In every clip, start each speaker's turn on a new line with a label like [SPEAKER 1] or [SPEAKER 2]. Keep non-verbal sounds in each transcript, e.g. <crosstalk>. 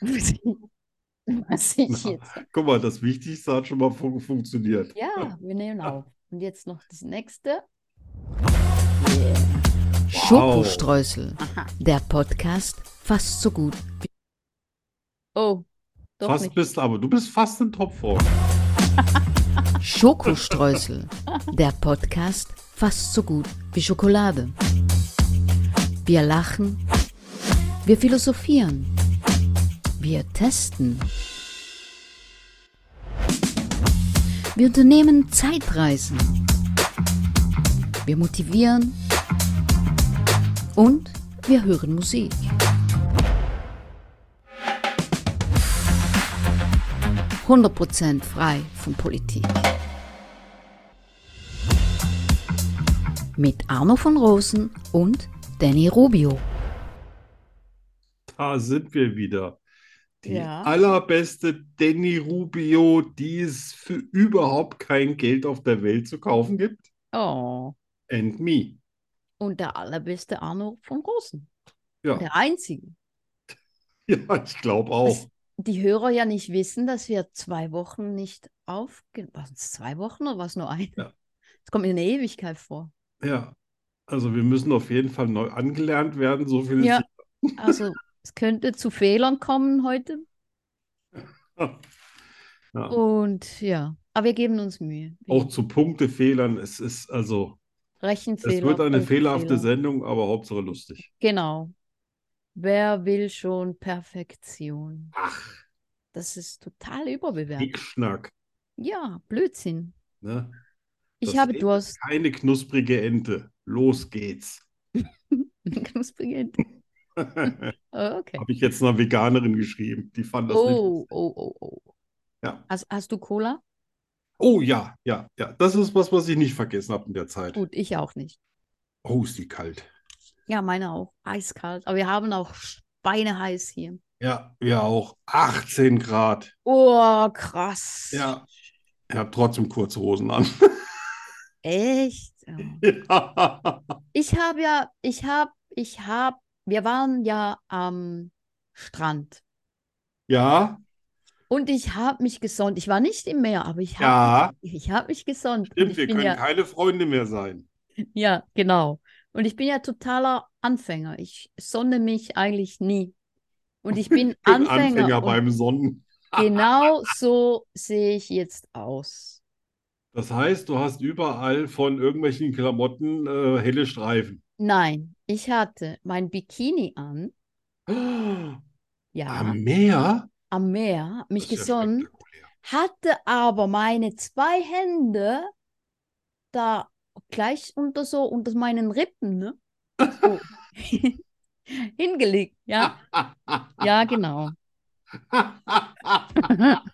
[SPEAKER 1] <laughs>
[SPEAKER 2] Was ich
[SPEAKER 1] Na,
[SPEAKER 2] jetzt.
[SPEAKER 1] guck mal, das Wichtigste hat schon mal fun funktioniert.
[SPEAKER 2] Ja, wir nehmen
[SPEAKER 1] Ah.
[SPEAKER 2] auf. Und jetzt noch das nächste.
[SPEAKER 1] Wow.
[SPEAKER 3] Schokostreusel,
[SPEAKER 2] Aha.
[SPEAKER 3] der Podcast fast so gut.
[SPEAKER 2] Oh, doch
[SPEAKER 1] Fast
[SPEAKER 2] nicht.
[SPEAKER 1] bist aber, du bist fast in Topform.
[SPEAKER 3] Schokostreusel, der Podcast fast so gut wie Schokolade. Wir lachen, wir philosophieren, wir testen. Wir unternehmen Zeitreisen. Wir motivieren und wir hören Musik. Hundert Prozent frei von Politik. mit Arno von Rosen und Danny Rubio.
[SPEAKER 1] Da sind wir wieder. Die
[SPEAKER 2] Ja.
[SPEAKER 1] allerbeste Danny Rubio, die es für überhaupt kein Geld auf der Welt zu kaufen gibt.
[SPEAKER 2] Oh.
[SPEAKER 1] And me. <laughs>
[SPEAKER 2] Und der allerbeste Arno von Rosen.
[SPEAKER 1] Ja.
[SPEAKER 2] Der einzige.
[SPEAKER 1] Ja, ich glaube
[SPEAKER 2] Was
[SPEAKER 1] auch.
[SPEAKER 2] die Hörer ja nicht wissen, dass wir zwei Wochen nicht aufge... Was es zwei Wochen oder was nur eine?
[SPEAKER 1] Ja.
[SPEAKER 2] Das kommt mir eine Ewigkeit vor.
[SPEAKER 1] Ja. Also wir müssen auf jeden Fall neu angelernt werden, so viel ist
[SPEAKER 2] Ja.
[SPEAKER 1] <laughs>
[SPEAKER 2] Also es könnte zu Fehlern kommen heute.
[SPEAKER 1] sicher. Ja.
[SPEAKER 2] Und ja, aber wir geben uns Mühe. Wir
[SPEAKER 1] Auch zu Punktefehlern. Es ist also,
[SPEAKER 2] Rechenfehler.
[SPEAKER 1] es wird eine fehlerhafte
[SPEAKER 2] Punktefehler.
[SPEAKER 1] Sendung, aber Hauptsache lustig.
[SPEAKER 2] Genau. Wer will schon Perfektion?
[SPEAKER 1] Ach,
[SPEAKER 2] Das ist total überbewertet.
[SPEAKER 1] Dickschnack.
[SPEAKER 2] Ja, Blödsinn.
[SPEAKER 1] Ne?
[SPEAKER 2] Ich
[SPEAKER 1] Das
[SPEAKER 2] habe,
[SPEAKER 1] Leben
[SPEAKER 2] du hast <laughs>
[SPEAKER 1] Keine knusprige Ente. Los geht's.
[SPEAKER 2] knusprige
[SPEAKER 1] <laughs> Habe
[SPEAKER 2] Oh, okay.
[SPEAKER 1] ich jetzt einer Veganerin geschrieben. Die fand das
[SPEAKER 2] Oh,
[SPEAKER 1] nicht.
[SPEAKER 2] oh, oh, oh.
[SPEAKER 1] Ja.
[SPEAKER 2] Hast, hast du Cola?
[SPEAKER 1] Oh ja, ja, ja. Das ist was, was ich nicht vergessen habe in der Zeit.
[SPEAKER 2] Gut, ich auch nicht.
[SPEAKER 1] Oh, ist die kalt.
[SPEAKER 2] Ja, meine auch. Eiskalt. Aber wir haben auch Schweineheiß hier.
[SPEAKER 1] Ja, wir auch. 18 Grad.
[SPEAKER 2] Oh, krass.
[SPEAKER 1] Ja. Ich habe trotzdem kurze Hosen an. <laughs>
[SPEAKER 2] Echt? Ja.
[SPEAKER 1] ja.
[SPEAKER 2] Ich habe ja, ich habe, ich habe, wir waren ja am Strand
[SPEAKER 1] Ja,
[SPEAKER 2] und ich habe mich gesonnt. Ich war nicht im Meer, aber ich habe,
[SPEAKER 1] ja.
[SPEAKER 2] ich habe mich gesonnt. Und
[SPEAKER 1] Stimmt,
[SPEAKER 2] ich
[SPEAKER 1] wir
[SPEAKER 2] bin
[SPEAKER 1] können
[SPEAKER 2] ja,
[SPEAKER 1] keine Freunde mehr sein.
[SPEAKER 2] ja, genau. Und ich bin ja totaler Anfänger. Ich sonne mich eigentlich nie. Und ich
[SPEAKER 1] <laughs>
[SPEAKER 2] bin
[SPEAKER 1] Ich bin
[SPEAKER 2] Anfänger.
[SPEAKER 1] Anfänger
[SPEAKER 2] und
[SPEAKER 1] beim <laughs> Sonnen.
[SPEAKER 2] genau so sehe ich jetzt aus.
[SPEAKER 1] Das heißt, du hast überall von irgendwelchen Klamotten äh, helle Streifen.
[SPEAKER 2] Nein, ich hatte mein Bikini an,
[SPEAKER 1] Am
[SPEAKER 2] ja,
[SPEAKER 1] Meer?
[SPEAKER 2] am Meer, mich
[SPEAKER 1] Das ist ja
[SPEAKER 2] gesonnen.
[SPEAKER 1] spektakulär.
[SPEAKER 2] hatte aber meine zwei Hände da gleich unter so, unter meinen Rippen, ne? So. <laughs> Hingelegt, ja.
[SPEAKER 1] <laughs>
[SPEAKER 2] Ja, genau.
[SPEAKER 1] <laughs>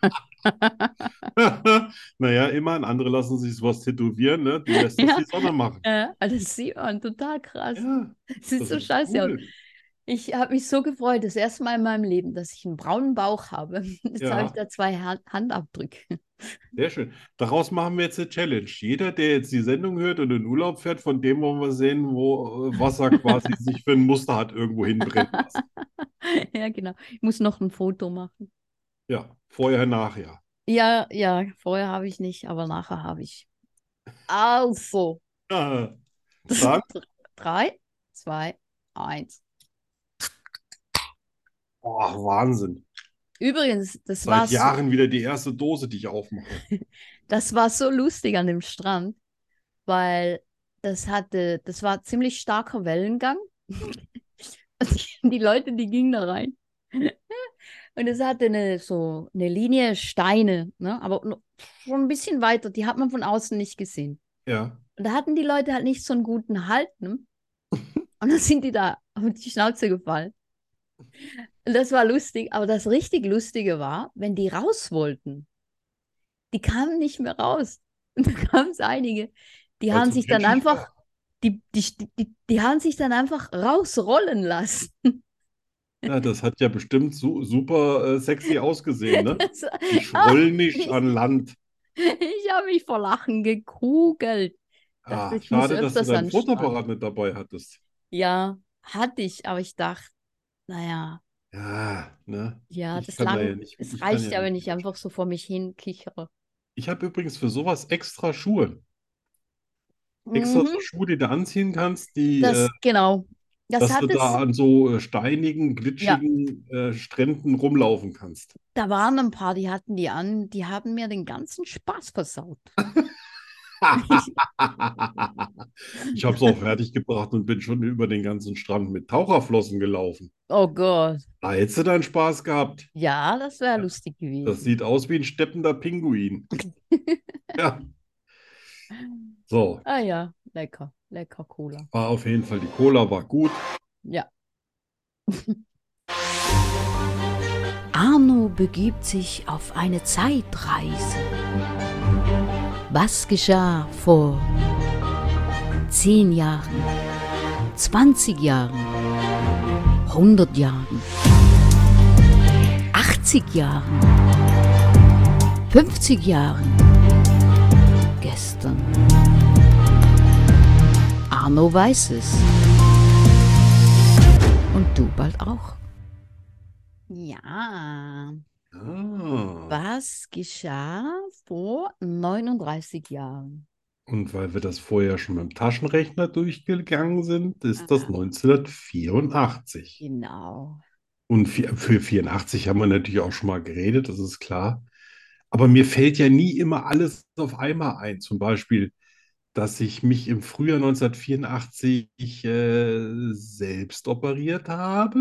[SPEAKER 1] Naja, immerhin, andere lassen sich sowas tätowieren, ne? Die lässt das
[SPEAKER 2] Ja.
[SPEAKER 1] die Sonne machen.
[SPEAKER 2] <laughs> Äh, also das sieht man total krass.
[SPEAKER 1] Ja,
[SPEAKER 2] Das sieht
[SPEAKER 1] das
[SPEAKER 2] so
[SPEAKER 1] ist
[SPEAKER 2] scheiße aus.
[SPEAKER 1] cool.
[SPEAKER 2] Ich habe mich so gefreut, das erste Mal in meinem Leben, dass ich einen braunen Bauch habe. <laughs> Jetzt
[SPEAKER 1] Ja.
[SPEAKER 2] habe ich da zwei Ha- Handabdrücke. <laughs>
[SPEAKER 1] Sehr schön. Daraus machen wir jetzt eine Challenge. Jeder, der jetzt die Sendung hört und in Urlaub fährt, von dem wollen wir sehen, wo äh, was er
[SPEAKER 2] <laughs>
[SPEAKER 1] quasi sich für ein Muster hat irgendwo hinbrennen lassen.
[SPEAKER 2] Ja, genau. Ich muss noch ein Foto machen.
[SPEAKER 1] Ja, vorher, nachher. <laughs>
[SPEAKER 2] Ja, ja, vorher habe ich nicht, aber nachher habe ich. Also.
[SPEAKER 1] Ja. Sag,
[SPEAKER 2] Drei, zwei, eins.
[SPEAKER 1] boah, Wahnsinn.
[SPEAKER 2] Übrigens, das war
[SPEAKER 1] Seit
[SPEAKER 2] so,
[SPEAKER 1] Jahren wieder die erste Dose, die ich aufmache.
[SPEAKER 2] das war so lustig an dem Strand, weil das hatte, das war ziemlich starker Wellengang. <laughs> Also die Leute, die gingen da rein. Und es hatte eine, so eine Linie Steine, ne? aber nur- schon ein bisschen weiter, die hat man von außen nicht gesehen.
[SPEAKER 1] Ja.
[SPEAKER 2] Und da hatten die Leute halt nicht so einen guten Halt, ne? Und dann sind die da auf die Schnauze gefallen. Und das war lustig, aber das richtig Lustige war, wenn die raus wollten, die kamen nicht mehr raus. <laughs> Und da kamen es einige, die haben
[SPEAKER 1] Also
[SPEAKER 2] sich dann
[SPEAKER 1] wirklich,
[SPEAKER 2] einfach, die, die, die, die haben sich dann einfach rausrollen lassen. <laughs>
[SPEAKER 1] Ja, das hat ja bestimmt su super äh, sexy ausgesehen, ne?
[SPEAKER 2] Das,
[SPEAKER 1] Ich
[SPEAKER 2] Ah,
[SPEAKER 1] roll nicht an Land.
[SPEAKER 2] ich habe mich vor Lachen gekugelt.
[SPEAKER 1] Ah,
[SPEAKER 2] ich muss
[SPEAKER 1] schade, dass du
[SPEAKER 2] öfters an
[SPEAKER 1] dein
[SPEAKER 2] den Strand.
[SPEAKER 1] Fotoapparat nicht dabei hattest.
[SPEAKER 2] Ja, hatte ich, aber ich dachte, naja,
[SPEAKER 1] Ja, ne?
[SPEAKER 2] Ja,
[SPEAKER 1] Ich
[SPEAKER 2] das
[SPEAKER 1] kann da
[SPEAKER 2] lang,
[SPEAKER 1] ja nicht-
[SPEAKER 2] es
[SPEAKER 1] ich kann
[SPEAKER 2] reicht
[SPEAKER 1] ja
[SPEAKER 2] ja, wenn
[SPEAKER 1] nicht
[SPEAKER 2] ich einfach so vor mich hin kichere.
[SPEAKER 1] Ich habe übrigens für sowas extra Schuhe. Extra so
[SPEAKER 2] Mhm,
[SPEAKER 1] Schuhe, die du anziehen kannst, die, äh,
[SPEAKER 2] das, genau. Das
[SPEAKER 1] dass
[SPEAKER 2] hat
[SPEAKER 1] du
[SPEAKER 2] es,
[SPEAKER 1] da an so äh, steinigen,
[SPEAKER 2] ja,
[SPEAKER 1] glitschigen äh, Stränden rumlaufen kannst. <laughs>
[SPEAKER 2] da waren ein paar, die hatten die an, die haben mir den ganzen Spaß
[SPEAKER 1] <laughs>
[SPEAKER 2] versaut. <laughs>
[SPEAKER 1] Ich habe es auch fertig gebracht und bin schon über den ganzen Strand mit Taucherflossen gelaufen.
[SPEAKER 2] Oh Gott.
[SPEAKER 1] Da hättest du deinen Spaß gehabt.
[SPEAKER 2] Ja, das wäre
[SPEAKER 1] Ja.
[SPEAKER 2] lustig
[SPEAKER 1] Das
[SPEAKER 2] gewesen.
[SPEAKER 1] sieht aus wie ein
[SPEAKER 2] <laughs>
[SPEAKER 1] steppender Pinguin. Ja, so.
[SPEAKER 2] Ah ja, lecker, lecker Cola.
[SPEAKER 1] War auf jeden Fall, die Cola war gut.
[SPEAKER 2] Ja.
[SPEAKER 3] Arno begibt sich auf eine Zeitreise. Was geschah vor 10 Jahren, 20 Jahren, 100 Jahren, 80 Jahren, 50 Jahren, gestern? Arno weiß es. Und du bald auch.
[SPEAKER 2] Ja.
[SPEAKER 1] Ah.
[SPEAKER 2] Was geschah vor 39 Jahren?
[SPEAKER 1] Und weil wir das vorher schon mit dem Taschenrechner durchgegangen sind, ist das
[SPEAKER 2] Ah,
[SPEAKER 1] 1984.
[SPEAKER 2] genau.
[SPEAKER 1] Und vi- für 84 haben wir natürlich auch schon mal geredet, das ist klar. Aber mir fällt ja nie immer alles auf einmal ein. Zum Beispiel, dass ich mich im Frühjahr 1984 äh, selbst operiert habe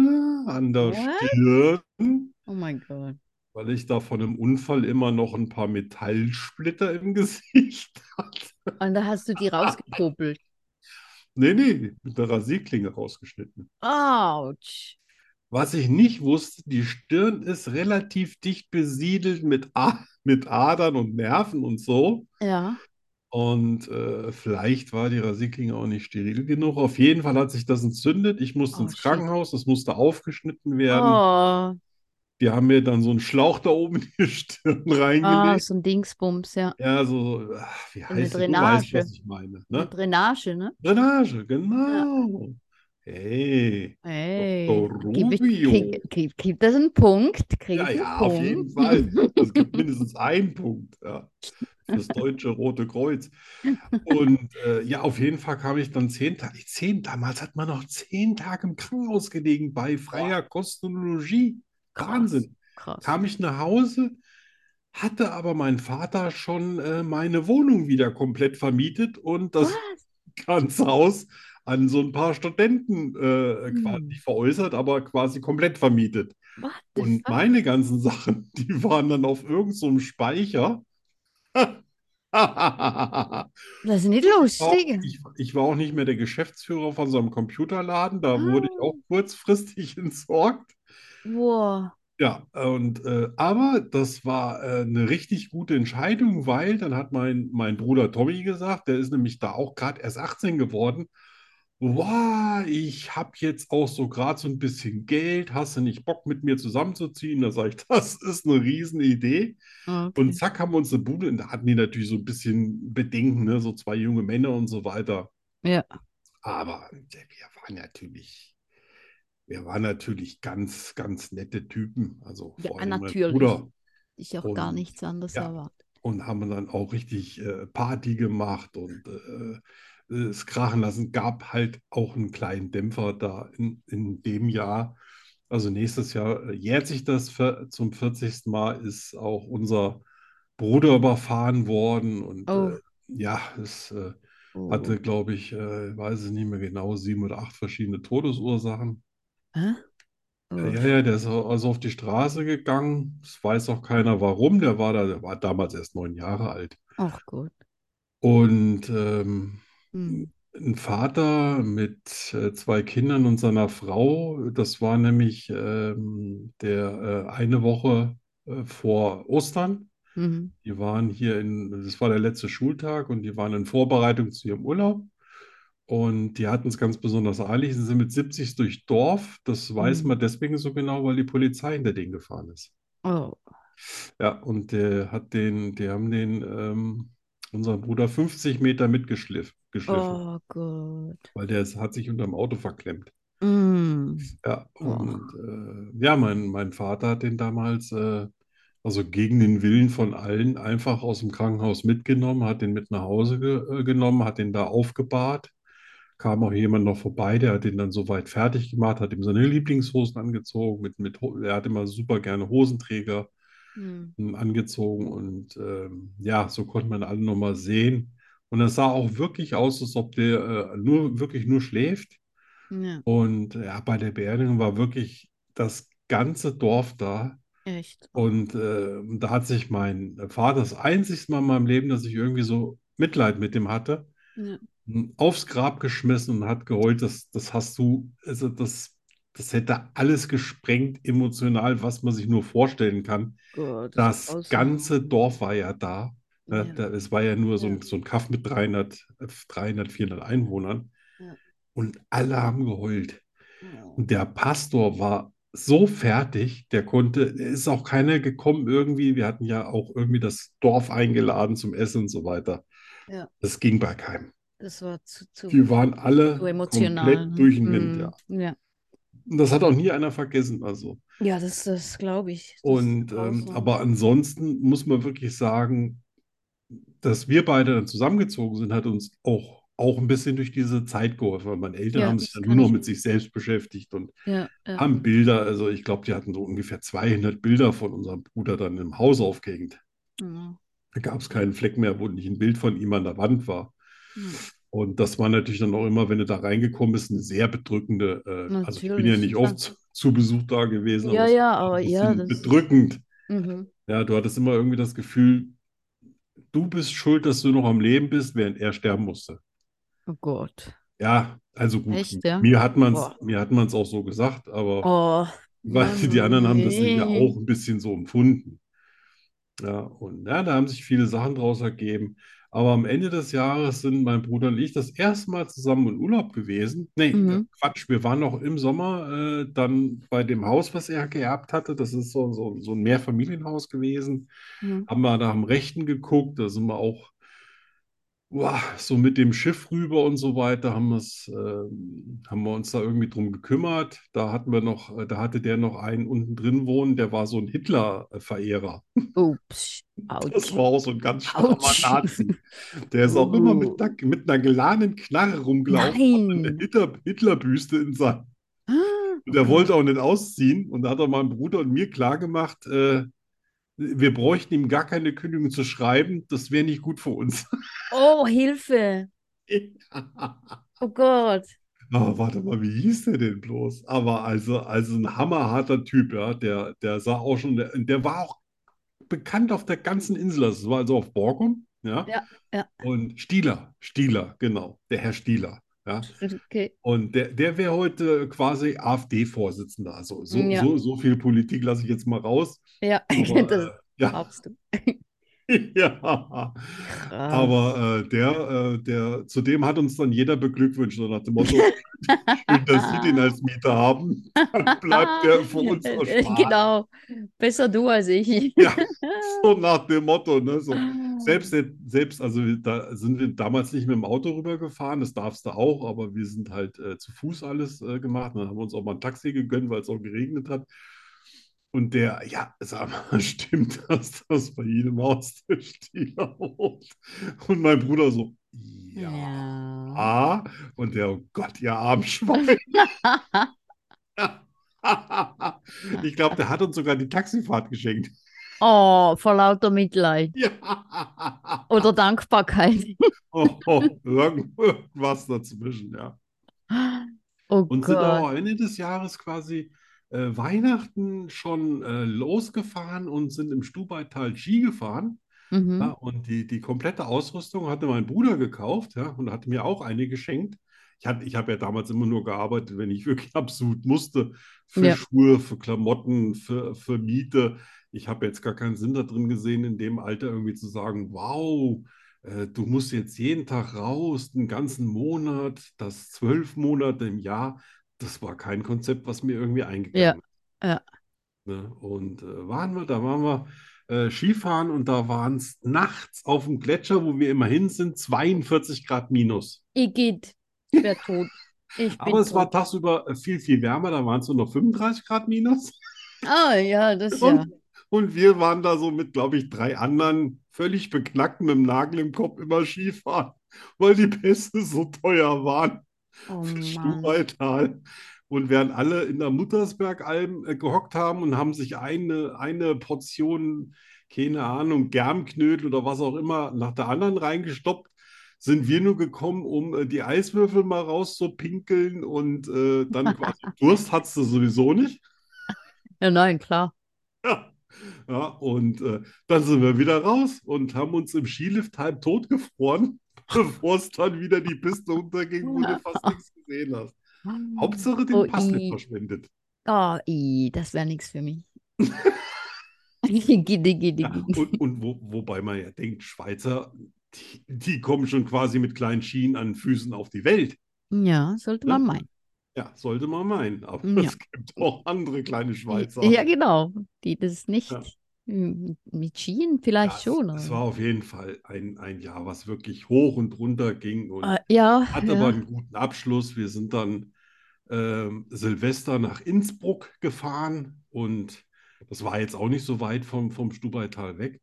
[SPEAKER 1] an der
[SPEAKER 2] What?
[SPEAKER 1] Stirn,
[SPEAKER 2] Oh mein Gott.
[SPEAKER 1] weil ich da von einem Unfall immer noch ein paar Metallsplitter im <laughs> Gesicht hatte.
[SPEAKER 2] Und da hast du die rausgekuppelt.
[SPEAKER 1] Nee, nee, mit der Rasierklinge rausgeschnitten.
[SPEAKER 2] Autsch.
[SPEAKER 1] Was ich nicht wusste, die Stirn ist relativ dicht besiedelt mit, A mit Adern und Nerven und so.
[SPEAKER 2] Ja.
[SPEAKER 1] Und äh, vielleicht war die Rasierklinge auch nicht steril genug. Auf jeden Fall hat sich das entzündet. Ich musste
[SPEAKER 2] Oh
[SPEAKER 1] ins
[SPEAKER 2] shit.
[SPEAKER 1] Krankenhaus, das musste aufgeschnitten werden.
[SPEAKER 2] Oh.
[SPEAKER 1] Die haben mir dann so einen Schlauch da oben in die Stirn
[SPEAKER 2] Ah,
[SPEAKER 1] reingelegt.
[SPEAKER 2] so ein Dingsbums, ja.
[SPEAKER 1] Ja, so, ach, wie
[SPEAKER 2] So eine
[SPEAKER 1] heißt das?
[SPEAKER 2] Ah. Drainage.
[SPEAKER 1] Du weißt, was ich meine,
[SPEAKER 2] Eine
[SPEAKER 1] ne?
[SPEAKER 2] Drainage, ne?
[SPEAKER 1] Drainage,
[SPEAKER 2] Ja.
[SPEAKER 1] genau. Hey, Dr.
[SPEAKER 2] Hey. Gib, ich,
[SPEAKER 1] Rubio.
[SPEAKER 2] krieg, krieg, krieg das einen Punkt? Krieg
[SPEAKER 1] oh, Ja,
[SPEAKER 2] ich einen
[SPEAKER 1] ja, auf jeden
[SPEAKER 2] Punkt?
[SPEAKER 1] Fall. Das gibt mindestens einen Punkt, ja, fürs Deutsche Rote Kreuz. Und äh, ja, auf jeden Fall kam ich dann zehn Tage, zehn, damals hat man noch zehn Tage im Krankenhaus gelegen bei
[SPEAKER 2] Boah,
[SPEAKER 1] freier Kostenologie.
[SPEAKER 2] <laughs> krass,
[SPEAKER 1] Wahnsinn.
[SPEAKER 2] krass.
[SPEAKER 1] Kam ich nach Hause, hatte aber mein Vater schon äh, meine Wohnung wieder komplett vermietet und das
[SPEAKER 2] Was?
[SPEAKER 1] ganze Haus an so ein paar Studenten äh, quasi
[SPEAKER 2] Hm.
[SPEAKER 1] nicht veräußert, aber quasi komplett vermietet.
[SPEAKER 2] What the
[SPEAKER 1] Und
[SPEAKER 2] fuck?
[SPEAKER 1] meine ganzen <laughs> Sachen, die waren dann auf irgendeinem so einem Speicher. <laughs>
[SPEAKER 2] Das ist nicht
[SPEAKER 1] Auch,
[SPEAKER 2] lustig.
[SPEAKER 1] ich, ich war auch nicht mehr der Geschäftsführer von so einem Computerladen, da wurde ich auch
[SPEAKER 2] Ah,
[SPEAKER 1] kurzfristig <laughs> entsorgt.
[SPEAKER 2] wow.
[SPEAKER 1] Ja, und äh, aber das war äh, eine richtig gute Entscheidung, weil dann hat mein, mein Bruder Tommy gesagt, der ist nämlich da auch gerade erst 18 geworden. Wow, ich habe jetzt auch so gerade so ein bisschen Geld, hast du nicht Bock mit mir zusammenzuziehen? Da sage ich, <laughs> das ist eine Riesenidee.
[SPEAKER 2] Ah,
[SPEAKER 1] Und
[SPEAKER 2] Okay.
[SPEAKER 1] zack haben wir uns eine Bude, und da hatten die natürlich so ein bisschen Bedenken, ne? So zwei junge Männer und so weiter.
[SPEAKER 2] Ja.
[SPEAKER 1] Aber äh, wir waren natürlich, wir waren natürlich ganz, ganz nette Typen. Also
[SPEAKER 2] Ja,
[SPEAKER 1] vor allem mein
[SPEAKER 2] natürlich.
[SPEAKER 1] Bruder.
[SPEAKER 2] Ich auch gar
[SPEAKER 1] Und
[SPEAKER 2] nichts anderes
[SPEAKER 1] ja,
[SPEAKER 2] erwartet.
[SPEAKER 1] und haben dann auch richtig äh, Party gemacht und äh, äh, es krachen lassen. Gab halt auch einen kleinen Dämpfer da in, in dem Jahr. Also nächstes Jahr äh, jährt sich das für, zum 40. Mal, ist auch unser Bruder überfahren worden und äh,
[SPEAKER 2] Oh,
[SPEAKER 1] ja, es äh,
[SPEAKER 2] oh.
[SPEAKER 1] hatte, glaube ich, äh, weiß es nicht mehr genau, sieben oder acht verschiedene Todesursachen.
[SPEAKER 2] Hä?
[SPEAKER 1] Ja,
[SPEAKER 2] Oh.
[SPEAKER 1] ja, ja, der ist au- also auf die Straße gegangen. Es weiß auch keiner warum. Der war da, der war damals erst neun Jahre alt.
[SPEAKER 2] Ach Gott.
[SPEAKER 1] Und ähm,
[SPEAKER 2] Hm.
[SPEAKER 1] ein Vater mit äh, zwei Kindern und seiner Frau, das war nämlich ähm, der äh, eine Woche äh, vor Ostern.
[SPEAKER 2] Mhm.
[SPEAKER 1] Die waren hier in, das war der letzte Schultag und die waren in Vorbereitung zu ihrem Urlaub. Und die hatten es ganz besonders eilig. Sie sind mit 70 durch Dorf. Das weiß
[SPEAKER 2] Hm.
[SPEAKER 1] man deswegen so genau, weil die Polizei hinter denen gefahren ist.
[SPEAKER 2] Oh.
[SPEAKER 1] Ja, und der hat den, die haben den, ähm, unseren Bruder 50 Meter mitgeschliffen, geschliffen,
[SPEAKER 2] Oh Gott.
[SPEAKER 1] weil der ist, hat sich unterm Auto verklemmt.
[SPEAKER 2] Mm.
[SPEAKER 3] Hm.
[SPEAKER 1] Ja,
[SPEAKER 3] Ja.
[SPEAKER 1] und äh, ja, mein, mein Vater hat den damals, äh, also gegen den Willen von allen, einfach aus dem Krankenhaus mitgenommen, hat den mit nach Hause ge äh, genommen, hat den da aufgebahrt. Kam auch jemand noch vorbei, der hat den dann soweit fertig gemacht, hat ihm seine Lieblingshosen angezogen, mit, mit, Ho- er hat immer super gerne Hosenträger
[SPEAKER 2] Hm.
[SPEAKER 1] ähm, angezogen und ähm, ja, so konnte man alle nochmal sehen. Und es sah auch wirklich aus, als ob der äh, nur, wirklich nur schläft.
[SPEAKER 2] Ja,
[SPEAKER 1] Und äh, ja, bei der Beerdigung war wirklich das ganze Dorf da.
[SPEAKER 2] echt. Oh.
[SPEAKER 1] Und äh, da hat sich mein Vater das einzigste Mal in meinem Leben, dass ich irgendwie so Mitleid mit dem hatte, hm,
[SPEAKER 2] Ja.
[SPEAKER 1] aufs Grab geschmissen und hat geheult, das, das hast du, also das, das hätte alles gesprengt, emotional, was man sich nur vorstellen kann.
[SPEAKER 2] Gott, das ist
[SPEAKER 1] Das ganze
[SPEAKER 2] Ausnahme.
[SPEAKER 1] Dorf war ja da. Ne?
[SPEAKER 2] Ja,
[SPEAKER 1] Da, es war ja nur so
[SPEAKER 2] ja,
[SPEAKER 1] ein, so ein Kaff mit 300, 300, 400 Einwohnern.
[SPEAKER 2] ja.
[SPEAKER 1] Und alle haben geheult.
[SPEAKER 2] Oh.
[SPEAKER 1] Und der Pastor war so fertig, der konnte, ist auch keiner gekommen irgendwie. Wir hatten ja auch irgendwie das Dorf eingeladen zum Essen und so weiter.
[SPEAKER 2] Ja,
[SPEAKER 1] Das ging bei keinem.
[SPEAKER 2] das war zu, zu,
[SPEAKER 1] Die waren
[SPEAKER 2] zu
[SPEAKER 1] alle
[SPEAKER 2] emotional.
[SPEAKER 1] komplett
[SPEAKER 2] Ne?
[SPEAKER 1] durch den Wind, ja.
[SPEAKER 2] Hm. Ja.
[SPEAKER 1] Und das hat auch nie einer vergessen, also.
[SPEAKER 2] Ja, das, das glaube ich. Das ist
[SPEAKER 1] Und ähm,
[SPEAKER 2] Ausnahme.
[SPEAKER 1] aber ansonsten muss man wirklich sagen, dass wir beide dann zusammengezogen sind, hat uns auch, auch ein bisschen durch diese Zeit geholfen, weil meine Eltern
[SPEAKER 2] Ja,
[SPEAKER 1] haben sich
[SPEAKER 2] das
[SPEAKER 1] dann nur
[SPEAKER 2] kann
[SPEAKER 1] noch
[SPEAKER 2] ich.
[SPEAKER 1] mit sich selbst beschäftigt und
[SPEAKER 2] Ja, ja,
[SPEAKER 1] haben Bilder, also ich glaube, die hatten so ungefähr 200 Bilder von unserem Bruder dann im Haus aufgehängt.
[SPEAKER 2] ja.
[SPEAKER 1] Da gab es keinen Fleck mehr, wo nicht ein Bild von ihm an der Wand war.
[SPEAKER 2] Ja.
[SPEAKER 1] Und das war natürlich dann auch immer, wenn du da reingekommen bist, eine sehr bedrückende, äh, also ich bin ja
[SPEAKER 2] Natürlich,
[SPEAKER 1] nicht
[SPEAKER 2] klar.
[SPEAKER 1] oft zu, zu Besuch da gewesen, aber
[SPEAKER 2] Ja,
[SPEAKER 1] es
[SPEAKER 2] ja,
[SPEAKER 1] war
[SPEAKER 2] aber ja,
[SPEAKER 1] trotzdem
[SPEAKER 2] das ist.
[SPEAKER 1] bedrückend.
[SPEAKER 2] Mhm.
[SPEAKER 1] Ja, du hattest immer irgendwie das Gefühl, du bist schuld, dass du noch am Leben bist, während er sterben musste.
[SPEAKER 2] Oh Gott.
[SPEAKER 1] Ja, also gut,
[SPEAKER 2] Echt, ja?
[SPEAKER 1] mir hat man's,
[SPEAKER 2] Boah.
[SPEAKER 1] mir hat man's auch so gesagt, aber
[SPEAKER 2] Oh,
[SPEAKER 1] weil <laughs> die anderen haben das ja auch
[SPEAKER 2] Mann.
[SPEAKER 1] ein bisschen so empfunden. Ja, und ja, da haben sich viele Sachen draus ergeben. Aber am Ende des Jahres sind mein Bruder und ich das erste Mal zusammen in Urlaub gewesen. Nee, äh,
[SPEAKER 2] Mhm.
[SPEAKER 1] Quatsch, wir waren noch im Sommer äh, dann bei dem Haus, was er geerbt hatte. Das ist so, so, so ein Mehrfamilienhaus gewesen.
[SPEAKER 2] Mhm.
[SPEAKER 1] Haben wir nach dem Rechten geguckt, da sind wir auch uah, so mit dem Schiff rüber und so weiter, haben wir's, ähm, haben wir uns da irgendwie drum gekümmert. Da hatten wir noch, äh, da hatte der noch einen unten drin wohnen, der war so ein Hitler-Verehrer.
[SPEAKER 2] Ups.
[SPEAKER 1] Das
[SPEAKER 2] Autsch.
[SPEAKER 1] war auch so ein ganz strammer
[SPEAKER 2] Autsch.
[SPEAKER 1] Nazi. Der ist auch immer mit
[SPEAKER 2] Uh.
[SPEAKER 1] einer, mit einer geladenen Knarre rumgelaufen, hat eine
[SPEAKER 2] Nein.
[SPEAKER 1] Hitler, Hitlerbüste in sein.
[SPEAKER 2] Ah,
[SPEAKER 1] Und
[SPEAKER 2] Oh
[SPEAKER 1] der
[SPEAKER 2] Gott.
[SPEAKER 1] wollte auch nicht ausziehen. Und da hat er meinem Bruder und mir klargemacht, äh, wir bräuchten ihm gar keine Kündigung zu schreiben. Das wäre nicht gut für uns.
[SPEAKER 2] <gasps>
[SPEAKER 1] <laughs>
[SPEAKER 2] Oh, Hilfe.
[SPEAKER 1] Ah,
[SPEAKER 2] Oh Gott.
[SPEAKER 1] warte mal, wie hieß der denn bloß? Aber also, also ein hammerharter Typ, ja. Der, der sah auch schon, der, der war auch bekannt auf der ganzen Insel. Das war also auf Borkum, ja.
[SPEAKER 2] Ja, ja.
[SPEAKER 1] Und Stieler, Stieler, genau, der Herr Stieler. Ja.
[SPEAKER 2] Okay.
[SPEAKER 1] Und der, der wäre heute quasi AfD-Vorsitzender. Also so,
[SPEAKER 2] Ja,
[SPEAKER 1] so, so viel Politik lasse ich jetzt mal raus.
[SPEAKER 2] ja. <laughs> Das
[SPEAKER 1] Aber äh, ja,
[SPEAKER 2] glaubst du.
[SPEAKER 1] <laughs> ja.
[SPEAKER 2] Krass.
[SPEAKER 1] Aber äh, der, äh, der, zudem hat uns dann jeder beglückwünscht, so nach dem Motto, schön, dass Sie den als Mieter haben, dann bleibt der
[SPEAKER 2] <laughs>
[SPEAKER 1] für uns erspart.
[SPEAKER 2] Ah. Genau. Besser du als ich.
[SPEAKER 1] Ja, so nach dem Motto, ne? So. Selbst, selbst, also da sind wir damals nicht mit dem Auto rübergefahren, das darfst du auch, aber wir sind halt äh, zu Fuß alles äh, gemacht. Dann haben wir uns auch mal ein Taxi gegönnt, weil es auch geregnet hat. Und der, ja, sag mal, <laughs> stimmt das, dass bei jedem Haus der Stieler wohnt? Und mein Bruder so, ja.
[SPEAKER 2] Ja.
[SPEAKER 1] Und der, oh Gott, ihr Armschwein. <laughs> Ich glaube, der hat uns sogar die Taxifahrt geschenkt.
[SPEAKER 2] <laughs>
[SPEAKER 1] <laughs>
[SPEAKER 2] Oh, vor lauter Mitleid
[SPEAKER 1] Ja. Ah.
[SPEAKER 2] oder Dankbarkeit.
[SPEAKER 1] <laughs> Oh, oh, irgend- irgendwas dazwischen, ja.
[SPEAKER 2] Oh
[SPEAKER 1] Und sind
[SPEAKER 2] Gott.
[SPEAKER 1] auch am Ende des Jahres quasi äh, Weihnachten schon äh, losgefahren und sind im Stubaital Ski gefahren. Ja,
[SPEAKER 2] Mhm.
[SPEAKER 1] und die, die komplette Ausrüstung hatte mein Bruder gekauft, ja, und hat mir auch eine geschenkt. Ich hatte, ich habe ja damals immer nur gearbeitet, wenn ich <laughs> wirklich absolut musste, für
[SPEAKER 2] Ja.
[SPEAKER 1] Schuhe, für Klamotten, für, für Miete. Ich habe jetzt gar keinen Sinn da drin gesehen, in dem Alter irgendwie zu sagen, wow, äh, du musst jetzt jeden Tag raus, den ganzen Monat, das zwölf Monate im Jahr. Das war kein Konzept, was mir irgendwie
[SPEAKER 2] Ja.
[SPEAKER 1] eingegangen ist.
[SPEAKER 2] Ja.
[SPEAKER 1] Ne? Und äh, waren wir, da waren wir äh, Skifahren und da waren es nachts auf dem Gletscher, wo wir immer hin sind, 42 Grad minus.
[SPEAKER 2] Ich geht. Ich wär tot. Ich bin
[SPEAKER 1] Aber es war
[SPEAKER 2] tot.
[SPEAKER 1] tagsüber äh, viel, viel wärmer, da waren es nur noch 35 Grad minus.
[SPEAKER 2] Ah, ja, das
[SPEAKER 1] Und,
[SPEAKER 2] ja.
[SPEAKER 1] und wir waren da so mit, glaube ich, drei anderen völlig beknackt mit dem Nagel im Kopf immer Skifahren, weil die Pässe so teuer waren
[SPEAKER 2] Oh
[SPEAKER 1] <laughs> für
[SPEAKER 2] Mann.
[SPEAKER 1] Stubaital. Und während alle in der Muttersbergalm äh, gehockt haben und haben sich eine, eine Portion, keine Ahnung, Germknödel oder was auch immer, nach der anderen reingestoppt, sind wir nur gekommen, um äh, die Eiswürfel mal rauszupinkeln und äh,
[SPEAKER 2] <laughs>
[SPEAKER 1] dann quasi Durst hattest du sowieso nicht.
[SPEAKER 2] Ja, nein, klar.
[SPEAKER 1] Ja, ja und äh, dann sind wir wieder raus und haben uns im Skilift halb tot gefroren, <laughs> bevor es dann wieder die Piste runterging, wo du fast
[SPEAKER 2] <laughs>
[SPEAKER 1] nichts gesehen hast. Hauptsache den
[SPEAKER 2] Oh,
[SPEAKER 1] Pass nicht
[SPEAKER 2] i.
[SPEAKER 1] verschwendet.
[SPEAKER 2] Oh, <laughs> i, das wäre nichts für mich. Giddy, giddy,
[SPEAKER 1] Ja,
[SPEAKER 2] giddy.
[SPEAKER 1] und und wo, wobei man ja denkt, Schweizer, die, die kommen schon quasi mit kleinen Schienen an den Füßen auf die Welt. ne?
[SPEAKER 2] Ja, sollte man meinen.
[SPEAKER 1] Ja, sollte man meinen. Aber
[SPEAKER 2] Ja.
[SPEAKER 1] es gibt auch andere kleine Schweizer.
[SPEAKER 2] Ja, genau. Die das nicht
[SPEAKER 1] Ja.
[SPEAKER 2] m- mit Schienen
[SPEAKER 1] Ja,
[SPEAKER 2] vielleicht
[SPEAKER 1] es,
[SPEAKER 2] schon. ne?
[SPEAKER 1] es war
[SPEAKER 2] aber-
[SPEAKER 1] auf jeden Fall ein, ein Jahr, was wirklich hoch und runter ging und
[SPEAKER 2] Ah, ja,
[SPEAKER 1] hatte aber
[SPEAKER 2] ja.
[SPEAKER 1] einen guten Abschluss. Wir sind dann ähm, Silvester nach Innsbruck gefahren und das war jetzt auch nicht so weit vom, vom Stubaital weg.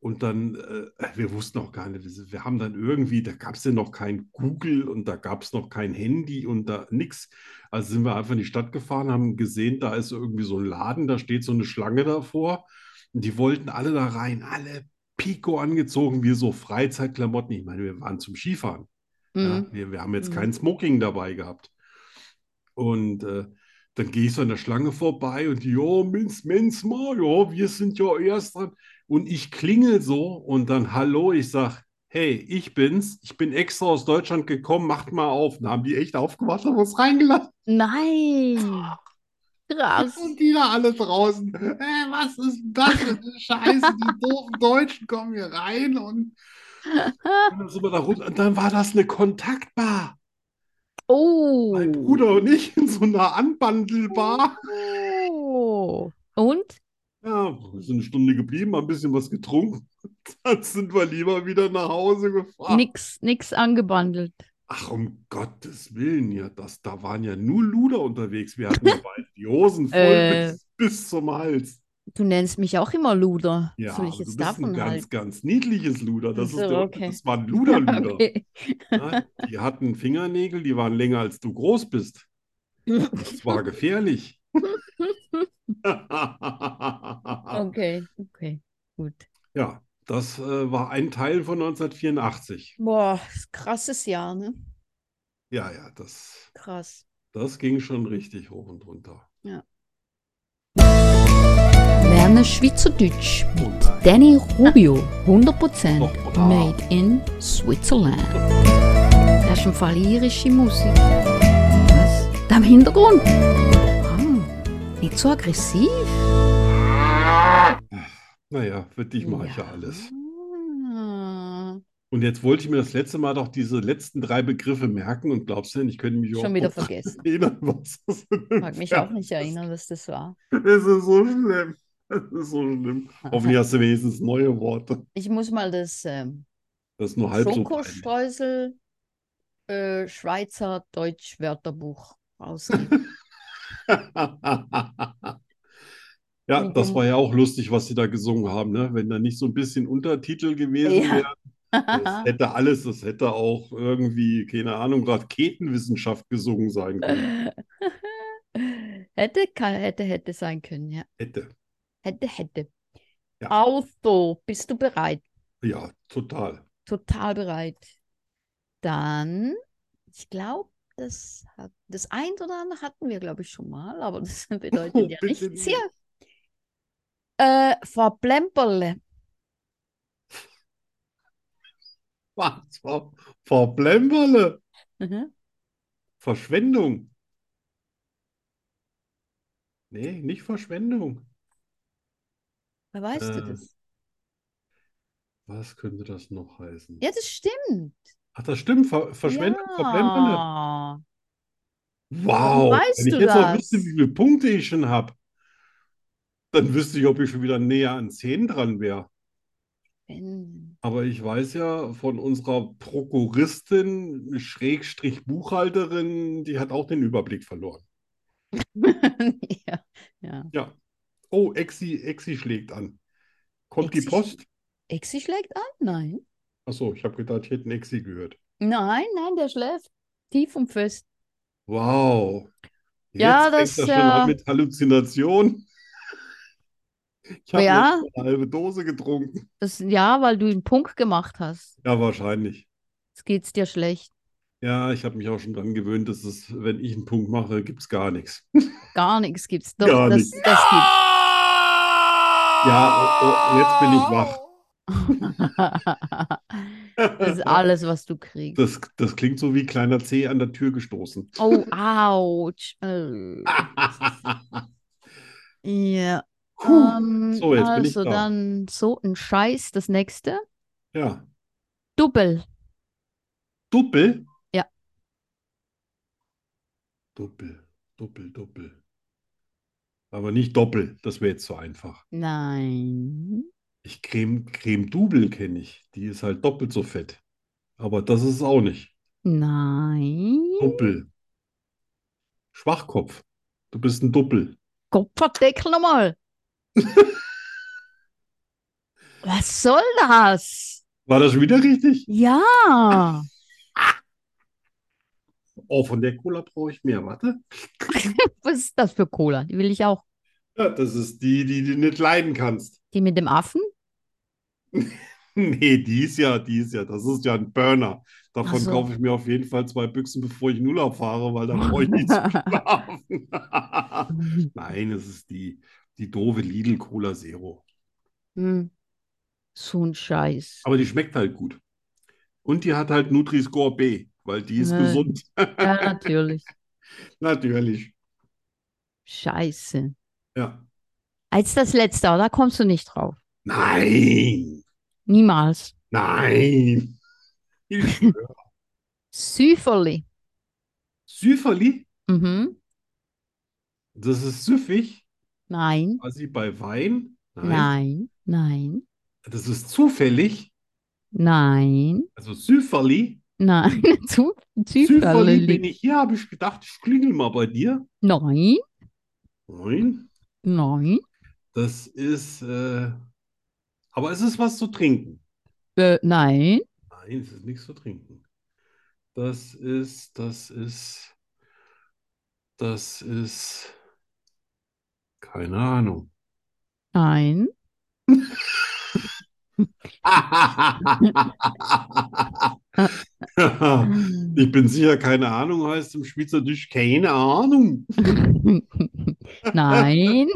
[SPEAKER 1] Und dann, äh, wir wussten auch gar nicht, wir wir haben dann irgendwie, da gab es ja noch kein Google und da gab es noch kein Handy und da nix. Also sind wir einfach in die Stadt gefahren, haben gesehen, da ist irgendwie so ein Laden, da steht so eine Schlange davor. Und die wollten alle da rein, alle pico angezogen, wir so Freizeitklamotten. Ich meine, wir waren zum Skifahren. Ja,
[SPEAKER 2] Mhm.
[SPEAKER 1] wir, wir haben jetzt
[SPEAKER 2] Mhm.
[SPEAKER 1] kein Smoking dabei gehabt. Und äh, dann gehe ich so an der Schlange vorbei und ja, Minz, Minz, ma, ja, wir sind ja erst dran. Und ich klingel so und dann hallo, ich sag, hey, ich bin's, ich bin extra aus Deutschland gekommen, macht mal auf. Und dann haben die echt aufgemacht und uns reingelassen.
[SPEAKER 2] Nein. Krass.
[SPEAKER 1] Und die da alle draußen, hey, was ist denn das für eine Scheiße? Die doofen Deutschen kommen hier
[SPEAKER 2] <laughs>
[SPEAKER 1] rein und, und dann sind wir da runter. Und dann war das eine Kontaktbar. Mein
[SPEAKER 2] Oh.
[SPEAKER 1] Bruder und ich in so einer Anbandelbar.
[SPEAKER 2] Oh. Und?
[SPEAKER 1] Ja, wir sind eine Stunde geblieben, haben ein bisschen was getrunken. <laughs> Dann sind wir lieber wieder nach Hause gefahren.
[SPEAKER 2] Nix, nix angebandelt.
[SPEAKER 1] Ach, um Gottes Willen, ja, das, da waren ja nur Luder unterwegs.
[SPEAKER 2] <laughs>
[SPEAKER 1] Wir hatten ja beide die Hosen voll
[SPEAKER 2] Äh.
[SPEAKER 1] bis, bis zum Hals.
[SPEAKER 2] Du nennst mich auch immer Luder. Was
[SPEAKER 1] Ja,
[SPEAKER 2] soll ich
[SPEAKER 1] aber du
[SPEAKER 2] jetzt
[SPEAKER 1] bist ein
[SPEAKER 2] davon
[SPEAKER 1] ganz,
[SPEAKER 2] halten?
[SPEAKER 1] ganz niedliches Luder. Das
[SPEAKER 2] Ach
[SPEAKER 1] ist
[SPEAKER 2] so,
[SPEAKER 1] der,
[SPEAKER 2] okay. <laughs>
[SPEAKER 1] das waren Luder-Luder.
[SPEAKER 2] Okay.
[SPEAKER 1] Ja, die hatten Fingernägel, die waren länger als du groß
[SPEAKER 2] <laughs>
[SPEAKER 1] bist. Das war gefährlich. <laughs> Ah.
[SPEAKER 2] Okay, okay, gut.
[SPEAKER 1] Ja, das äh, war ein Teil von 1984.
[SPEAKER 2] Boah, krasses Jahr, ne?
[SPEAKER 1] Ja, ja, das,
[SPEAKER 2] Krass.
[SPEAKER 1] das ging schon richtig hoch und runter.
[SPEAKER 3] Lerne Schweizerdeutsch
[SPEAKER 1] Oh
[SPEAKER 3] mit
[SPEAKER 1] nein.
[SPEAKER 3] Danny Rubio. 100%
[SPEAKER 1] Doch, brav.
[SPEAKER 3] made in Switzerland. Das ist im Fall irische Musik. Was? Da im Hintergrund? Ah, nicht so aggressiv.
[SPEAKER 1] Naja, für dich mache ich ja alles.
[SPEAKER 2] Ja.
[SPEAKER 1] Und jetzt wollte ich mir das letzte Mal doch diese letzten drei Begriffe merken und glaubst du denn, ich könnte mich
[SPEAKER 2] Schon
[SPEAKER 1] überhaupt
[SPEAKER 2] wieder
[SPEAKER 1] noch dran
[SPEAKER 2] vergessen.
[SPEAKER 1] erinnern, <laughs> was das
[SPEAKER 2] Mag
[SPEAKER 1] <laughs>
[SPEAKER 2] mich auch nicht erinnern, was das war.
[SPEAKER 1] Es ist so schlimm. Es ist so schlimm. Hoffentlich hast du wenigstens neue Worte.
[SPEAKER 2] Ich muss mal das ähm,
[SPEAKER 1] Das ist nur halb so peinlich.
[SPEAKER 2] Schokostreusel äh, Schweizer Deutsch Wörterbuch rausgeben.
[SPEAKER 1] <laughs> Ja,
[SPEAKER 2] Wie
[SPEAKER 1] das
[SPEAKER 2] dumm.
[SPEAKER 1] war ja auch lustig, was sie da gesungen haben, ne? Wenn da nicht so ein bisschen Untertitel gewesen
[SPEAKER 2] Ja.
[SPEAKER 1] wäre.
[SPEAKER 2] <laughs>
[SPEAKER 1] Das hätte alles, das hätte auch irgendwie, keine Ahnung, Raketenwissenschaft gesungen sein können.
[SPEAKER 2] <laughs> Hätte, kann, hätte, hätte sein können, ja.
[SPEAKER 1] Hätte.
[SPEAKER 2] Hätte, hätte.
[SPEAKER 1] Ja.
[SPEAKER 2] Auto, bist du bereit?
[SPEAKER 1] Ja, total. <laughs>
[SPEAKER 2] total bereit. Dann, ich glaube, das hat das ein oder andere hatten wir, glaube ich, schon mal, aber das <laughs> bedeutet
[SPEAKER 1] Oh,
[SPEAKER 2] ja
[SPEAKER 1] <laughs> bitte
[SPEAKER 2] nichts
[SPEAKER 1] nicht.
[SPEAKER 2] hier. Äh, verplemperle.
[SPEAKER 1] Was? Ver- Verplemperle.
[SPEAKER 2] Mhm.
[SPEAKER 1] Verschwendung. Nee, nicht Verschwendung.
[SPEAKER 2] Wer weißt du
[SPEAKER 1] Äh.
[SPEAKER 2] das?
[SPEAKER 1] Was könnte das noch heißen?
[SPEAKER 2] Ja, das stimmt.
[SPEAKER 1] Ach, das stimmt. Ver Verschwendung, Verplemperle.
[SPEAKER 2] Ja.
[SPEAKER 1] Wow.
[SPEAKER 2] Warum weißt
[SPEAKER 1] Wenn ich
[SPEAKER 2] du
[SPEAKER 1] jetzt noch
[SPEAKER 2] das?
[SPEAKER 1] wüsste, wie viele Punkte ich schon habe, dann wüsste ich, ob ich schon wieder näher an 10 dran wäre.
[SPEAKER 2] Spenden.
[SPEAKER 1] Aber ich weiß ja von unserer Prokuristin, Schrägstrich Buchhalterin, die hat auch den Überblick verloren.
[SPEAKER 2] <laughs> ja, ja.
[SPEAKER 1] Ja. Oh, Exi, Exi schlägt an. Kommt die
[SPEAKER 2] Exi
[SPEAKER 1] Post?
[SPEAKER 2] Exi schlägt an? Nein.
[SPEAKER 1] Achso, ich habe gedacht, ich hätte einen Exi gehört.
[SPEAKER 2] Nein, nein, der schläft tief und fest.
[SPEAKER 1] Wow.
[SPEAKER 2] Ja,
[SPEAKER 1] Jetzt fängt
[SPEAKER 2] das,
[SPEAKER 1] das schon an
[SPEAKER 2] äh,
[SPEAKER 1] mit Halluzinationen. <laughs> Ich habe
[SPEAKER 2] Ja.
[SPEAKER 1] jetzt eine halbe Dose getrunken.
[SPEAKER 2] Das, ja, weil du einen Punkt gemacht hast.
[SPEAKER 1] Ja, wahrscheinlich.
[SPEAKER 2] Jetzt geht's dir schlecht.
[SPEAKER 1] Ja, ich habe mich auch schon dran gewöhnt, dass es, wenn ich einen Punkt mache, gibt es
[SPEAKER 2] <laughs>
[SPEAKER 1] gar nichts.
[SPEAKER 2] Gar nichts gibt's. Doch,
[SPEAKER 1] Gar
[SPEAKER 2] das,
[SPEAKER 1] nichts.
[SPEAKER 2] das
[SPEAKER 1] <laughs>
[SPEAKER 2] gibt's.
[SPEAKER 1] Ja, oh, oh, jetzt bin ich wach.
[SPEAKER 2] das
[SPEAKER 1] <laughs>
[SPEAKER 2] ist alles, was du kriegst.
[SPEAKER 1] Das, das klingt so wie kleiner Zeh an der
[SPEAKER 2] <laughs>
[SPEAKER 1] Tür gestoßen.
[SPEAKER 2] Oh, ouch. Äh, Ja.
[SPEAKER 1] Puh.
[SPEAKER 2] Ähm,
[SPEAKER 1] So, jetzt bin ich
[SPEAKER 2] also
[SPEAKER 1] da.
[SPEAKER 2] dann so ein Scheiß. Das nächste.
[SPEAKER 1] Ja,
[SPEAKER 2] Double.
[SPEAKER 1] Doppel?
[SPEAKER 2] Ja.
[SPEAKER 1] Doppel, Doppel, Doppel. Aber nicht Doppel, das wäre jetzt zu einfach.
[SPEAKER 2] Nein.
[SPEAKER 1] Ich Creme, Creme Double kenne ich. Die ist halt doppelt so fett. Aber das ist es auch nicht.
[SPEAKER 2] Nein.
[SPEAKER 1] Doppel. Schwachkopf. Du bist ein Doppel.
[SPEAKER 2] Kopfverdeckel nochmal. <laughs> Was soll das?
[SPEAKER 1] War das schon wieder richtig?
[SPEAKER 2] Ja.
[SPEAKER 1] Oh, von der Cola brauche ich mehr. Warte.
[SPEAKER 2] Was ist das für Cola? Die will ich auch.
[SPEAKER 1] Ja, das ist die, die du nicht leiden kannst.
[SPEAKER 2] Die mit dem Affen?
[SPEAKER 1] <laughs> Nee, die ist ja, die ist ja, das ist ja ein Burner.
[SPEAKER 2] Ach
[SPEAKER 1] Davon
[SPEAKER 2] so.
[SPEAKER 1] kaufe ich mir auf jeden Fall zwei Büchsen, bevor ich in Urlaub fahre, weil dann brauche ich
[SPEAKER 2] <laughs>
[SPEAKER 1] nicht zu schlafen. <laughs> Nein, es ist die, die doofe Lidl Cola Zero.
[SPEAKER 2] Hm. So ein Scheiß.
[SPEAKER 1] Aber die schmeckt halt gut. Und die hat halt Nutri-Score B, weil die ist
[SPEAKER 2] Ja.
[SPEAKER 1] gesund.
[SPEAKER 2] Ja, natürlich.
[SPEAKER 1] Natürlich.
[SPEAKER 2] Scheiße.
[SPEAKER 1] Ja.
[SPEAKER 2] Als das letzte, aber da kommst du nicht drauf.
[SPEAKER 1] Nein,
[SPEAKER 2] Niemals.
[SPEAKER 1] nein. Ich schwöre.
[SPEAKER 2] Süferli.
[SPEAKER 1] Süferli,
[SPEAKER 2] Mhm.
[SPEAKER 1] das ist süffig,
[SPEAKER 2] Nein,
[SPEAKER 1] quasi bei Wein. Nein,
[SPEAKER 2] nein, nein,
[SPEAKER 1] das ist zufällig.
[SPEAKER 2] nein,
[SPEAKER 1] Also Süferli,
[SPEAKER 2] nein. Zu,
[SPEAKER 1] Süferli bin
[SPEAKER 2] Süferli.
[SPEAKER 1] ich hier, habe ich gedacht, ich klingel mal bei dir.
[SPEAKER 2] Nein,
[SPEAKER 1] Nein,
[SPEAKER 2] nein.
[SPEAKER 1] das ist, äh, aber es ist was zu trinken.
[SPEAKER 3] uh,
[SPEAKER 2] Äh, nein.
[SPEAKER 1] Nein, es ist nichts zu trinken. Das ist, das ist, das ist, keine Ahnung.
[SPEAKER 2] Nein.
[SPEAKER 1] <laughs> Ich bin sicher, keine Ahnung heißt im Schweizerdeutsch keine Ahnung.
[SPEAKER 2] Nein,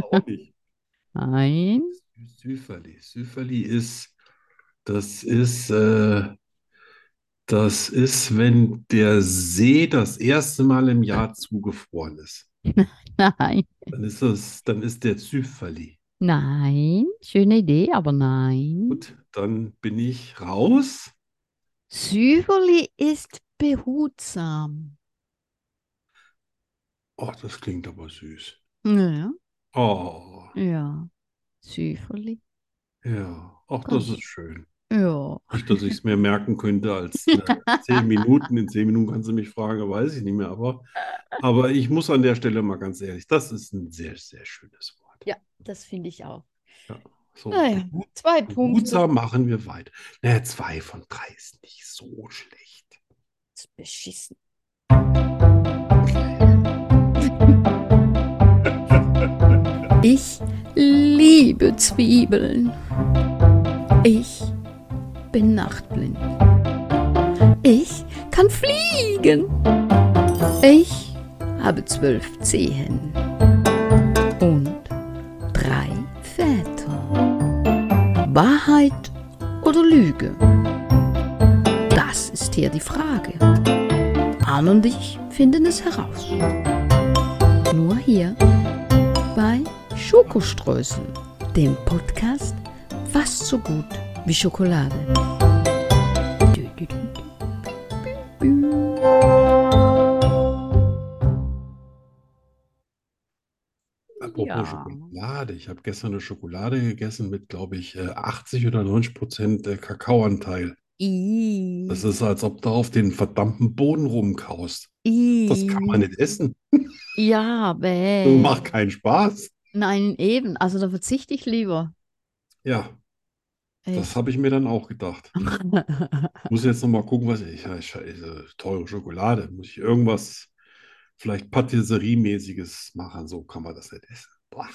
[SPEAKER 1] Auch nicht.
[SPEAKER 2] nein.
[SPEAKER 1] Süferli. Süferli ist, das ist, äh, das ist, wenn der See das erste Mal im Jahr zugefroren ist.
[SPEAKER 2] Nein,
[SPEAKER 1] Dann ist das, dann ist der Süferli.
[SPEAKER 2] nein. Schöne Idee, aber nein.
[SPEAKER 1] Gut, dann bin ich raus.
[SPEAKER 2] Süferli ist behutsam.
[SPEAKER 1] Oh, das klingt aber süß.
[SPEAKER 2] Ja,
[SPEAKER 1] Oh,
[SPEAKER 2] ja. Süferli.
[SPEAKER 1] ja. Ach,
[SPEAKER 2] Komm.
[SPEAKER 1] das ist schön.
[SPEAKER 2] Ja.
[SPEAKER 1] Nicht, dass ich es mir merken könnte als äh, zehn Minuten. In zehn Minuten kannst du mich fragen, weiß ich nicht mehr. Aber, aber ich muss an der Stelle mal ganz ehrlich, das ist ein sehr, sehr schönes Wort.
[SPEAKER 2] Ja, das finde ich auch.
[SPEAKER 1] So,
[SPEAKER 2] Naja,
[SPEAKER 1] behu-
[SPEAKER 2] zwei Punkte.
[SPEAKER 1] behutsam machen wir weiter. Naja, zwei von drei ist nicht so schlecht.
[SPEAKER 2] Beschissen.
[SPEAKER 3] Ich liebe Zwiebeln. Ich bin nachtblind. Ich kann fliegen. Ich habe zwölf Zehen und drei Väter. Wahrheit oder Lüge? Das ist hier die Frage. Anne und ich finden es heraus. Nur hier bei Schokoströßen, dem Podcast fast so gut wie Schokolade.
[SPEAKER 1] Apropos
[SPEAKER 2] Ja.
[SPEAKER 1] Schokolade. Ich habe gestern eine Schokolade gegessen mit, glaube ich, äh, 80 oder 90 Prozent äh, Kakaoanteil.
[SPEAKER 2] Ih,
[SPEAKER 1] Das ist, als ob du auf den verdammten Boden rumkaust. Das kann man
[SPEAKER 2] ih.
[SPEAKER 1] nicht essen.
[SPEAKER 2] Ja,
[SPEAKER 1] Das
[SPEAKER 2] bäh.
[SPEAKER 1] macht keinen Spaß.
[SPEAKER 2] Nein, eben. Also da verzichte ich lieber.
[SPEAKER 1] Ja,
[SPEAKER 2] Echt.
[SPEAKER 1] das habe ich mir dann auch gedacht.
[SPEAKER 2] <laughs>
[SPEAKER 1] Muss jetzt noch mal gucken, was ich. Ja, scheiße, teure Schokolade. Muss ich irgendwas, vielleicht Patisserie-mäßiges machen? So kann man das nicht essen. Boah.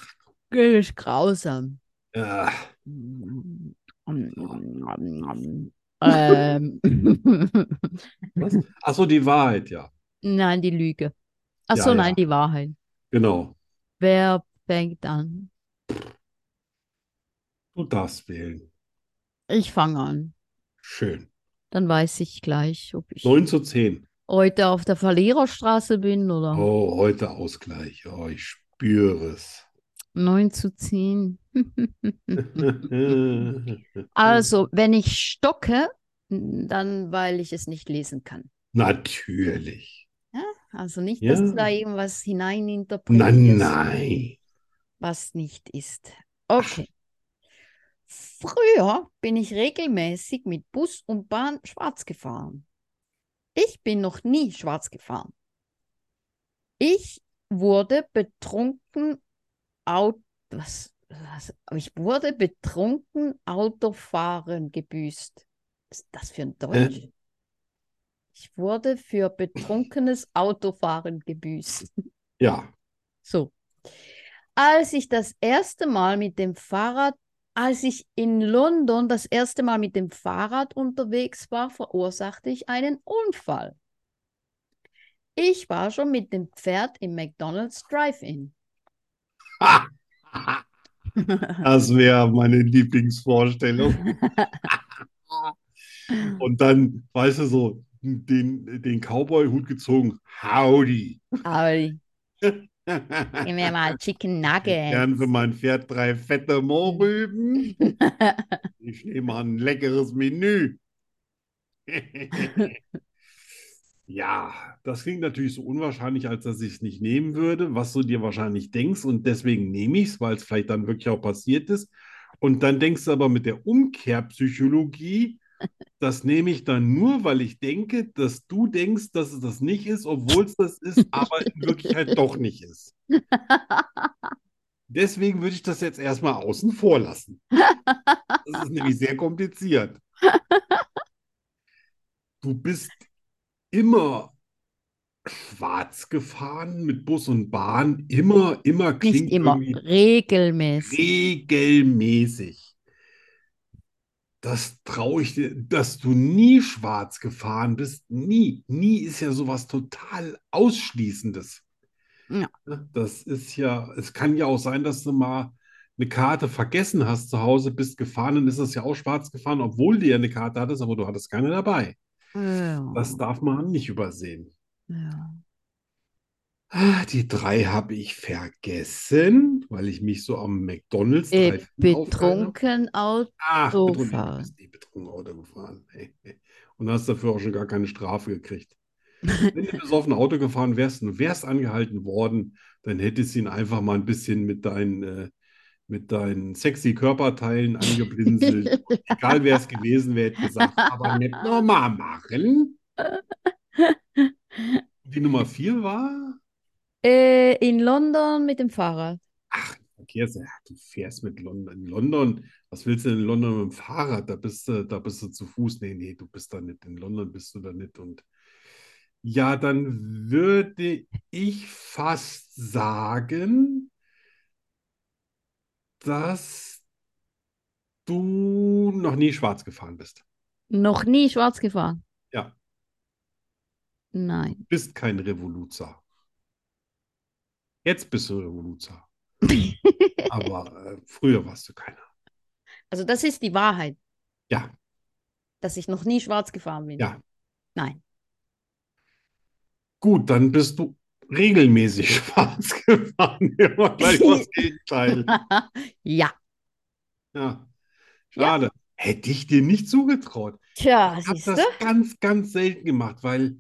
[SPEAKER 1] Äh,
[SPEAKER 2] Das ist grausam.
[SPEAKER 1] Ja.
[SPEAKER 2] Mm, mm, mm, Ähm.
[SPEAKER 1] Ach so, die Wahrheit, ja.
[SPEAKER 2] <laughs> Nein, die Lüge. Ach
[SPEAKER 1] Ja,
[SPEAKER 2] so,
[SPEAKER 1] ja.
[SPEAKER 2] nein, die Wahrheit.
[SPEAKER 1] Genau.
[SPEAKER 2] Wer fängt an?
[SPEAKER 1] Du darfst wählen.
[SPEAKER 2] Ich fange an.
[SPEAKER 1] Schön.
[SPEAKER 2] Dann weiß ich gleich, ob ich
[SPEAKER 1] 9 zu 10.
[SPEAKER 2] heute auf der Verliererstraße bin oder
[SPEAKER 1] Oh, heute Ausgleich. Oh, ich spüre es. <laughs>
[SPEAKER 2] 9 zu 10. Also, wenn ich stocke, dann weil ich es nicht lesen kann.
[SPEAKER 1] Natürlich.
[SPEAKER 2] Also nicht, dass du da
[SPEAKER 1] Ja.
[SPEAKER 2] irgendwas
[SPEAKER 1] Na,
[SPEAKER 2] hineininterpretierst,
[SPEAKER 1] nein.
[SPEAKER 2] was nicht ist. Okay. Früher bin ich regelmäßig mit Bus und Bahn schwarz gefahren. Ich bin noch nie schwarz gefahren. Ich wurde betrunken Auto. Was, was, ich wurde betrunken Autofahren gebüßt. Was ist das für ein Deutsch? Ich wurde für betrunkenes Autofahren gebüßt.
[SPEAKER 1] Ja.
[SPEAKER 2] So. Als ich das erste Mal mit dem Fahrrad, als ich in London das erste Mal mit dem Fahrrad unterwegs war, verursachte ich einen Unfall. Ich war schon mit dem Pferd im McDonald's Drive-In.
[SPEAKER 1] Das wäre meine Lieblingsvorstellung. Und dann, weißt du, so den, den Cowboy-Hut gezogen. Howdy.
[SPEAKER 2] Aber gib mir mal Chicken
[SPEAKER 1] Gern für
[SPEAKER 2] Nuggets.
[SPEAKER 1] mein Pferd drei fette Mohrrüben. Ich nehme an, ein leckeres Menü. Ja, das klingt natürlich so unwahrscheinlich, als dass ich es nicht nehmen würde, was du dir wahrscheinlich denkst. Und deswegen nehme ich es, weil es vielleicht dann wirklich auch passiert ist. Und dann denkst du aber mit der Umkehrpsychologie, das nehme ich dann nur, weil ich denke, dass du denkst, dass es das nicht ist, obwohl es das ist, aber in Wirklichkeit doch
[SPEAKER 2] <laughs>
[SPEAKER 1] nicht ist. Deswegen würde ich das jetzt erstmal außen vor lassen. Das ist nämlich sehr kompliziert. Du bist immer schwarz gefahren mit Bus und Bahn. Immer, immer
[SPEAKER 2] Nicht
[SPEAKER 1] klingt
[SPEAKER 2] immer,
[SPEAKER 1] irgendwie
[SPEAKER 2] regelmäßig.
[SPEAKER 1] regelmäßig. Das traue ich dir, dass du nie schwarz gefahren bist. Nie. Nie ist ja sowas total Ausschließendes.
[SPEAKER 2] Ja.
[SPEAKER 1] Das ist ja, es kann ja auch sein, dass du mal eine Karte vergessen hast zu Hause, bist gefahren, dann ist das ja auch schwarz gefahren, obwohl du ja eine Karte hattest, aber du hattest keine dabei.
[SPEAKER 2] Ja,
[SPEAKER 1] Das darf man nicht übersehen.
[SPEAKER 2] ja.
[SPEAKER 1] Ah, Die drei habe ich vergessen, weil ich mich so am McDonald's
[SPEAKER 2] Äh,
[SPEAKER 1] Drive-In aufgehalten habe.
[SPEAKER 2] Betrunken Auto.
[SPEAKER 1] Ach,
[SPEAKER 2] So
[SPEAKER 1] betrunken,
[SPEAKER 2] fahren.
[SPEAKER 1] du bist nie betrunken Auto gefahren. Hey, hey. Und hast dafür auch schon gar keine Strafe gekriegt. Wenn du besoffen Auto gefahren wärst und wärst angehalten worden, dann hättest du ihn einfach mal ein bisschen mit deinen, äh, mit deinen sexy Körperteilen angeblinzelt. Und egal wer es gewesen wäre, hätte gesagt, aber nicht normal machen. Die Nummer vier war
[SPEAKER 2] Äh, in London mit dem Fahrrad.
[SPEAKER 1] Verkehrs. also, Ja, du fährst mit London. In London, was willst du denn in London mit dem Fahrrad? Da bist du, da bist du zu Fuß. Nee, nee, du bist da nicht. In London bist du da nicht. Und ja, dann würde ich fast sagen, dass du noch nie schwarz gefahren bist.
[SPEAKER 2] Noch nie schwarz gefahren?
[SPEAKER 1] Ja.
[SPEAKER 2] Nein.
[SPEAKER 1] Du bist kein Revoluzer. Jetzt bist du Revoluzer. Aber äh, früher warst du keiner.
[SPEAKER 2] Also das ist die Wahrheit,
[SPEAKER 1] Ja,
[SPEAKER 2] dass ich noch nie schwarz gefahren bin.
[SPEAKER 1] Ja.
[SPEAKER 2] Nein.
[SPEAKER 1] Gut, dann bist du regelmäßig <laughs> schwarz gefahren. Immer gleich mal das Gegenteil.
[SPEAKER 2] <laughs> ja.
[SPEAKER 1] Ja, schade. Hätte ich dir nicht zugetraut.
[SPEAKER 2] Tja,
[SPEAKER 1] Ich habe
[SPEAKER 2] siehst
[SPEAKER 1] das
[SPEAKER 2] du?
[SPEAKER 1] ganz, ganz selten gemacht, weil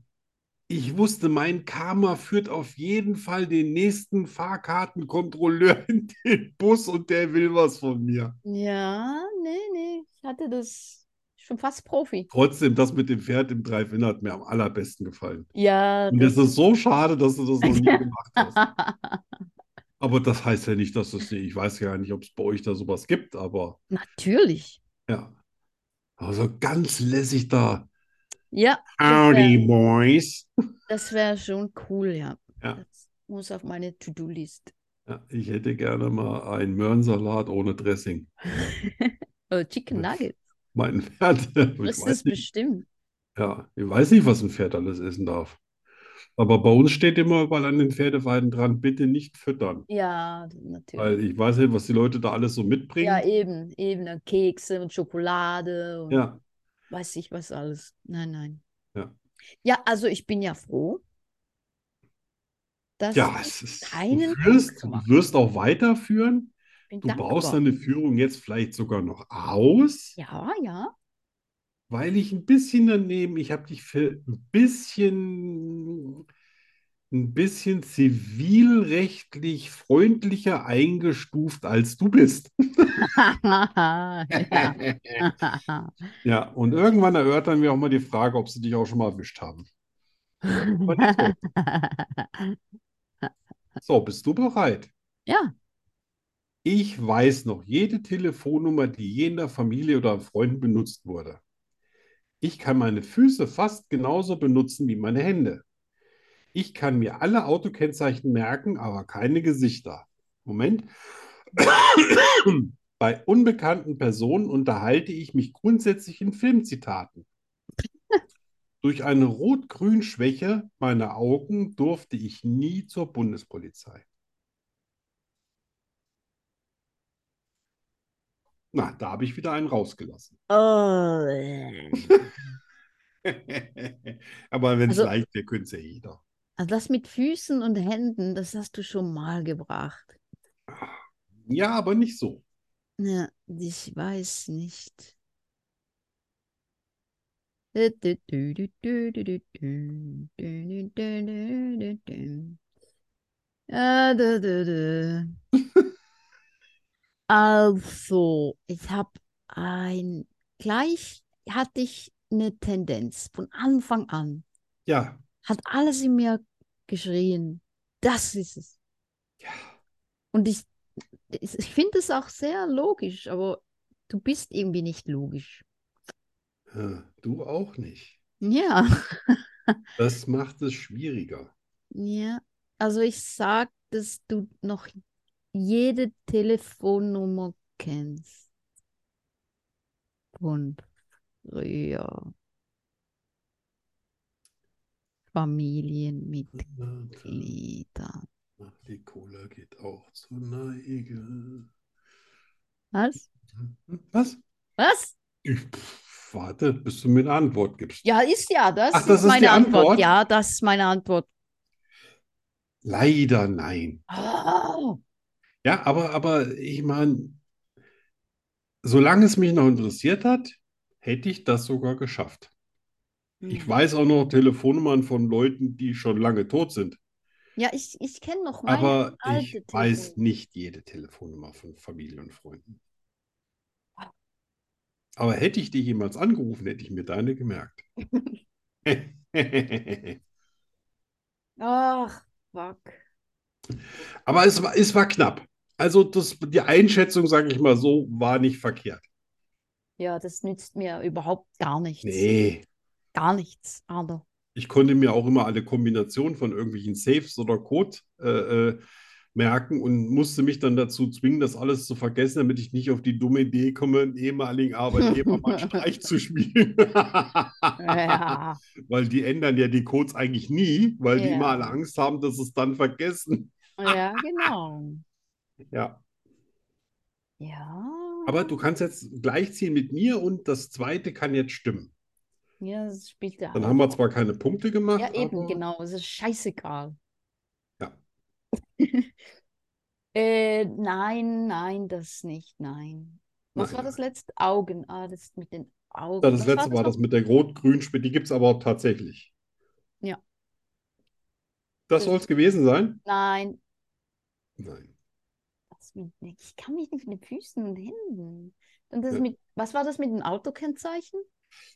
[SPEAKER 1] Ich wusste, mein Karma führt auf jeden Fall den nächsten Fahrkartenkontrolleur <laughs> in den Bus und der will was von mir.
[SPEAKER 2] Ja, nee, nee. Ich hatte das schon fast Profi.
[SPEAKER 1] Trotzdem, das mit dem Pferd im Drive-In hat mir am allerbesten gefallen.
[SPEAKER 2] Ja,
[SPEAKER 1] Und es ist so schade, dass du das noch
[SPEAKER 2] <laughs>
[SPEAKER 1] nie gemacht hast. Aber das heißt ja nicht, dass es nicht, ich weiß ja nicht, ob es bei euch da sowas gibt, aber
[SPEAKER 2] natürlich.
[SPEAKER 1] ja. Also ganz lässig da.
[SPEAKER 2] Ja,
[SPEAKER 1] Howdy, Boys.
[SPEAKER 2] das wäre schon cool, ja.
[SPEAKER 1] Ja.
[SPEAKER 2] Das muss auf meine To-Do-List.
[SPEAKER 1] Ja, ich hätte gerne mal einen Möhrensalat ohne Dressing.
[SPEAKER 2] Äh, Chicken
[SPEAKER 1] Ja,
[SPEAKER 2] Nuggets.
[SPEAKER 1] Mein <laughs> Pferd, ich
[SPEAKER 2] Das ist
[SPEAKER 1] weiß
[SPEAKER 2] es
[SPEAKER 1] nicht,
[SPEAKER 2] bestimmt.
[SPEAKER 1] ja, ich weiß nicht, was ein Pferd alles essen darf. Aber bei uns steht immer überall an den Pferdeweiden dran, bitte nicht füttern.
[SPEAKER 2] Ja, natürlich.
[SPEAKER 1] Weil ich weiß nicht, was die Leute da alles so
[SPEAKER 2] Ja,
[SPEAKER 1] mitbringen.
[SPEAKER 2] eben, eben. Und Kekse und Schokolade und
[SPEAKER 1] Ja,
[SPEAKER 2] weiß ich was alles. Nein, nein.
[SPEAKER 1] Ja.
[SPEAKER 2] Ja, also ich bin ja froh, dass
[SPEAKER 1] ja,
[SPEAKER 2] ich
[SPEAKER 1] es ist, du
[SPEAKER 2] keinen Fehler
[SPEAKER 1] wirst, du
[SPEAKER 2] gemacht
[SPEAKER 1] wirst auch weiterführen.
[SPEAKER 2] bin
[SPEAKER 1] Du baust
[SPEAKER 2] dankbar.
[SPEAKER 1] deine Führung jetzt vielleicht sogar noch aus,
[SPEAKER 2] Ja, ja.
[SPEAKER 1] weil ich ein bisschen daneben, ich habe dich für ein bisschen, ein bisschen zivilrechtlich freundlicher eingestuft, als du bist. <laughs>
[SPEAKER 2] Ja.
[SPEAKER 1] Ja, und irgendwann erörtern wir auch mal die Frage, ob sie dich auch schon mal erwischt haben. So, bist du bereit?
[SPEAKER 2] Ja,
[SPEAKER 1] Ich weiß noch jede Telefonnummer, die je in der Familie oder am Freunden benutzt wurde. Ich kann meine Füße fast genauso benutzen wie meine Hände. Ich kann mir alle Autokennzeichen merken, aber keine Gesichter. Moment. Bei unbekannten Personen unterhalte ich mich grundsätzlich in Filmzitaten. Durch eine Rot-Grün-Schwäche meiner Augen durfte ich nie zur Bundespolizei. Na, da habe ich wieder einen rausgelassen. <laughs>
[SPEAKER 2] Oh, äh.
[SPEAKER 1] Aber wenn es
[SPEAKER 2] Also-
[SPEAKER 1] leicht wäre, könnte es ja jeder.
[SPEAKER 2] also das mit Füßen und Händen, das hast du schon mal gebracht.
[SPEAKER 1] Ja, aber nicht so.
[SPEAKER 2] Ja, ich weiß nicht. Also, Ah, Also, ich habe ein, gleich hatte ich eine Tendenz von Anfang an,
[SPEAKER 1] Ja.
[SPEAKER 2] hat alles in mir geschrien, das ist es.
[SPEAKER 1] Ja.
[SPEAKER 2] Und ich, ich ich finde es auch sehr logisch, aber du bist irgendwie nicht logisch.
[SPEAKER 1] Äh, Du auch nicht.
[SPEAKER 2] Ja,
[SPEAKER 1] Das macht es schwieriger.
[SPEAKER 2] ja. Also ich sag, dass du noch jede Telefonnummer kennst. Von früher. Familienmitgliedern.
[SPEAKER 1] Die Cola geht auch zur Neige.
[SPEAKER 2] Was?
[SPEAKER 1] Was?
[SPEAKER 2] Was?
[SPEAKER 1] Ich, pff, warte, bis du mir eine Antwort gibst.
[SPEAKER 2] Ja, ist ja, das
[SPEAKER 1] Ach,
[SPEAKER 2] ist
[SPEAKER 1] das ist die
[SPEAKER 2] meine Antwort.
[SPEAKER 1] Antwort?
[SPEAKER 2] Ja, das ist meine Antwort.
[SPEAKER 1] Leider nein. Ah.
[SPEAKER 2] Oh,
[SPEAKER 1] Ja, aber, aber ich meine, solange es mich noch interessiert hat, hätte ich das sogar geschafft.
[SPEAKER 2] <laughs>
[SPEAKER 3] Mhm.
[SPEAKER 1] Ich weiß auch noch Telefonnummern von Leuten, die schon lange tot sind.
[SPEAKER 2] Ja, ich, ich kenne noch meine.
[SPEAKER 1] Aber ich
[SPEAKER 2] alte
[SPEAKER 1] weiß
[SPEAKER 2] Telefon-
[SPEAKER 1] nicht jede Telefonnummer von Familie und Freunden.
[SPEAKER 2] Ah.
[SPEAKER 1] Aber hätte ich dich jemals angerufen, hätte ich mir deine gemerkt. <laughs>
[SPEAKER 2] Ach, fuck.
[SPEAKER 1] Aber es war, es war knapp. Also das, die Einschätzung, sage ich mal so, war nicht verkehrt.
[SPEAKER 2] Ja, das nützt mir überhaupt gar nichts.
[SPEAKER 1] Nee,
[SPEAKER 2] Gar nichts, Arno.
[SPEAKER 1] ich konnte mir auch immer alle Kombinationen von irgendwelchen Saves oder Code äh, äh, merken und musste mich dann dazu zwingen, das alles zu vergessen, damit ich nicht auf die dumme Idee komme, einen ehemaligen Arbeitgeber
[SPEAKER 2] <laughs>
[SPEAKER 1] mal einen Streich zu spielen.
[SPEAKER 2] Ja.
[SPEAKER 1] Weil die ändern ja die Codes eigentlich nie, weil die
[SPEAKER 2] Ja.
[SPEAKER 1] immer alle Angst haben, dass sie es dann vergessen.
[SPEAKER 2] Ja, genau.
[SPEAKER 1] Ja.
[SPEAKER 2] Ja.
[SPEAKER 1] Aber du kannst jetzt gleichziehen mit mir und das zweite kann jetzt stimmen.
[SPEAKER 2] Ja, das spielt ja
[SPEAKER 1] Dann
[SPEAKER 2] auch.
[SPEAKER 1] haben wir zwar keine Punkte gemacht,
[SPEAKER 2] Ja, eben,
[SPEAKER 1] aber
[SPEAKER 2] genau. Es ist scheißegal.
[SPEAKER 1] Ja.
[SPEAKER 2] <laughs> Äh, nein, nein, das nicht, nein. Was war
[SPEAKER 1] Nein.
[SPEAKER 2] das letzte? Augen. Ah, das mit den Augen.
[SPEAKER 1] Ja, das
[SPEAKER 2] Was war
[SPEAKER 1] letzte war
[SPEAKER 2] noch?
[SPEAKER 1] das mit der Rot-Grün-Spitze, die gibt es aber auch tatsächlich.
[SPEAKER 2] Ja.
[SPEAKER 1] Das soll es gewesen sein?
[SPEAKER 2] Nein,
[SPEAKER 1] Nein.
[SPEAKER 2] das mit, ich kann mich nicht mit Füßen und Händen. Und das
[SPEAKER 1] Ja.
[SPEAKER 2] mit, was war das mit dem Autokennzeichen?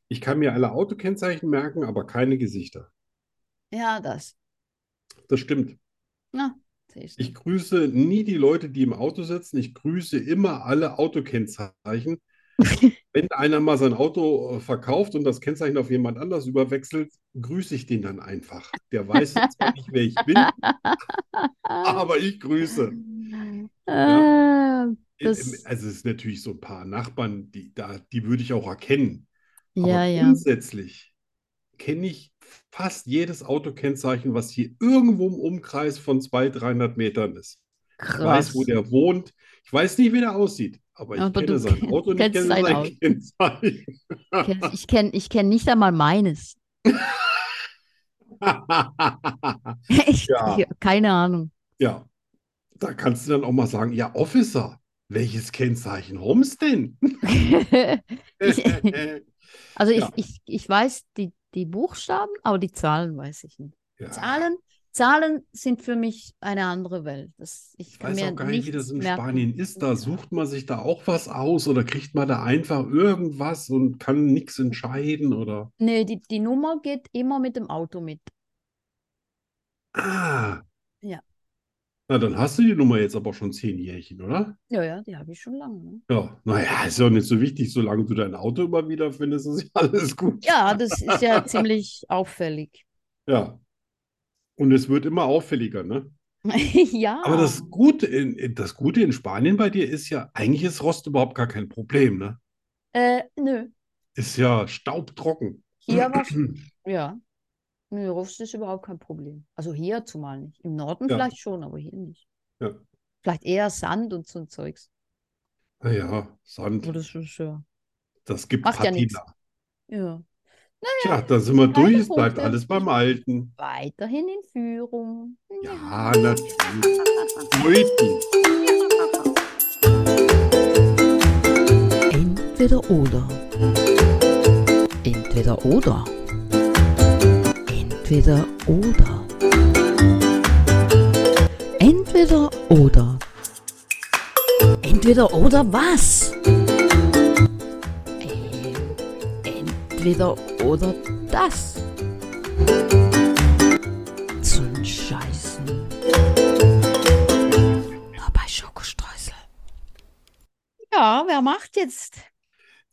[SPEAKER 1] Ich kann mir alle Autokennzeichen merken, aber keine Gesichter.
[SPEAKER 2] Ja,
[SPEAKER 1] <laughs>
[SPEAKER 2] das.
[SPEAKER 1] Das stimmt.
[SPEAKER 2] Seh ich
[SPEAKER 1] Ich grüße nie die Leute, die im Auto sitzen. Ich grüße immer alle Autokennzeichen. Wenn einer mal sein Auto äh, verkauft und das Kennzeichen auf jemand anders überwechselt, grüße ich den dann einfach. Der weiß jetzt zwar nicht, wer ich bin, aber ich grüße.
[SPEAKER 2] Ah, das-
[SPEAKER 1] Also es ist natürlich so ein paar Nachbarn, die da, die würde ich auch erkennen. Aber
[SPEAKER 2] ja, ja.
[SPEAKER 1] grundsätzlich kenne ich fast jedes Autokennzeichen, was hier irgendwo im Umkreis von 200, 300 Metern ist. Ich
[SPEAKER 2] Krass.
[SPEAKER 1] weiß, wo der wohnt. Ich weiß nicht, wie der aussieht, aber ich
[SPEAKER 2] Aber
[SPEAKER 1] kenne
[SPEAKER 2] du
[SPEAKER 1] sein
[SPEAKER 2] ken-
[SPEAKER 1] Auto und ich
[SPEAKER 2] kennst
[SPEAKER 1] kenne
[SPEAKER 2] sein
[SPEAKER 1] sein
[SPEAKER 2] Auto.
[SPEAKER 1] Kennzeichen. <laughs>
[SPEAKER 2] Kenn- Ich kenne ich kenn nicht einmal meines. <laughs> Echt?
[SPEAKER 1] Ja.
[SPEAKER 2] Ja, Keine Ahnung. <laughs>
[SPEAKER 1] Ja, da kannst du dann auch mal sagen, ja, Officer, welches Kennzeichen rum's denn?
[SPEAKER 2] <laughs> Also ich,
[SPEAKER 1] <laughs> Ja.
[SPEAKER 2] ich, ich weiß die, die Buchstaben, aber die Zahlen weiß ich nicht.
[SPEAKER 1] Ja,
[SPEAKER 2] Zahlen, Zahlen sind für mich eine andere Welt. Das, ich
[SPEAKER 1] ich
[SPEAKER 2] kann
[SPEAKER 1] weiß
[SPEAKER 2] mir
[SPEAKER 1] auch gar nicht, wie das
[SPEAKER 2] nichts
[SPEAKER 1] in
[SPEAKER 2] merken.
[SPEAKER 1] Spanien ist. Da sucht man sich da auch was aus oder kriegt man da einfach irgendwas und kann nichts entscheiden oder.
[SPEAKER 2] Nee, die, die Nummer geht immer mit dem Auto mit.
[SPEAKER 1] Ah.
[SPEAKER 2] Ja.
[SPEAKER 1] Na, dann hast du die Nummer jetzt aber schon zehn Jährchen, oder?
[SPEAKER 2] Ja, ja, die habe ich schon lange. Ne?
[SPEAKER 1] Ja. Naja, ist ja nicht so wichtig, solange du dein Auto immer wieder findest, ist ja alles gut.
[SPEAKER 2] Ja, das ist ja
[SPEAKER 1] <laughs>
[SPEAKER 2] ziemlich auffällig. <laughs>
[SPEAKER 1] Ja. Und es wird immer auffälliger, ne?
[SPEAKER 2] ja.
[SPEAKER 1] Aber das Gute in, in- das Gute in Spanien bei dir ist ja, eigentlich ist Rost überhaupt gar kein Problem, ne?
[SPEAKER 2] Äh, nö.
[SPEAKER 1] Ist ja staubtrocken. <clears throat>
[SPEAKER 2] Hier war ja. Nö, Rust ist überhaupt kein Problem. Also hier zumal nicht. Im Norden
[SPEAKER 1] Ja.
[SPEAKER 2] vielleicht schon, aber hier nicht.
[SPEAKER 1] Ja.
[SPEAKER 2] Vielleicht eher Sand und so ein Zeugs.
[SPEAKER 1] Naja,
[SPEAKER 2] Aber
[SPEAKER 1] Sand,
[SPEAKER 2] das ist ja.
[SPEAKER 1] das gibt
[SPEAKER 2] Macht ja
[SPEAKER 1] Patina.
[SPEAKER 2] nichts. Ja.
[SPEAKER 1] Tja, da sind wir
[SPEAKER 2] Keine
[SPEAKER 1] durch, es bleibt
[SPEAKER 2] Punkte.
[SPEAKER 1] alles beim Alten.
[SPEAKER 2] Weiterhin in Führung.
[SPEAKER 1] Ja, natürlich. Leuten.
[SPEAKER 3] Entweder oder. Entweder oder. Entweder oder. Entweder oder. Entweder oder was? Ähm, Entweder oder das. Zum Scheißen. Nur bei Schokostreusel.
[SPEAKER 2] Ja, wer macht jetzt?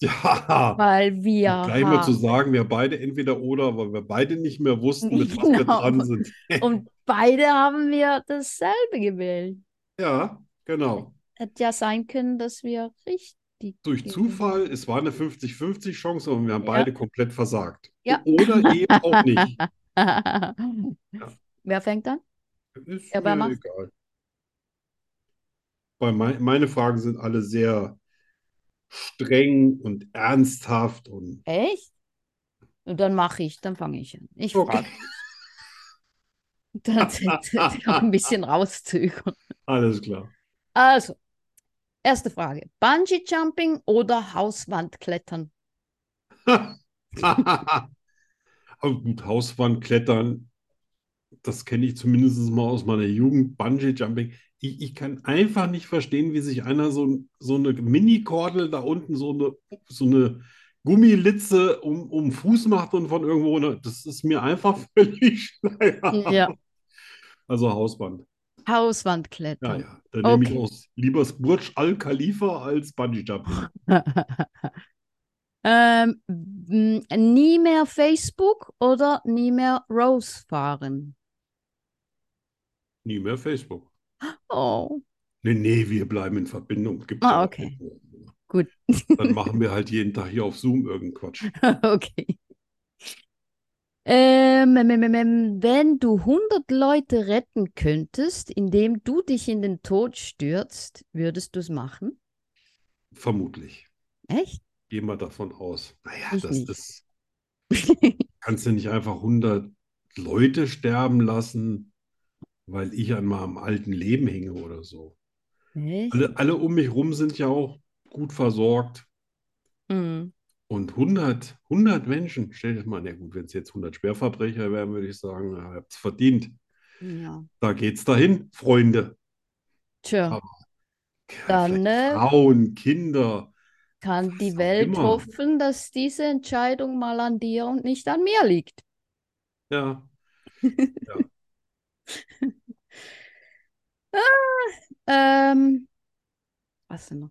[SPEAKER 1] Ja,
[SPEAKER 2] Weil wir
[SPEAKER 1] um gleich mal zu
[SPEAKER 2] haben-
[SPEAKER 1] sagen, wir beide entweder oder, weil wir beide nicht mehr wussten, mit was wir
[SPEAKER 2] Genau.
[SPEAKER 1] dran sind.
[SPEAKER 2] und beide haben wir dasselbe gewählt.
[SPEAKER 1] Ja, genau.
[SPEAKER 2] Hätte ja sein können, dass wir richtig.
[SPEAKER 1] Durch
[SPEAKER 2] gewählt <laughs>
[SPEAKER 1] Zufall, es war eine 50-50-Chance, aber wir haben
[SPEAKER 2] Ja.
[SPEAKER 1] beide komplett versagt.
[SPEAKER 2] Ja.
[SPEAKER 1] Oder eben auch nicht.
[SPEAKER 2] <laughs> haben. Wer fängt an?
[SPEAKER 1] Ist
[SPEAKER 2] Ja, aber mach-
[SPEAKER 1] mir egal. Weil mein, meine Fragen sind alle sehr streng und ernsthaft und
[SPEAKER 2] Echt? Und dann mache ich, dann fange ich an. Ich
[SPEAKER 1] Okay.
[SPEAKER 2] frage. <laughs> Dann sind ein bisschen rauszögern.
[SPEAKER 1] <laughs> alles klar.
[SPEAKER 2] Also, erste Frage. Bungee Jumping oder Hauswandklettern?
[SPEAKER 1] Aber <laughs> gut, Hauswand klettern, das kenne ich zumindest mal aus meiner Jugend, Bungee-Jumping. Ich, ich kann einfach nicht verstehen, wie sich einer so, ein- so eine Mini-Kordel da unten, so eine, so eine Gummilitze um, um den Fuß macht und von irgendwo, ne, das ist mir einfach <laughs> völlig schleierhaft.
[SPEAKER 2] Ja.
[SPEAKER 1] Also Hauswand. Ja,
[SPEAKER 2] Hauswandklettern.
[SPEAKER 1] ja. Da nehme ich
[SPEAKER 2] Okay.
[SPEAKER 1] aus lieber das Burj Al Khalifa als Bungee-Jumping.
[SPEAKER 2] Ähm, m, nie mehr Facebook oder nie mehr Rose fahren.
[SPEAKER 1] Nie mehr Facebook.
[SPEAKER 2] Oh,
[SPEAKER 1] Nee, nee, wir bleiben in Verbindung. Gibt's
[SPEAKER 2] Ah,
[SPEAKER 1] ja
[SPEAKER 2] okay.
[SPEAKER 1] noch.
[SPEAKER 2] Gut.
[SPEAKER 1] Dann machen wir halt jeden Tag hier auf Zoom irgendeinen Quatsch.
[SPEAKER 2] okay. Ähm, ähm, ähm, ähm, wenn du 100 Leute retten könntest, indem du dich in den Tod stürzt, würdest du es machen?
[SPEAKER 1] Vermutlich.
[SPEAKER 2] Echt?
[SPEAKER 1] Gehen wir davon aus. Naja,
[SPEAKER 2] Ich
[SPEAKER 1] das
[SPEAKER 2] nicht.
[SPEAKER 1] ist, <laughs> kannst du nicht einfach 100 Leute sterben lassen, weil ich an meinem alten Leben hänge oder so.
[SPEAKER 2] Echt?
[SPEAKER 1] Alle, alle um mich rum sind ja auch gut versorgt.
[SPEAKER 2] Hm.
[SPEAKER 1] Und 100, 100 Menschen, stell dir mal, na gut, wenn es jetzt 100 Schwerverbrecher wären, würde ich sagen, na, ihr habt es verdient.
[SPEAKER 2] Ja.
[SPEAKER 1] Da geht's dahin, Freunde.
[SPEAKER 2] Tja,
[SPEAKER 1] Aber
[SPEAKER 2] dann äh,
[SPEAKER 1] Frauen, Kinder.
[SPEAKER 2] kann die
[SPEAKER 1] was auch
[SPEAKER 2] Welt
[SPEAKER 1] immer.
[SPEAKER 2] hoffen, dass diese Entscheidung mal an dir und nicht an mir liegt.
[SPEAKER 1] Ja.
[SPEAKER 2] Ähm, was denn noch?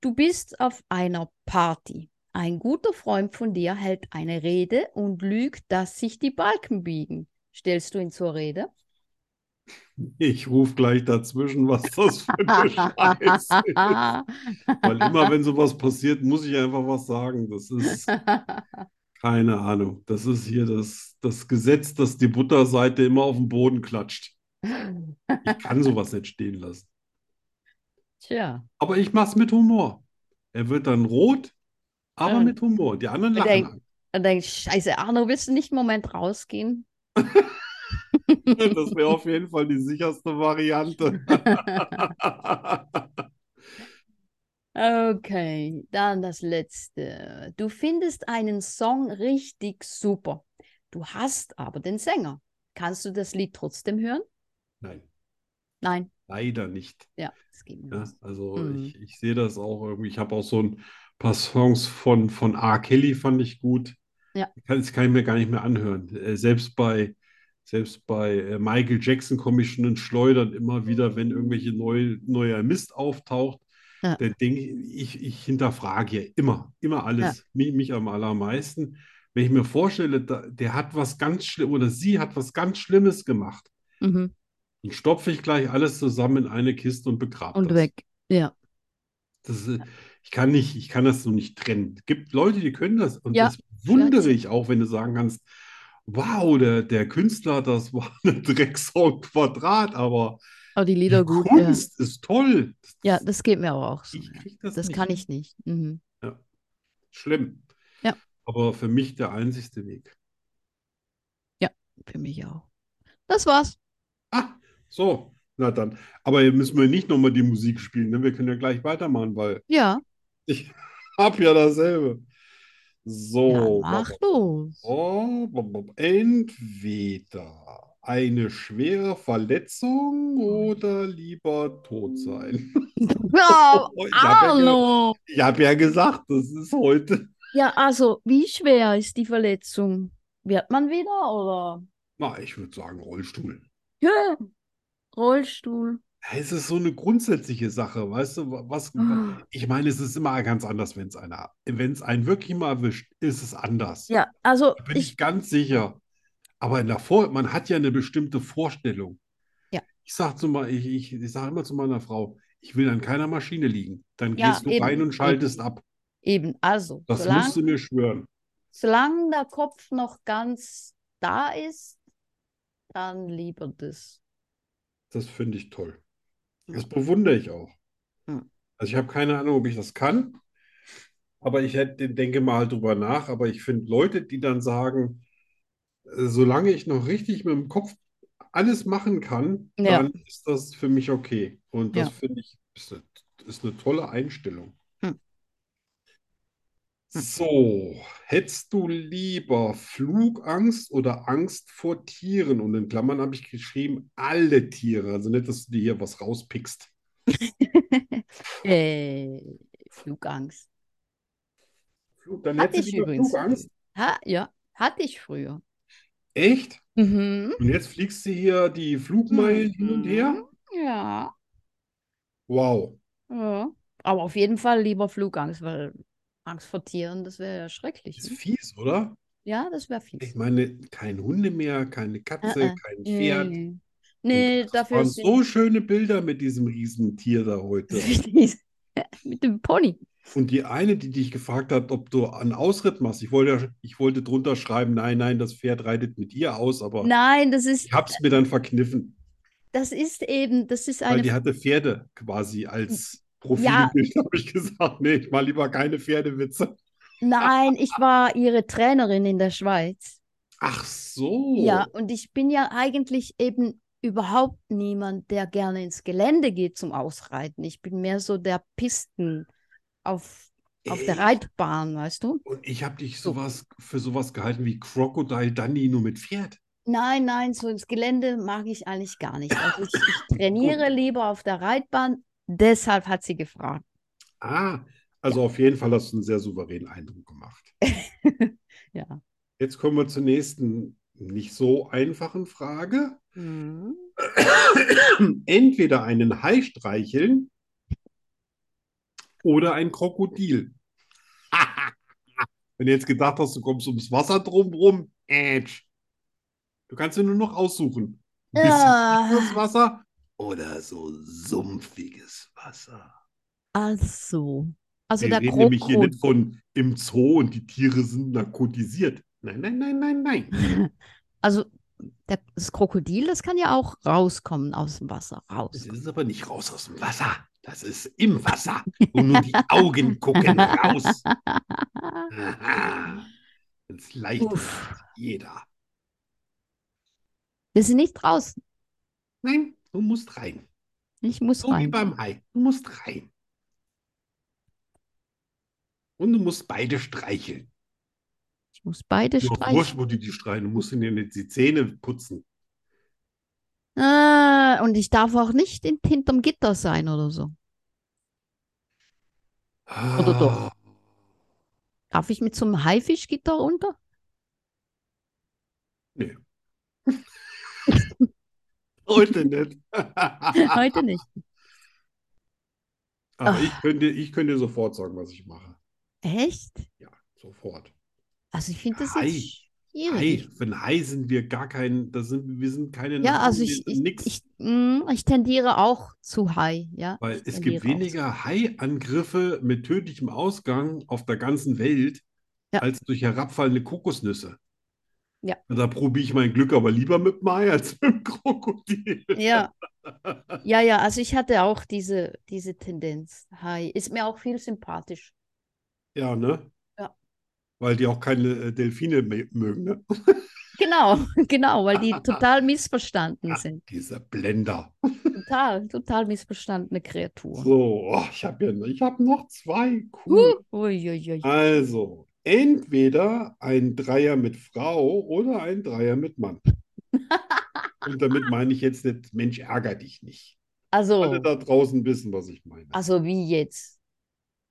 [SPEAKER 2] Du bist auf einer Party. Ein guter Freund von dir hält eine Rede und lügt, dass sich die Balken biegen. Stellst du ihn zur
[SPEAKER 1] <laughs>
[SPEAKER 2] Rede?
[SPEAKER 1] Ich rufe gleich dazwischen, was das
[SPEAKER 2] <laughs>
[SPEAKER 1] für eine Scheiße ist. Weil immer, wenn sowas passiert, muss ich einfach was sagen. Das ist keine Ahnung. Das ist hier das, das Gesetz, dass die Butterseite immer auf den Boden klatscht. Ich kann sowas nicht stehen lassen.
[SPEAKER 2] Tja,
[SPEAKER 1] Aber ich mach's mit Humor. Er wird dann rot, aber
[SPEAKER 2] Schön.
[SPEAKER 1] mit Humor. Die anderen
[SPEAKER 2] Ich
[SPEAKER 1] lachen.
[SPEAKER 2] denk- dann denke ich, Scheiße, Arno, willst du nicht einen Moment rausgehen?
[SPEAKER 1] Das wäre auf jeden Fall die sicherste
[SPEAKER 2] <laughs>
[SPEAKER 1] Variante.
[SPEAKER 2] Okay, dann das letzte. Du findest einen Song richtig super. Du hast aber den Sänger. Kannst du das Lied trotzdem hören?
[SPEAKER 1] Nein,
[SPEAKER 2] Nein,
[SPEAKER 1] leider nicht.
[SPEAKER 2] ja, es geht mir
[SPEAKER 1] Ja,
[SPEAKER 2] nicht.
[SPEAKER 1] also
[SPEAKER 2] Mhm.
[SPEAKER 1] ich, ich sehe das auch irgendwie. Ich habe auch so ein paar Songs von, von R. Kelly, fand ich gut.
[SPEAKER 2] Ja.
[SPEAKER 1] Kann, das kann ich mir gar nicht mehr anhören. Äh, selbst bei, selbst bei äh, Michael Jackson komme ich schon ins Schleudern immer wieder, wenn irgendwelche neu, neuer Mist auftaucht.
[SPEAKER 2] Ja.
[SPEAKER 1] Dann denke ich, ich, ich hinterfrage ja immer, immer alles. Mich, mich am allermeisten. Wenn ich mir vorstelle, da, der hat was ganz Schlimmes oder sie hat was ganz Schlimmes gemacht,
[SPEAKER 2] Mhm.
[SPEAKER 1] dann stopfe ich gleich alles zusammen in eine Kiste und begrabe
[SPEAKER 2] Und
[SPEAKER 1] das.
[SPEAKER 2] weg. Ja.
[SPEAKER 1] Das, äh, ich kann nicht, ich kann das so nicht trennen. Es gibt Leute, die können das und
[SPEAKER 2] Ja,
[SPEAKER 1] das wundere
[SPEAKER 2] ja.
[SPEAKER 1] ich auch, wenn du sagen kannst, wow, der, der Künstler, das war <laughs> eine Drecksau Quadrat,
[SPEAKER 2] Aber
[SPEAKER 1] aber
[SPEAKER 2] Oh, die
[SPEAKER 1] die
[SPEAKER 2] Lieder gut. Ja.
[SPEAKER 1] Kunst ist toll. Das,
[SPEAKER 2] ja, das geht mir aber auch so.
[SPEAKER 1] ich
[SPEAKER 2] ja.
[SPEAKER 1] krieg das
[SPEAKER 2] Das
[SPEAKER 1] nicht
[SPEAKER 2] kann
[SPEAKER 1] hin.
[SPEAKER 2] ich nicht. Mhm.
[SPEAKER 1] Schlimm.
[SPEAKER 2] Ja.
[SPEAKER 1] Aber für mich der einzigste Weg.
[SPEAKER 2] Für mich auch. Das war's.
[SPEAKER 1] Ah, so, na dann. Aber hier müssen wir nicht nochmal die Musik spielen, ne? Wir können ja gleich weitermachen, weil <laughs>
[SPEAKER 2] Ja,
[SPEAKER 1] ich habe ja
[SPEAKER 2] ja,
[SPEAKER 1] dasselbe. So.
[SPEAKER 2] mach los.
[SPEAKER 1] So, bop, bop. entweder eine schwere Verletzung oder lieber tot sein.
[SPEAKER 2] <laughs> Ja,
[SPEAKER 1] <laughs>
[SPEAKER 2] <laughs> Oh,
[SPEAKER 1] Ich habe ja, ge
[SPEAKER 2] Arno.
[SPEAKER 1] ich hab ja gesagt, das ist heute.
[SPEAKER 2] Ja, also, wie schwer ist die Verletzung? Wird man wieder oder?
[SPEAKER 1] Na, ich würde sagen Rollstuhl.
[SPEAKER 2] Ja. <laughs> Rollstuhl.
[SPEAKER 1] Es ist so eine grundsätzliche Sache, weißt du, wa- was,
[SPEAKER 2] Ah.
[SPEAKER 1] ich meine, es ist immer ganz anders, wenn es einer, wenn es einen wirklich mal erwischt, ist es anders.
[SPEAKER 2] Ja, also
[SPEAKER 1] Da bin ich
[SPEAKER 2] ich,
[SPEAKER 1] ganz sicher. Aber in der Vor man hat ja eine bestimmte Vorstellung.
[SPEAKER 2] Ja.
[SPEAKER 1] Ich sage zu mal, ich, ich, ich sag immer zu meiner Frau, ich will an keiner Maschine liegen. Dann
[SPEAKER 2] Ja,
[SPEAKER 1] gehst du
[SPEAKER 2] eben,
[SPEAKER 1] rein und schaltest ab.
[SPEAKER 2] eben, also,
[SPEAKER 1] Das
[SPEAKER 2] solange,
[SPEAKER 1] musst du mir schwören.
[SPEAKER 2] solange der Kopf noch ganz da ist, dann lieber das.
[SPEAKER 1] Das finde ich toll. Das
[SPEAKER 2] Ja.
[SPEAKER 1] bewundere ich auch.
[SPEAKER 2] Hm.
[SPEAKER 1] Also ich habe keine Ahnung, ob ich das kann, aber ich hätte, denke mal halt drüber nach. Aber ich finde Leute, die dann sagen, äh, solange ich noch richtig mit dem Kopf alles machen kann,
[SPEAKER 2] Ja.
[SPEAKER 1] dann ist das für mich okay. Und das
[SPEAKER 2] Ja.
[SPEAKER 1] finde ich ist eine, ist eine tolle Einstellung.
[SPEAKER 2] Hm. Hm.
[SPEAKER 1] So, hättest du lieber Flugangst oder Angst vor Tieren? Und in Klammern habe ich geschrieben, alle Tiere. Also nicht, dass du dir hier was rauspickst.
[SPEAKER 2] Äh, Flugangst.
[SPEAKER 1] Flug, dann
[SPEAKER 2] Hatte
[SPEAKER 1] hättest
[SPEAKER 2] ich
[SPEAKER 1] du lieber
[SPEAKER 2] übrigens.
[SPEAKER 1] Flugangst.
[SPEAKER 2] Ha, ja, hatte ich früher.
[SPEAKER 1] Echt?
[SPEAKER 2] Mhm.
[SPEAKER 1] Und jetzt fliegst du hier die Flugmeilen hin und her?
[SPEAKER 2] Ja,
[SPEAKER 1] Wow.
[SPEAKER 2] ja. Aber auf jeden Fall lieber Flugangst, weil Angst vor Tieren, das wäre ja schrecklich.
[SPEAKER 1] Ist
[SPEAKER 2] Ne?
[SPEAKER 1] fies, oder?
[SPEAKER 2] Ja, das wäre
[SPEAKER 1] Ich
[SPEAKER 2] fies.
[SPEAKER 1] meine, kein Hunde mehr, keine
[SPEAKER 2] Äh,
[SPEAKER 1] Katze,
[SPEAKER 2] äh.
[SPEAKER 1] kein Pferd.
[SPEAKER 2] Nee, nee
[SPEAKER 1] Das
[SPEAKER 2] dafür
[SPEAKER 1] waren
[SPEAKER 2] sind
[SPEAKER 1] so schöne Bilder mit diesem Riesentier da
[SPEAKER 2] <laughs>
[SPEAKER 1] heute.
[SPEAKER 2] Richtig. Mit dem Pony.
[SPEAKER 1] Und die eine, die dich gefragt hat, ob du einen Ausritt machst, ich wollte, ich wollte drunter schreiben, nein, nein, das Pferd reitet mit ihr aus, aber
[SPEAKER 2] Nein, das ist,
[SPEAKER 1] ich habe es mir dann verkniffen,
[SPEAKER 2] das ist eben, das ist
[SPEAKER 1] weil
[SPEAKER 2] eine. Hm.
[SPEAKER 1] die hatte Pferde quasi als
[SPEAKER 2] Ja.
[SPEAKER 1] Profilbild. <laughs> Da habe ich gesagt, nee, ich mal lieber keine Pferdewitze.
[SPEAKER 2] Nein, ich war ihre Trainerin in der Schweiz.
[SPEAKER 1] Ach so.
[SPEAKER 2] Ja, und ich bin ja eigentlich eben überhaupt niemand, der gerne ins Gelände geht zum Ausreiten. Ich bin mehr so der Pisten auf, auf der Reitbahn, weißt du?
[SPEAKER 1] Und ich habe dich sowas für sowas gehalten wie Crocodile Dundee nur mit Pferd.
[SPEAKER 2] Nein, nein, so ins Gelände mag ich eigentlich gar nicht. Also ich,
[SPEAKER 1] <laughs>
[SPEAKER 2] ich trainiere lieber auf der Reitbahn. Deshalb hat sie gefragt. <laughs>
[SPEAKER 1] Ah, also auf jeden Fall hast du einen sehr souveränen Eindruck gemacht.
[SPEAKER 2] Ja.
[SPEAKER 1] Jetzt kommen wir zur nächsten nicht so einfachen Frage. <clears throat>
[SPEAKER 2] Mhm.
[SPEAKER 1] Entweder einen Hai streicheln oder ein Krokodil. <laughs> Wenn du jetzt gedacht hast, du kommst ums Wasser drumrum, ätsch. Du kannst dir nur noch aussuchen. Ein bisschen
[SPEAKER 2] Ah.
[SPEAKER 1] tiefes Wasser oder so sumpfiges Wasser.
[SPEAKER 2] Also, also
[SPEAKER 1] Wir
[SPEAKER 2] der
[SPEAKER 1] reden nämlich hier
[SPEAKER 2] Krokro
[SPEAKER 1] nicht von im Zoo und die Tiere sind narkotisiert. Nein, nein, nein, nein, nein.
[SPEAKER 2] also der, das Krokodil, das kann ja auch rauskommen aus dem Wasser
[SPEAKER 1] Das
[SPEAKER 2] raus.
[SPEAKER 1] ist aber nicht raus aus dem Wasser. Das ist im Wasser. Und nur die
[SPEAKER 2] <laughs>
[SPEAKER 1] Augen gucken raus. Aha. Ganz leicht
[SPEAKER 2] Uff.
[SPEAKER 1] macht jeder.
[SPEAKER 2] Wir sind nicht draußen.
[SPEAKER 1] Nein, du musst rein.
[SPEAKER 2] Ich muss
[SPEAKER 1] So wie
[SPEAKER 2] rein.
[SPEAKER 1] beim Hai. Du musst rein. Und du musst beide streicheln.
[SPEAKER 2] Ich muss beide
[SPEAKER 1] Nur
[SPEAKER 2] streichen.
[SPEAKER 1] wurscht, wo die die streicheln. Du musst ihnen jetzt die Zähne putzen.
[SPEAKER 2] Ah, und ich darf auch nicht in, hinterm Gitter sein oder so. Oder
[SPEAKER 1] Ah,
[SPEAKER 2] doch? Darf ich mit so einem Haifischgitter runter?
[SPEAKER 1] Heute nicht. <laughs> Aber
[SPEAKER 2] Heute nicht.
[SPEAKER 1] ich könnte, ich könnte sofort sagen, was ich mache.
[SPEAKER 2] Echt?
[SPEAKER 1] Ja, sofort.
[SPEAKER 2] Also ich finde das
[SPEAKER 1] Hai.
[SPEAKER 2] jetzt schwierig.
[SPEAKER 1] Hai, für ein Hai sind wir gar kein, das sind, wir sind keine
[SPEAKER 2] Ja, also
[SPEAKER 1] Natur, wir
[SPEAKER 2] ich,
[SPEAKER 1] sind
[SPEAKER 2] ich,
[SPEAKER 1] nix.
[SPEAKER 2] ich, mm, ich tendiere auch zu Hai,
[SPEAKER 1] <laughs>
[SPEAKER 2] ja.
[SPEAKER 1] Weil
[SPEAKER 2] Ich
[SPEAKER 1] es
[SPEAKER 2] tendiere auch
[SPEAKER 1] gibt
[SPEAKER 2] zu-
[SPEAKER 1] weniger Hai-Angriffe mit tödlichem Ausgang auf der ganzen Welt
[SPEAKER 2] Ja.
[SPEAKER 1] als durch herabfallende Kokosnüsse.
[SPEAKER 2] Ja.
[SPEAKER 1] Und da probiere ich mein Glück aber lieber mit dem Hai als mit dem Krokodil.
[SPEAKER 2] Ja. Ja, ja, also ich hatte auch diese, diese Tendenz. Hai ist mir auch viel sympathisch.
[SPEAKER 1] Ja, ne?
[SPEAKER 2] Ja.
[SPEAKER 1] Weil die auch keine äh, Delfine mö- mögen, ne?
[SPEAKER 2] Genau, <laughs> genau, weil die total missverstanden sind.
[SPEAKER 1] Dieser Blender.
[SPEAKER 2] Total, total missverstandene Kreaturen.
[SPEAKER 1] So, oh, ich habe ja, ich habe noch zwei. Cool.
[SPEAKER 2] Huh, uiuiui.
[SPEAKER 1] Also, entweder ein Dreier mit Frau oder ein Dreier
[SPEAKER 2] <laughs>
[SPEAKER 1] mit Mann. Und damit meine ich jetzt nicht, Mensch, ärger dich nicht. Alle
[SPEAKER 2] Also,
[SPEAKER 1] da draußen wissen, was ich meine.
[SPEAKER 2] also wie jetzt?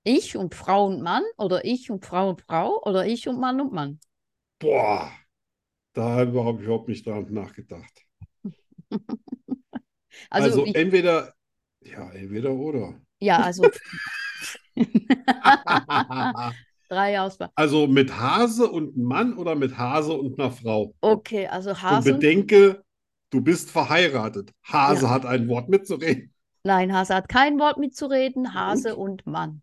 [SPEAKER 2] Ich und Frau und Mann oder ich und Frau und Frau oder ich und Mann und Mann?
[SPEAKER 1] Boah, da habe ich überhaupt nicht dran nachgedacht.
[SPEAKER 2] Also,
[SPEAKER 1] Also
[SPEAKER 2] wie-
[SPEAKER 1] entweder, ja,
[SPEAKER 2] <laughs>
[SPEAKER 1] entweder oder.
[SPEAKER 2] ja,
[SPEAKER 1] <laughs>
[SPEAKER 2] also drei Auswahl.
[SPEAKER 1] Also mit Hase und einem Mann oder mit Hase und einer Frau.
[SPEAKER 2] Okay, also
[SPEAKER 1] Und
[SPEAKER 2] Hase.
[SPEAKER 1] bedenke, du bist verheiratet. Hase hat ein Wort mitzureden.
[SPEAKER 2] Nein, Hase hat kein Wort mitzureden. Hase und Mann.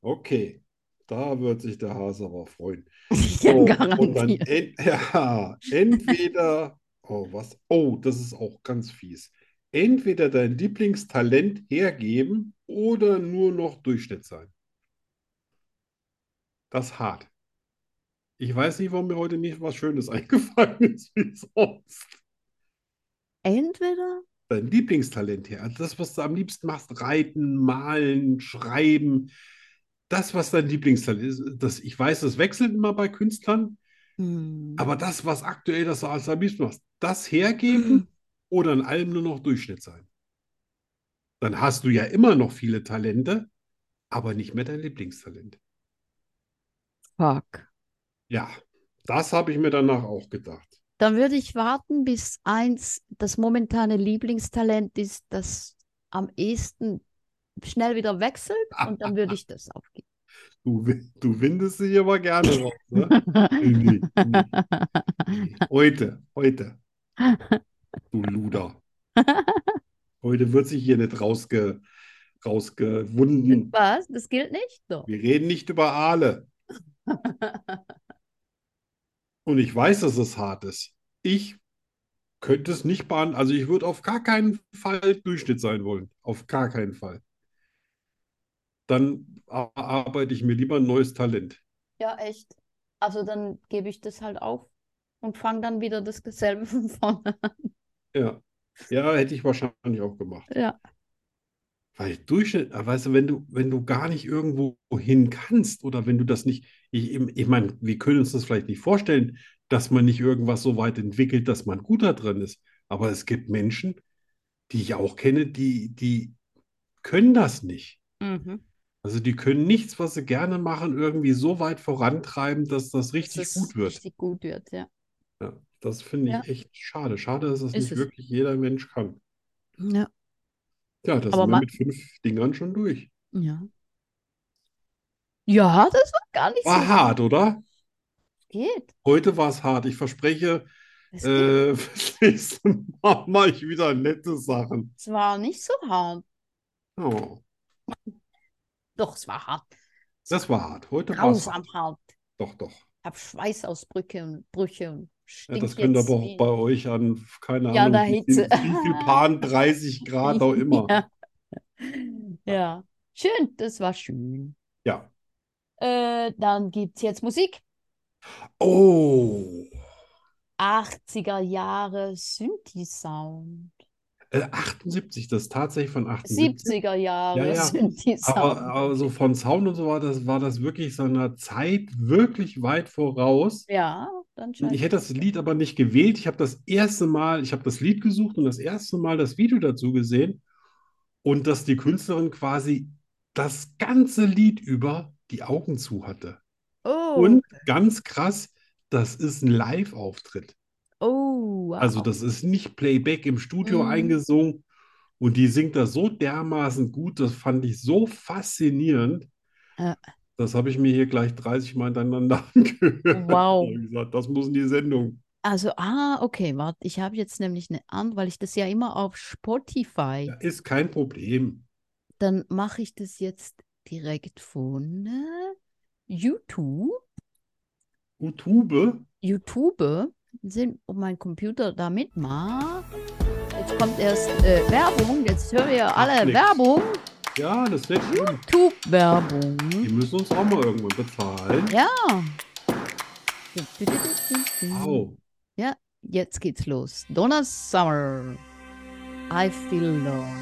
[SPEAKER 1] Okay, da wird sich der Hase aber freuen.
[SPEAKER 2] <laughs> Ja,
[SPEAKER 1] So, Oh, und dann
[SPEAKER 2] garantiert.
[SPEAKER 1] en <laughs> ja, entweder, oh, was? Oh, das ist auch ganz fies. Entweder dein Lieblingstalent hergeben oder nur noch Durchschnitt sein. Das ist hart. Ich weiß nicht, warum mir heute nicht was Schönes <laughs> eingefallen ist, wie sonst.
[SPEAKER 2] Entweder.
[SPEAKER 1] dein Lieblingstalent her, also das, was du am liebsten machst, reiten, malen, schreiben, das, was dein Lieblingstalent ist, das, ich weiß, das wechselt immer bei Künstlern,
[SPEAKER 2] Hm.
[SPEAKER 1] aber das, was aktuell das du alles am liebsten machst, das hergeben oder in allem nur noch Durchschnitt sein. Dann hast du ja immer noch viele Talente, aber nicht mehr dein Lieblingstalent.
[SPEAKER 2] Fuck.
[SPEAKER 1] Ja, das habe ich mir danach auch gedacht.
[SPEAKER 2] Dann würde ich warten, bis eins das momentane Lieblingstalent ist, das am ehesten schnell wieder wechselt und dann würde ich das aufgeben.
[SPEAKER 1] Du, wi- du windest dich aber gerne raus, ne? Nee, nee, nee. Heute, heute. Du Luder. Heute wird sich hier nicht rausge, rausgewunden.
[SPEAKER 2] Was? Das gilt nicht? So.
[SPEAKER 1] Wir reden nicht über Aale. Und ich weiß, dass es hart ist. Ich könnte es nicht beantworten. Also ich würde auf gar keinen Fall Durchschnitt sein wollen. Auf gar keinen Fall. Dann ar- arbeite ich mir lieber ein neues Talent.
[SPEAKER 2] Ja, echt. Also dann gebe ich das halt auf und fange dann wieder dasselbe <laughs> von vorne an.
[SPEAKER 1] Ja. Ja, hätte ich wahrscheinlich auch gemacht.
[SPEAKER 2] Ja.
[SPEAKER 1] Weil Durchschnitt, äh, weißt du, wenn du, wenn du gar nicht irgendwo hin kannst oder wenn du das nicht, ich, ich meine, wir können uns das vielleicht nicht vorstellen, dass man nicht irgendwas so weit entwickelt, dass man gut da drin ist. Aber es gibt Menschen, die ich auch kenne, die, die können das nicht.
[SPEAKER 2] Mhm.
[SPEAKER 1] Also die können nichts, was sie gerne machen, irgendwie so weit vorantreiben, dass das
[SPEAKER 2] Dass
[SPEAKER 1] richtig
[SPEAKER 2] es
[SPEAKER 1] gut wird.
[SPEAKER 2] richtig gut wird, ja.
[SPEAKER 1] Ja, das finde ich
[SPEAKER 2] Ja.
[SPEAKER 1] echt schade. Schade, dass es
[SPEAKER 2] Ist
[SPEAKER 1] nicht
[SPEAKER 2] es.
[SPEAKER 1] wirklich jeder Mensch kann.
[SPEAKER 2] Ja.
[SPEAKER 1] Ja, das
[SPEAKER 2] Aber
[SPEAKER 1] sind wir
[SPEAKER 2] ma-
[SPEAKER 1] mit fünf Dingern schon durch.
[SPEAKER 2] Ja. Ja, das war gar nicht
[SPEAKER 1] War
[SPEAKER 2] so
[SPEAKER 1] hart, oder?
[SPEAKER 2] geht.
[SPEAKER 1] Heute war es hart. Ich verspreche,
[SPEAKER 2] Es geht.
[SPEAKER 1] äh, <laughs> fürs nächste Mal mache ich wieder nette Sachen.
[SPEAKER 2] Es war nicht so hart.
[SPEAKER 1] Oh,
[SPEAKER 2] Doch, es war hart.
[SPEAKER 1] das war hart. Heute war es
[SPEAKER 2] Grausam hart.
[SPEAKER 1] doch, doch.
[SPEAKER 2] Ich habe Schweißausbrüche und Brüche und
[SPEAKER 1] Ja,
[SPEAKER 2] stink
[SPEAKER 1] das könnt ihr
[SPEAKER 2] jetzt
[SPEAKER 1] aber auch
[SPEAKER 2] wie-
[SPEAKER 1] bei euch an, keine
[SPEAKER 2] Ja,
[SPEAKER 1] Ahnung,
[SPEAKER 2] da
[SPEAKER 1] wie viel,
[SPEAKER 2] Hitze.
[SPEAKER 1] wie viel Pan, 30
[SPEAKER 2] <laughs>
[SPEAKER 1] Grad auch immer.
[SPEAKER 2] Ja. ja. Schön, das war schön.
[SPEAKER 1] Ja.
[SPEAKER 2] Äh, dann gibt es jetzt Musik.
[SPEAKER 1] Oh,
[SPEAKER 2] 80er Jahre Synthi-Sound.
[SPEAKER 1] äh, 78, das ist tatsächlich von 78.
[SPEAKER 2] 70er Jahre
[SPEAKER 1] Ja, ja.
[SPEAKER 2] Synthi-Sound.
[SPEAKER 1] Aber also von Sound und so war das, war das wirklich seiner Zeit wirklich weit voraus.
[SPEAKER 2] Ja, dann
[SPEAKER 1] Und Ich
[SPEAKER 2] scheint.
[SPEAKER 1] hätte das Lied aber nicht gewählt. Ich habe das erste Mal, ich habe das Lied gesucht und das erste Mal das Video dazu gesehen. Und dass die Künstlerin quasi das ganze Lied über die Augen zu hatte.
[SPEAKER 2] Oh,
[SPEAKER 1] Und ganz krass, das ist ein Live-Auftritt.
[SPEAKER 2] oh, wow.
[SPEAKER 1] Also das ist nicht Playback im Studio
[SPEAKER 2] Mhm.
[SPEAKER 1] eingesungen und die singt das so dermaßen gut, das fand ich so faszinierend.
[SPEAKER 2] Ja.
[SPEAKER 1] Das habe ich mir hier gleich 30 Mal hintereinander <laughs> angehört.
[SPEAKER 2] Wow.
[SPEAKER 1] Und gesagt, das muss in die Sendung.
[SPEAKER 2] Also, ah, okay, warte, ich habe jetzt nämlich eine andere, weil ich das ja immer auf Spotify,
[SPEAKER 1] Ja, ist kein Problem.
[SPEAKER 2] dann mache ich das jetzt direkt von äh, YouTube.
[SPEAKER 1] YouTube,
[SPEAKER 2] YouTube sind um mein Computer da mitmacht. Jetzt kommt erst äh, Werbung, jetzt hören wir alle
[SPEAKER 1] nix.
[SPEAKER 2] Äh, Werbung,
[SPEAKER 1] ja, das wird schön. Die
[SPEAKER 2] YouTube-Werbung.
[SPEAKER 1] müssen uns auch mal irgendwann bezahlen.
[SPEAKER 2] Ja.
[SPEAKER 1] Wow.
[SPEAKER 2] Jetzt geht's los. Donna Summer. I feel love.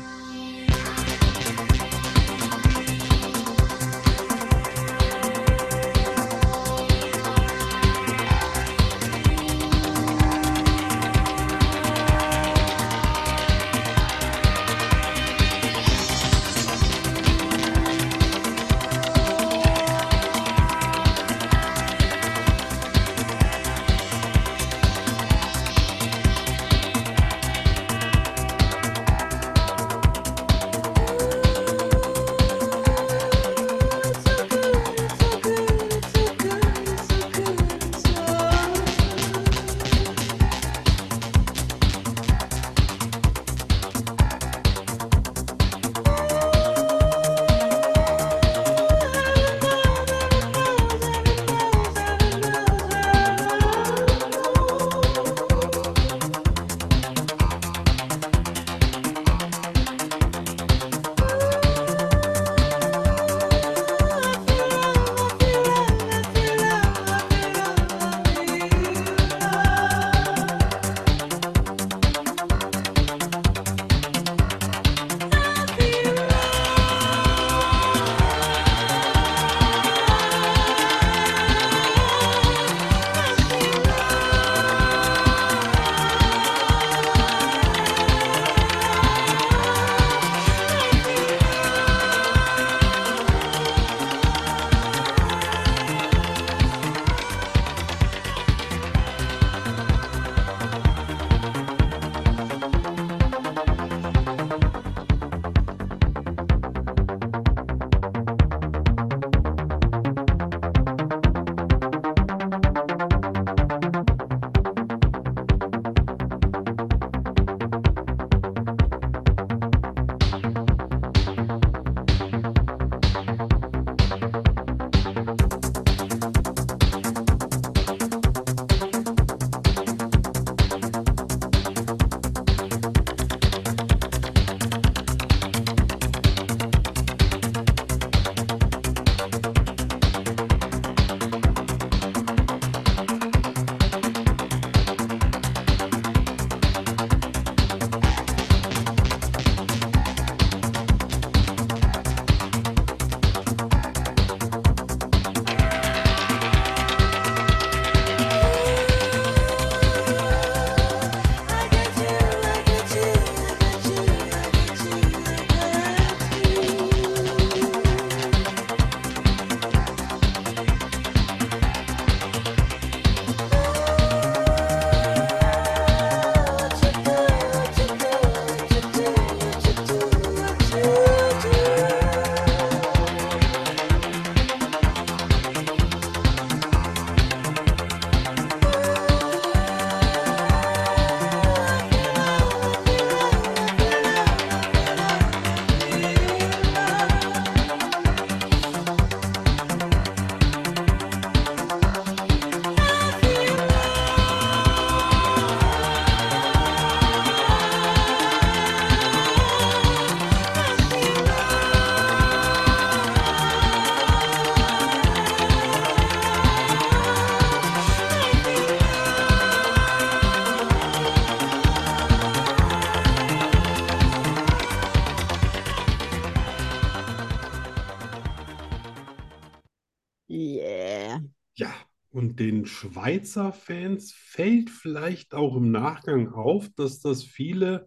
[SPEAKER 2] Yeah.
[SPEAKER 1] Ja, und den Schweizer Fans fällt vielleicht auch im Nachgang auf, dass das viele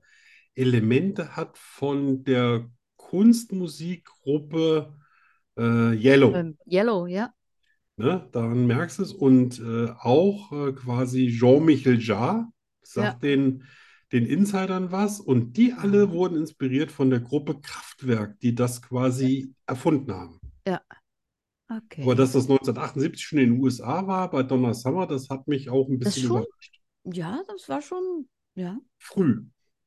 [SPEAKER 1] Elemente hat von der Kunstmusikgruppe äh, Yellow.
[SPEAKER 2] Ähm, Yellow, ja.
[SPEAKER 1] Ne? Daran merkst du es. Und äh, auch äh, quasi Jean-Michel Jarre sagt den, den Insidern was. Und die
[SPEAKER 2] Mhm.
[SPEAKER 1] alle wurden inspiriert von der Gruppe Kraftwerk, die das quasi erfunden haben.
[SPEAKER 2] Okay.
[SPEAKER 1] Aber dass das 1978 schon in den USA war, bei Donna Summer, das hat mich auch ein
[SPEAKER 2] Das
[SPEAKER 1] bisschen
[SPEAKER 2] schon?
[SPEAKER 1] überrascht.
[SPEAKER 2] ja, das war schon ja,
[SPEAKER 1] Früh.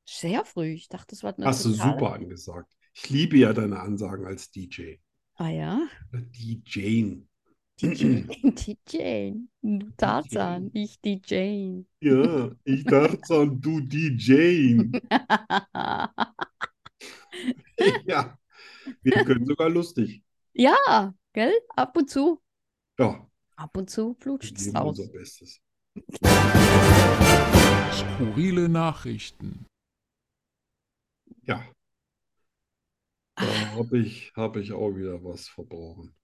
[SPEAKER 2] sehr früh. Ich dachte, das war eine
[SPEAKER 1] Hast du
[SPEAKER 2] total-
[SPEAKER 1] super angesagt. Ich liebe ja deine Ansagen als Äh, DJ.
[SPEAKER 2] Ah ja.
[SPEAKER 1] Die Jane.
[SPEAKER 2] <clears throat> Die Jane. Du Tarzan. Ich die Jane. <laughs>
[SPEAKER 1] Ja, ich dachte an du die
[SPEAKER 2] <laughs>
[SPEAKER 1] Jane. <laughs> Ja, wir können sogar lustig.
[SPEAKER 2] ja, gell? Ab und zu.
[SPEAKER 1] Ja,
[SPEAKER 2] Ab und zu
[SPEAKER 1] wir
[SPEAKER 2] flutscht es
[SPEAKER 1] geben
[SPEAKER 2] raus.
[SPEAKER 1] unser Bestes.
[SPEAKER 4] Skurrile Nachrichten.
[SPEAKER 1] Ja,
[SPEAKER 2] Ah.
[SPEAKER 1] da habe ich, hab ich auch wieder was verbrauchen.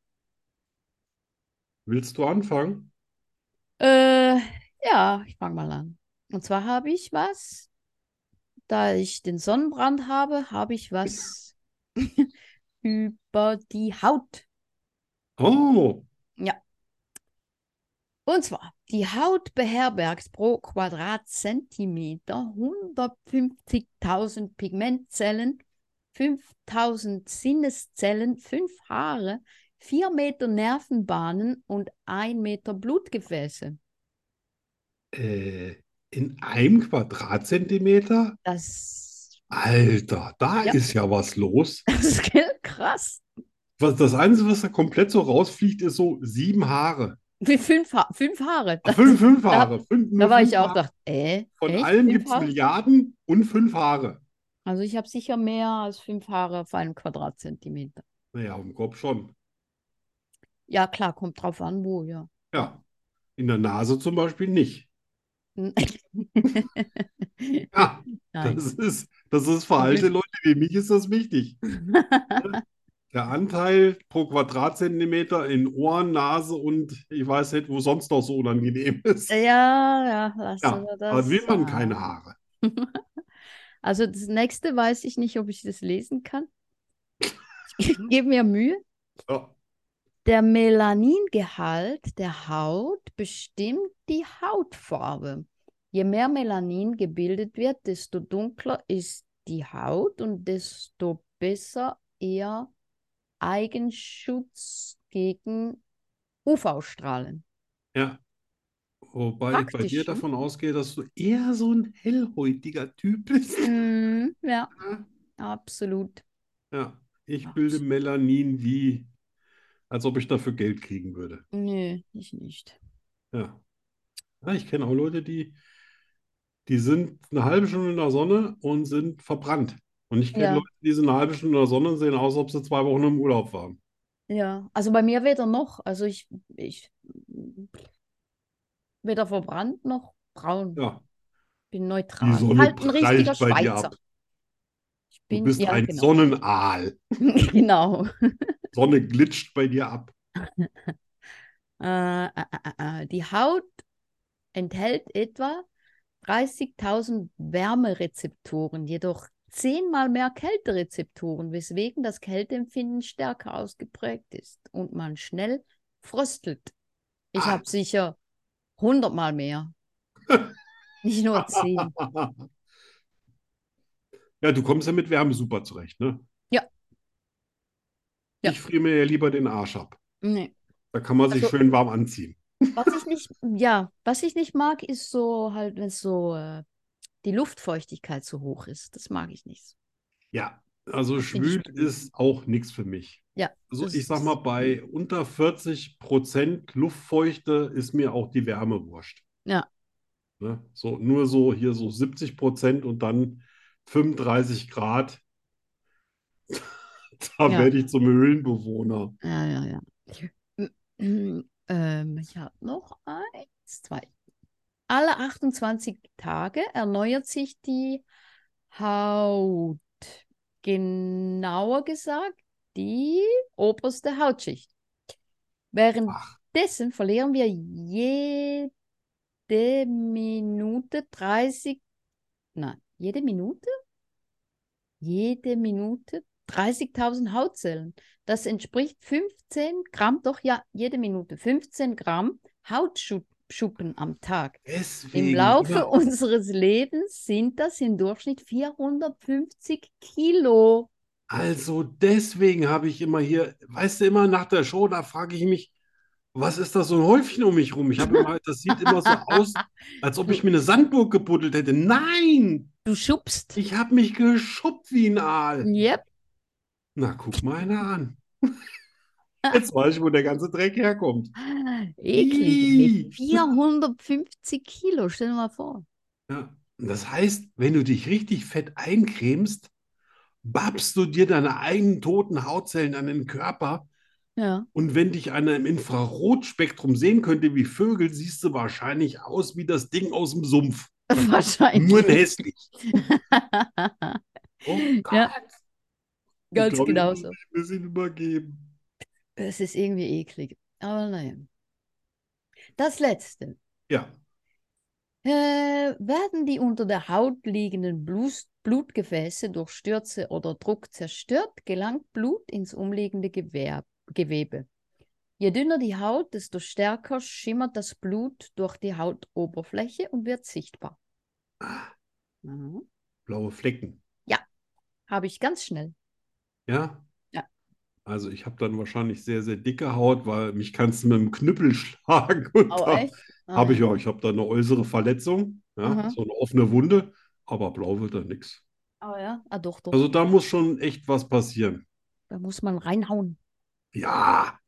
[SPEAKER 1] Willst du anfangen?
[SPEAKER 2] Äh, ja, ich fange mal an. Und zwar habe ich was. Da ich den Sonnenbrand habe, habe ich was
[SPEAKER 1] <laughs>
[SPEAKER 2] über die Haut.
[SPEAKER 1] Oh,
[SPEAKER 2] Und zwar, die Haut beherbergt pro Quadratzentimeter 150.000 Pigmentzellen, 5.000 Sinneszellen, 5 Haare, 4 Meter Nervenbahnen und 1 Meter Blutgefäße.
[SPEAKER 1] äh, in einem Quadratzentimeter?
[SPEAKER 2] Das, <laughs>
[SPEAKER 1] Alter, da
[SPEAKER 2] Ja.
[SPEAKER 1] ist ja was los.
[SPEAKER 2] das ist gell, krass.
[SPEAKER 1] Was, das Einzige, was da komplett so rausfliegt, ist so sieben Haare.
[SPEAKER 2] Wie fünf, ha fünf Haare.
[SPEAKER 1] Ah, Fünf,
[SPEAKER 2] <laughs>
[SPEAKER 1] fünf
[SPEAKER 2] da-
[SPEAKER 1] Haare. Fünf, nur
[SPEAKER 2] Da war
[SPEAKER 1] fünf
[SPEAKER 2] ich auch,
[SPEAKER 1] Haare.
[SPEAKER 2] dachte, äh,
[SPEAKER 1] Von
[SPEAKER 2] echt?
[SPEAKER 1] allen
[SPEAKER 2] Fünf
[SPEAKER 1] gibt es
[SPEAKER 2] Haare?
[SPEAKER 1] Milliarden und fünf Haare.
[SPEAKER 2] Also ich habe sicher mehr als fünf Haare auf einem Quadratzentimeter.
[SPEAKER 1] Naja, im Kopf schon.
[SPEAKER 2] Ja, klar, kommt drauf an, wo, ja.
[SPEAKER 1] Ja. In der Nase zum Beispiel nicht.
[SPEAKER 2] Hm.
[SPEAKER 1] <laughs>
[SPEAKER 2] <laughs>
[SPEAKER 1] Ja,
[SPEAKER 2] Nein.
[SPEAKER 1] das ist, das ist für alte Leute wie mich ist
[SPEAKER 2] <laughs>
[SPEAKER 1] das wichtig. Der Anteil pro Quadratzentimeter in Ohren, Nase und ich weiß nicht, wo sonst noch so unangenehm ist.
[SPEAKER 2] Ja, ja, lass
[SPEAKER 1] Ja,
[SPEAKER 2] uns
[SPEAKER 1] aber
[SPEAKER 2] das
[SPEAKER 1] will man
[SPEAKER 2] sein.
[SPEAKER 1] keine Haare.
[SPEAKER 2] Also das nächste weiß ich nicht, ob ich das lesen
[SPEAKER 1] <laughs>
[SPEAKER 2] kann. Ich gebe mir Mühe.
[SPEAKER 1] Ja.
[SPEAKER 2] Der Melaningehalt der Haut bestimmt die Hautfarbe. Je mehr Melanin gebildet wird, desto dunkler ist die Haut und desto besser ihr Eigenschutz gegen UV-Strahlen.
[SPEAKER 1] Ja. Wobei ich bei
[SPEAKER 2] Praktisch,
[SPEAKER 1] dir
[SPEAKER 2] ne?
[SPEAKER 1] davon ausgehe, dass du eher so ein hellhäutiger Typ bist.
[SPEAKER 2] Mm, ja,
[SPEAKER 1] Ja.
[SPEAKER 2] absolut.
[SPEAKER 1] Ja, ich
[SPEAKER 2] Ach,
[SPEAKER 1] bilde
[SPEAKER 2] so.
[SPEAKER 1] Melanin wie, als ob ich dafür Geld kriegen würde.
[SPEAKER 2] Nö, ich nicht.
[SPEAKER 1] Ja. Ja, ich kenne auch Leute, die, die sind eine halbe Stunde in der Sonne und sind verbrannt. Und ich kenne
[SPEAKER 2] Ja.
[SPEAKER 1] Leute, die sind eine halbe Stunde in der Sonne und sehen aus, als ob sie zwei Wochen im Urlaub waren.
[SPEAKER 2] Ja, also bei mir weder noch. Also ich, ich weder verbrannt noch braun.
[SPEAKER 1] Ja,
[SPEAKER 2] Bin neutral.
[SPEAKER 1] Sonne
[SPEAKER 2] Halt ein
[SPEAKER 1] prallt
[SPEAKER 2] richtiger
[SPEAKER 1] bei dir
[SPEAKER 2] Schweizer.
[SPEAKER 1] ab.
[SPEAKER 2] Ich
[SPEAKER 1] du
[SPEAKER 2] bin,
[SPEAKER 1] bist
[SPEAKER 2] ja,
[SPEAKER 1] ein
[SPEAKER 2] genau.
[SPEAKER 1] Sonnenaal.
[SPEAKER 2] <laughs> Genau.
[SPEAKER 1] Sonne glitscht bei dir ab. <laughs>
[SPEAKER 2] Äh, äh, äh, äh, die Haut enthält etwa 30.000 Wärmerezeptoren, jedoch zehnmal mehr Kälterezeptoren, weswegen das Kälteempfinden stärker ausgeprägt ist und man schnell fröstelt. Ich
[SPEAKER 1] Ah.
[SPEAKER 2] habe sicher 100 Mal mehr. Nicht nur 10.
[SPEAKER 1] Ja, du kommst ja mit Wärme super zurecht, ne?
[SPEAKER 2] Ja. Ja.
[SPEAKER 1] Ich friere mir ja lieber den Arsch ab.
[SPEAKER 2] Nee.
[SPEAKER 1] Da kann man sich
[SPEAKER 2] Also-
[SPEAKER 1] schön warm anziehen.
[SPEAKER 2] Was ich nicht, ja, was ich nicht mag, ist so halt, wenn so äh, die Luftfeuchtigkeit so hoch ist. Das mag ich nicht.
[SPEAKER 1] Ja, also
[SPEAKER 2] finde ich
[SPEAKER 1] schwül
[SPEAKER 2] schlimm.
[SPEAKER 1] ist auch nichts für mich.
[SPEAKER 2] Ja,
[SPEAKER 1] Also
[SPEAKER 2] das
[SPEAKER 1] ich sag
[SPEAKER 2] ist-
[SPEAKER 1] mal, bei unter 40 Prozent Luftfeuchte ist mir auch die Wärme wurscht.
[SPEAKER 2] Ja.
[SPEAKER 1] Ne? So, nur so hier so 70 Prozent und dann 35 Grad. <laughs> Da
[SPEAKER 2] Ja.
[SPEAKER 1] werde ich zum Höhlenbewohner.
[SPEAKER 2] Ja, ja, ja. <clears throat> Ähm, ich habe noch eins, zwei. Alle 28 Tage erneuert sich die Haut. Genauer gesagt, die oberste Hautschicht. Währenddessen verlieren wir jede Minute 30, nein, jede Minute? Jede Minute 30.000 Hautzellen. Das entspricht 15 Gramm, doch ja, jede Minute 15 Gramm Hautschuppen am Tag.
[SPEAKER 1] Deswegen
[SPEAKER 2] Im Laufe
[SPEAKER 1] immer-
[SPEAKER 2] unseres Lebens sind das im Durchschnitt 450 Kilo.
[SPEAKER 1] Also deswegen habe ich immer hier, weißt du, immer nach der Show, da frage ich mich, was ist das so ein Häufchen um mich rum? Ich habe immer, das sieht immer so aus, als ob ich mir eine Sandburg gebuddelt hätte. Nein,
[SPEAKER 2] Du schubst.
[SPEAKER 1] ich habe mich geschuppt wie ein Aal.
[SPEAKER 2] Yep.
[SPEAKER 1] Na, guck mal einer an. <laughs> Jetzt weiß ich, wo der ganze Dreck herkommt.
[SPEAKER 2] Eklig.
[SPEAKER 1] Ih.
[SPEAKER 2] Mit 450 Kilo, stell dir mal vor.
[SPEAKER 1] Ja. Und Das heißt, wenn du dich richtig fett eincremst, babst du dir deine eigenen toten Hautzellen an den Körper.
[SPEAKER 2] Ja.
[SPEAKER 1] Und wenn dich einer im Infrarotspektrum sehen könnte wie Vögel, siehst du wahrscheinlich aus wie das Ding aus dem Sumpf.
[SPEAKER 2] <laughs>
[SPEAKER 1] Nur
[SPEAKER 2] Wahrscheinlich.
[SPEAKER 1] hässlich. Oh Gott,
[SPEAKER 2] Ja,
[SPEAKER 1] ich
[SPEAKER 2] <laughs> Ganz
[SPEAKER 1] glaube, ich
[SPEAKER 2] genau
[SPEAKER 1] muss
[SPEAKER 2] so.
[SPEAKER 1] mich ein bisschen übergeben.
[SPEAKER 2] Es ist irgendwie eklig. Aber naja. Das letzte.
[SPEAKER 1] Ja,
[SPEAKER 2] Äh, werden die unter der Haut liegenden Blus Blutgefäße durch Stürze oder Druck zerstört, gelangt Blut ins umliegende Gewer Gewebe. Je dünner die Haut, desto stärker schimmert das Blut durch die Hautoberfläche und wird sichtbar. Mhm.
[SPEAKER 1] blaue Flecken.
[SPEAKER 2] Habe ich ganz schnell.
[SPEAKER 1] Ja?
[SPEAKER 2] Ja.
[SPEAKER 1] Also ich habe dann wahrscheinlich sehr, sehr dicke Haut, weil mich kannst du mit dem Knüppel <laughs> schlagen und
[SPEAKER 2] Oh,
[SPEAKER 1] da
[SPEAKER 2] echt? Ah,
[SPEAKER 1] habe
[SPEAKER 2] ja.
[SPEAKER 1] ich auch, ich habe da eine äußere Verletzung, ja,
[SPEAKER 2] Mhm.
[SPEAKER 1] so eine offene Wunde, aber blau wird da nichts.
[SPEAKER 2] Oh ja, ah, doch, doch.
[SPEAKER 1] Also da muss schon echt was passieren.
[SPEAKER 2] Da muss man reinhauen. <laughs>
[SPEAKER 1] Ja,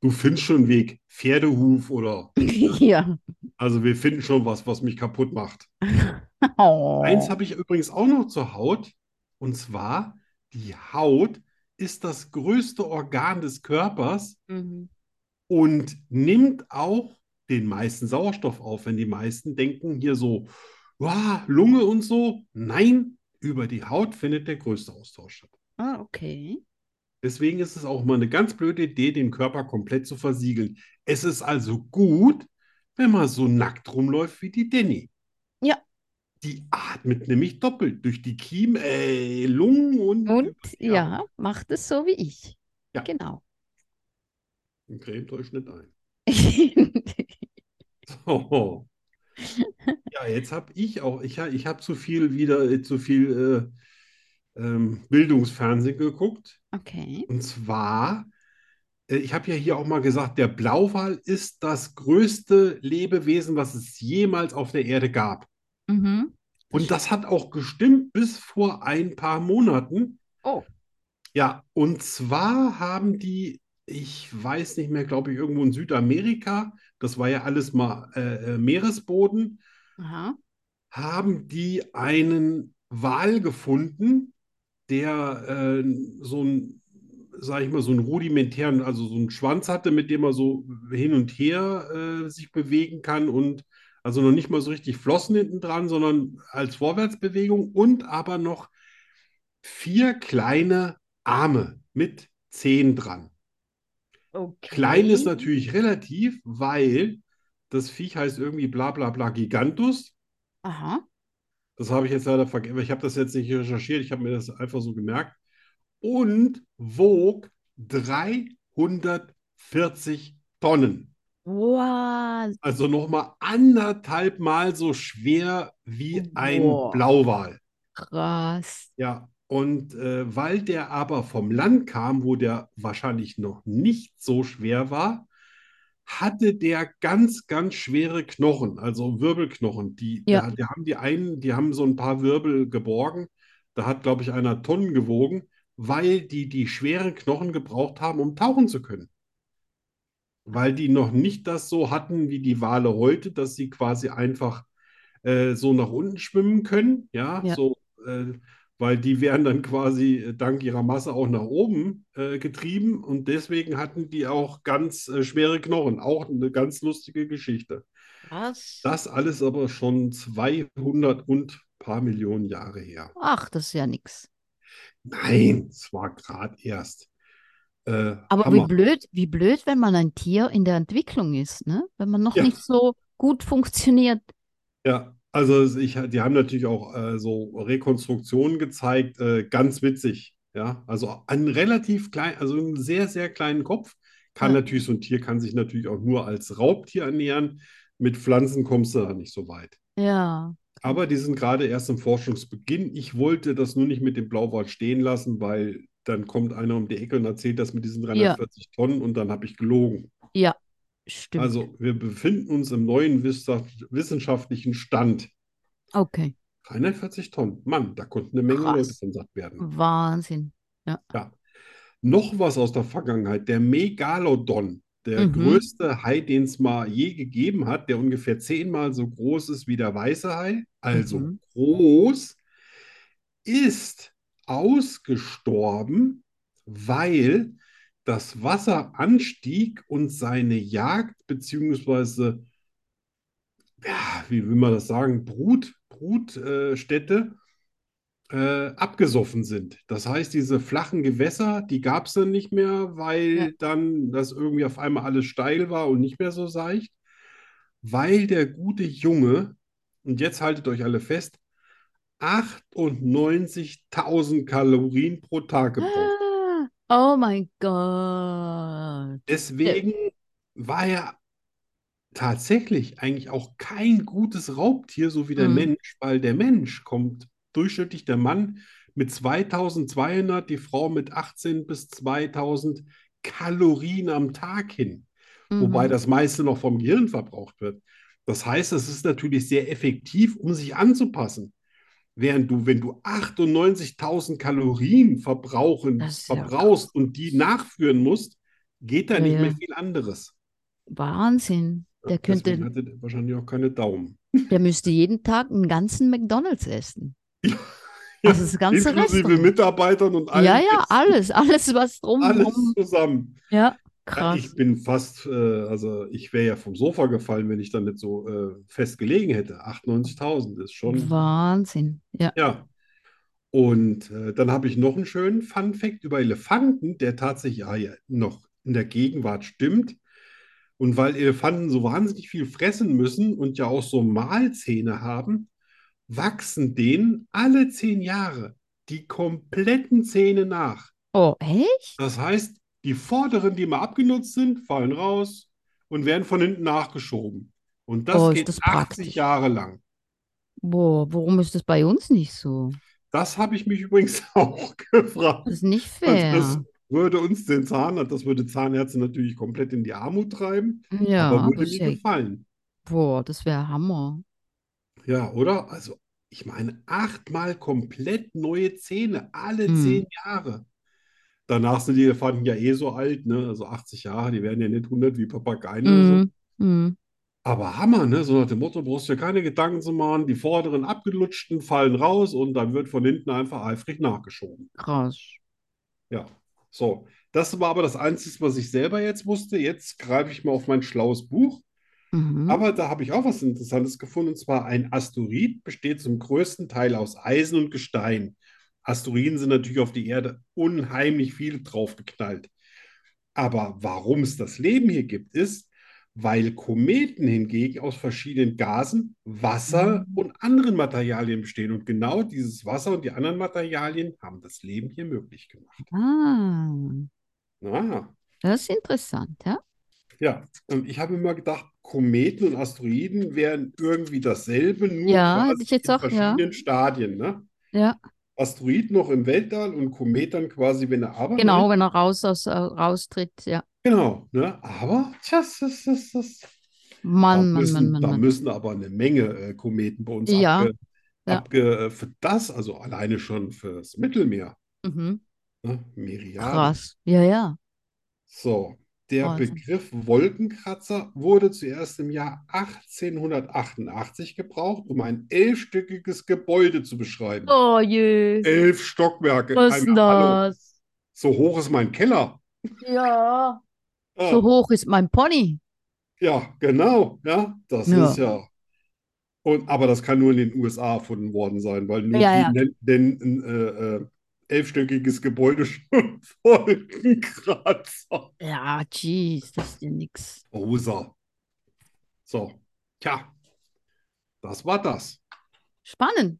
[SPEAKER 1] du findest schon einen Weg. Pferdehuf oder.
[SPEAKER 2] ja.
[SPEAKER 1] Also wir finden schon was, was mich kaputt macht.
[SPEAKER 2] Oh.
[SPEAKER 1] Eins habe ich übrigens auch noch zur Haut. Und zwar, die Haut ist das größte Organ des Körpers
[SPEAKER 2] Mhm.
[SPEAKER 1] und nimmt auch den meisten Sauerstoff auf, wenn die meisten denken hier so, "Wow, Lunge und so. Nein, über die Haut findet der größte Austausch statt.
[SPEAKER 2] Ah, okay.
[SPEAKER 1] Deswegen ist es auch mal eine ganz blöde Idee, den Körper komplett zu versiegeln. Es ist also gut, wenn man so nackt rumläuft wie die Danny.
[SPEAKER 2] Ja.
[SPEAKER 1] Die atmet nämlich doppelt durch die Kiem, äh, Lungen und,
[SPEAKER 2] Und ja.
[SPEAKER 1] Ja.
[SPEAKER 2] macht es so wie ich.
[SPEAKER 1] Ja.
[SPEAKER 2] Genau.
[SPEAKER 1] und cremt euch nicht ein. <laughs>
[SPEAKER 2] ja,
[SPEAKER 1] So. Ja, jetzt habe ich auch, ich, ha- ich habe zu viel wieder, äh, zu viel äh, ähm, Bildungsfernsehen geguckt.
[SPEAKER 2] okay.
[SPEAKER 1] Und zwar, äh, ich habe ja hier auch mal gesagt, der Blauwal ist das größte Lebewesen, was es jemals auf der Erde gab.
[SPEAKER 2] Mhm.
[SPEAKER 1] Und das hat auch gestimmt bis vor ein paar Monaten.
[SPEAKER 2] Oh.
[SPEAKER 1] Ja, und zwar haben die, ich weiß nicht mehr, glaube ich, irgendwo in Südamerika, das war ja alles mal äh, äh, Meeresboden,
[SPEAKER 2] Aha.
[SPEAKER 1] haben die einen Wal gefunden, der äh, so ein, sag ich mal, so einen rudimentären, also so einen Schwanz hatte, mit dem er so hin und her äh, sich bewegen kann und also noch nicht mal so richtig Flossen hinten dran, sondern als Vorwärtsbewegung und aber noch vier kleine Arme mit Zehen dran.
[SPEAKER 2] Okay.
[SPEAKER 1] Klein ist natürlich relativ, weil das Viech heißt irgendwie bla bla bla Gigantus.
[SPEAKER 2] Aha.
[SPEAKER 1] Das habe ich jetzt leider vergessen. Ich habe das jetzt nicht recherchiert. Ich habe mir das einfach so gemerkt. Und wog 340 Tonnen.
[SPEAKER 2] Wow.
[SPEAKER 1] Also nochmal anderthalb Mal so schwer wie ein
[SPEAKER 2] Boah.
[SPEAKER 1] Blauwal.
[SPEAKER 2] Krass.
[SPEAKER 1] Ja. Und äh, weil der aber vom Land kam, wo der wahrscheinlich noch nicht so schwer war, hatte der ganz, ganz schwere Knochen, also Wirbelknochen. Die,
[SPEAKER 2] Ja.
[SPEAKER 1] der, der haben die einen, die haben so ein paar Wirbel geborgen. Da hat, glaube ich, einer Tonnen gewogen, weil die die schweren Knochen gebraucht haben, um tauchen zu können. Weil die noch nicht das so hatten wie die Wale heute, dass sie quasi einfach äh, so nach unten schwimmen können. Ja,
[SPEAKER 2] Ja.
[SPEAKER 1] so, äh, weil die wären dann quasi äh, dank ihrer Masse auch nach oben äh, getrieben und deswegen hatten die auch ganz äh, schwere Knochen. Auch eine ganz lustige Geschichte.
[SPEAKER 2] Krass.
[SPEAKER 1] Das alles aber schon 200 und paar Millionen Jahre her.
[SPEAKER 2] Ach, das ist ja nix.
[SPEAKER 1] Nein, es war gerade erst. Äh,
[SPEAKER 2] Aber wie
[SPEAKER 1] Hammer.
[SPEAKER 2] blöd, wie blöd, wenn man ein Tier in der Entwicklung ist, ne? Wenn man noch
[SPEAKER 1] Ja.
[SPEAKER 2] nicht so gut funktioniert.
[SPEAKER 1] Ja, also es- ich, die haben natürlich auch äh, so Rekonstruktionen gezeigt, äh, ganz witzig. Ja, also einen relativ klein, also einen sehr, sehr kleinen Kopf kann
[SPEAKER 2] Ja.
[SPEAKER 1] natürlich so ein Tier, kann sich natürlich auch nur als Raubtier ernähren. Mit Pflanzen kommst du da nicht so weit.
[SPEAKER 2] Ja.
[SPEAKER 1] Aber die sind gerade erst im Forschungsbeginn. Ich wollte das nur nicht mit dem Blauwal stehen lassen, weil dann kommt einer um die Ecke und erzählt das mit diesen 340 Tonnen und dann habe ich gelogen.
[SPEAKER 2] Stimmt.
[SPEAKER 1] Also wir befinden uns im neuen wissenschaft- wissenschaftlichen Stand.
[SPEAKER 2] Okay.
[SPEAKER 1] 340 Tonnen. Mann, da konnten eine Menge
[SPEAKER 2] Krass.
[SPEAKER 1] Leute von satt werden.
[SPEAKER 2] Wahnsinn.
[SPEAKER 1] Noch was aus der Vergangenheit. Der Megalodon, der
[SPEAKER 2] Mhm.
[SPEAKER 1] größte Hai, den es mal je gegeben hat, der ungefähr zehnmal so groß ist wie der weiße Hai, also
[SPEAKER 2] Mhm.
[SPEAKER 1] groß, ist ausgestorben, weil das Wasser anstieg und seine Jagd beziehungsweise, ja, wie will man das sagen, Brut, Brutstätte äh, Städte, äh, abgesoffen sind. Das heißt, diese flachen Gewässer, die gab es dann nicht mehr, weil
[SPEAKER 2] Ja.
[SPEAKER 1] dann das irgendwie auf einmal alles steil war und nicht mehr so seicht. Weil der gute Junge, und jetzt haltet euch alle fest, 98.000 Kalorien pro Tag gebraucht.
[SPEAKER 2] Ah, Oh mein Gott.
[SPEAKER 1] Deswegen war er tatsächlich eigentlich auch kein gutes Raubtier, so wie der
[SPEAKER 2] Mhm.
[SPEAKER 1] Mensch, weil der Mensch kommt durchschnittlich der Mann mit 2200, die Frau mit 18 bis 2000 Kalorien am Tag hin, wobei
[SPEAKER 2] Mhm.
[SPEAKER 1] das meiste noch vom Gehirn verbraucht wird. Das heißt, es ist natürlich sehr effektiv, um sich anzupassen. Während du, wenn du 98.000 Kalorien verbrauchen,
[SPEAKER 2] Das ist ja
[SPEAKER 1] verbrauchst und die nachführen musst, geht da
[SPEAKER 2] Ja,
[SPEAKER 1] nicht
[SPEAKER 2] ja.
[SPEAKER 1] mehr viel anderes.
[SPEAKER 2] Wahnsinn. Der
[SPEAKER 1] Deswegen
[SPEAKER 2] könnte,
[SPEAKER 1] hatte der wahrscheinlich auch keine Daumen.
[SPEAKER 2] der müsste jeden Tag einen ganzen McDonald's essen.
[SPEAKER 1] <laughs> Ja,
[SPEAKER 2] Also das ganze
[SPEAKER 1] Inklusive
[SPEAKER 2] Restaurant.
[SPEAKER 1] Mitarbeitern und allem.
[SPEAKER 2] Ja, ja, alles, alles, was
[SPEAKER 1] Alles
[SPEAKER 2] drumherum.
[SPEAKER 1] zusammen.
[SPEAKER 2] Ja,
[SPEAKER 1] Ja,
[SPEAKER 2] krass.
[SPEAKER 1] ich bin fast, äh, also ich wäre ja vom Sofa gefallen, wenn ich dann nicht so äh, fest gelegen hätte. 98.000 ist schon.
[SPEAKER 2] Wahnsinn. Ja.
[SPEAKER 1] Ja. Und äh, dann habe ich noch einen schönen Fun Fact über Elefanten, der tatsächlich ja, ja, noch in der Gegenwart stimmt. Und weil Elefanten so wahnsinnig viel fressen müssen und ja auch so Mahlzähne haben, wachsen denen alle zehn Jahre die kompletten Zähne nach.
[SPEAKER 2] Oh, echt?
[SPEAKER 1] Das heißt, die vorderen, die mal abgenutzt sind, fallen raus und werden von hinten nachgeschoben. Und das
[SPEAKER 2] Oh, ist
[SPEAKER 1] geht
[SPEAKER 2] das
[SPEAKER 1] 80
[SPEAKER 2] praktisch.
[SPEAKER 1] Jahre lang.
[SPEAKER 2] Boah, warum ist das bei uns nicht so?
[SPEAKER 1] Das habe ich mich übrigens <laughs> auch gefragt.
[SPEAKER 2] Das ist nicht
[SPEAKER 1] Also das
[SPEAKER 2] fair.
[SPEAKER 1] würde uns den Zahnarzt, das würde Zahnärzte natürlich komplett in die Armut treiben,
[SPEAKER 2] Ja,
[SPEAKER 1] aber
[SPEAKER 2] aber
[SPEAKER 1] würde
[SPEAKER 2] ist
[SPEAKER 1] mir
[SPEAKER 2] ja,
[SPEAKER 1] gefallen.
[SPEAKER 2] boah, das wäre Hammer.
[SPEAKER 1] Ja, oder? Also, ich meine, achtmal komplett neue Zähne, alle
[SPEAKER 2] Hm.
[SPEAKER 1] zehn Jahre. Danach sind die Elefanten ja eh so alt, ne? Also 80 Jahre, die werden ja nicht 100 wie Papageien oder so.
[SPEAKER 2] Mhm. Mhm.
[SPEAKER 1] Aber Hammer, ne? So nach dem Motto, brauchst du dir keine Gedanken zu machen, die vorderen abgelutschten fallen raus und dann wird von hinten einfach eifrig nachgeschoben.
[SPEAKER 2] Krass.
[SPEAKER 1] Ja, so. Das war aber das Einzige, was ich selber jetzt wusste. Jetzt greife ich mal auf mein schlaues Buch.
[SPEAKER 2] Mhm.
[SPEAKER 1] Aber da habe ich auch was Interessantes gefunden. Und zwar ein Asteroid besteht zum größten Teil aus Eisen und Gestein. Asteroiden sind natürlich auf die Erde unheimlich viel draufgeknallt. Aber warum es das Leben hier gibt, ist, weil Kometen hingegen aus verschiedenen Gasen, Wasser
[SPEAKER 2] Mhm.
[SPEAKER 1] und anderen Materialien bestehen. Und genau dieses Wasser und die anderen Materialien haben das Leben hier möglich gemacht.
[SPEAKER 2] Ah,
[SPEAKER 1] Ah.
[SPEAKER 2] das ist interessant, ja?
[SPEAKER 1] Ja, ähm, ich habe immer gedacht, Kometen und Asteroiden wären irgendwie dasselbe, nur
[SPEAKER 2] Ja, hätte
[SPEAKER 1] quasi
[SPEAKER 2] ich jetzt
[SPEAKER 1] in
[SPEAKER 2] auch, ja.
[SPEAKER 1] verschiedenen Stadien, ne?
[SPEAKER 2] Ja,
[SPEAKER 1] Asteroid noch im Weltall und Komet dann quasi, wenn er aber,
[SPEAKER 2] genau,
[SPEAKER 1] ne?
[SPEAKER 2] wenn er raus aus, äh, raustritt, ja.
[SPEAKER 1] Genau, ne? Aber, tja, das, das, das, das. Da
[SPEAKER 2] Mann, Mann, Mann,
[SPEAKER 1] müssen,
[SPEAKER 2] Mann,
[SPEAKER 1] da
[SPEAKER 2] Mann.
[SPEAKER 1] müssen aber eine Menge äh, Kometen bei uns
[SPEAKER 2] Ja,
[SPEAKER 1] abge,
[SPEAKER 2] ja.
[SPEAKER 1] abge, für das, also alleine schon fürs Mittelmeer,
[SPEAKER 2] Mhm.
[SPEAKER 1] ne? Myriaden.
[SPEAKER 2] Krass. Ja, ja.
[SPEAKER 1] So, der
[SPEAKER 2] Wahnsinn.
[SPEAKER 1] Begriff Wolkenkratzer wurde zuerst im Jahr 1888 gebraucht, um ein elfstöckiges Gebäude zu beschreiben.
[SPEAKER 2] Oh je.
[SPEAKER 1] Elf Stockwerke.
[SPEAKER 2] Was ist denn
[SPEAKER 1] Einmal, hallo,
[SPEAKER 2] das?
[SPEAKER 1] so hoch ist mein Keller.
[SPEAKER 2] Ja.
[SPEAKER 1] Ah,
[SPEAKER 2] So hoch ist mein Pony.
[SPEAKER 1] ja, genau. Ja, das
[SPEAKER 2] Ja.
[SPEAKER 1] ist ja. Und, aber das kann nur in den USA erfunden worden sein, weil nur
[SPEAKER 2] Ja,
[SPEAKER 1] die
[SPEAKER 2] ja.
[SPEAKER 1] nennen den, äh, äh, elfstöckiges Gebäude <laughs> schon Wolkenkratzer.
[SPEAKER 3] Ja, jeez, das ist ja nix.
[SPEAKER 1] Rosa. So, tja, das war das.
[SPEAKER 2] Spannend.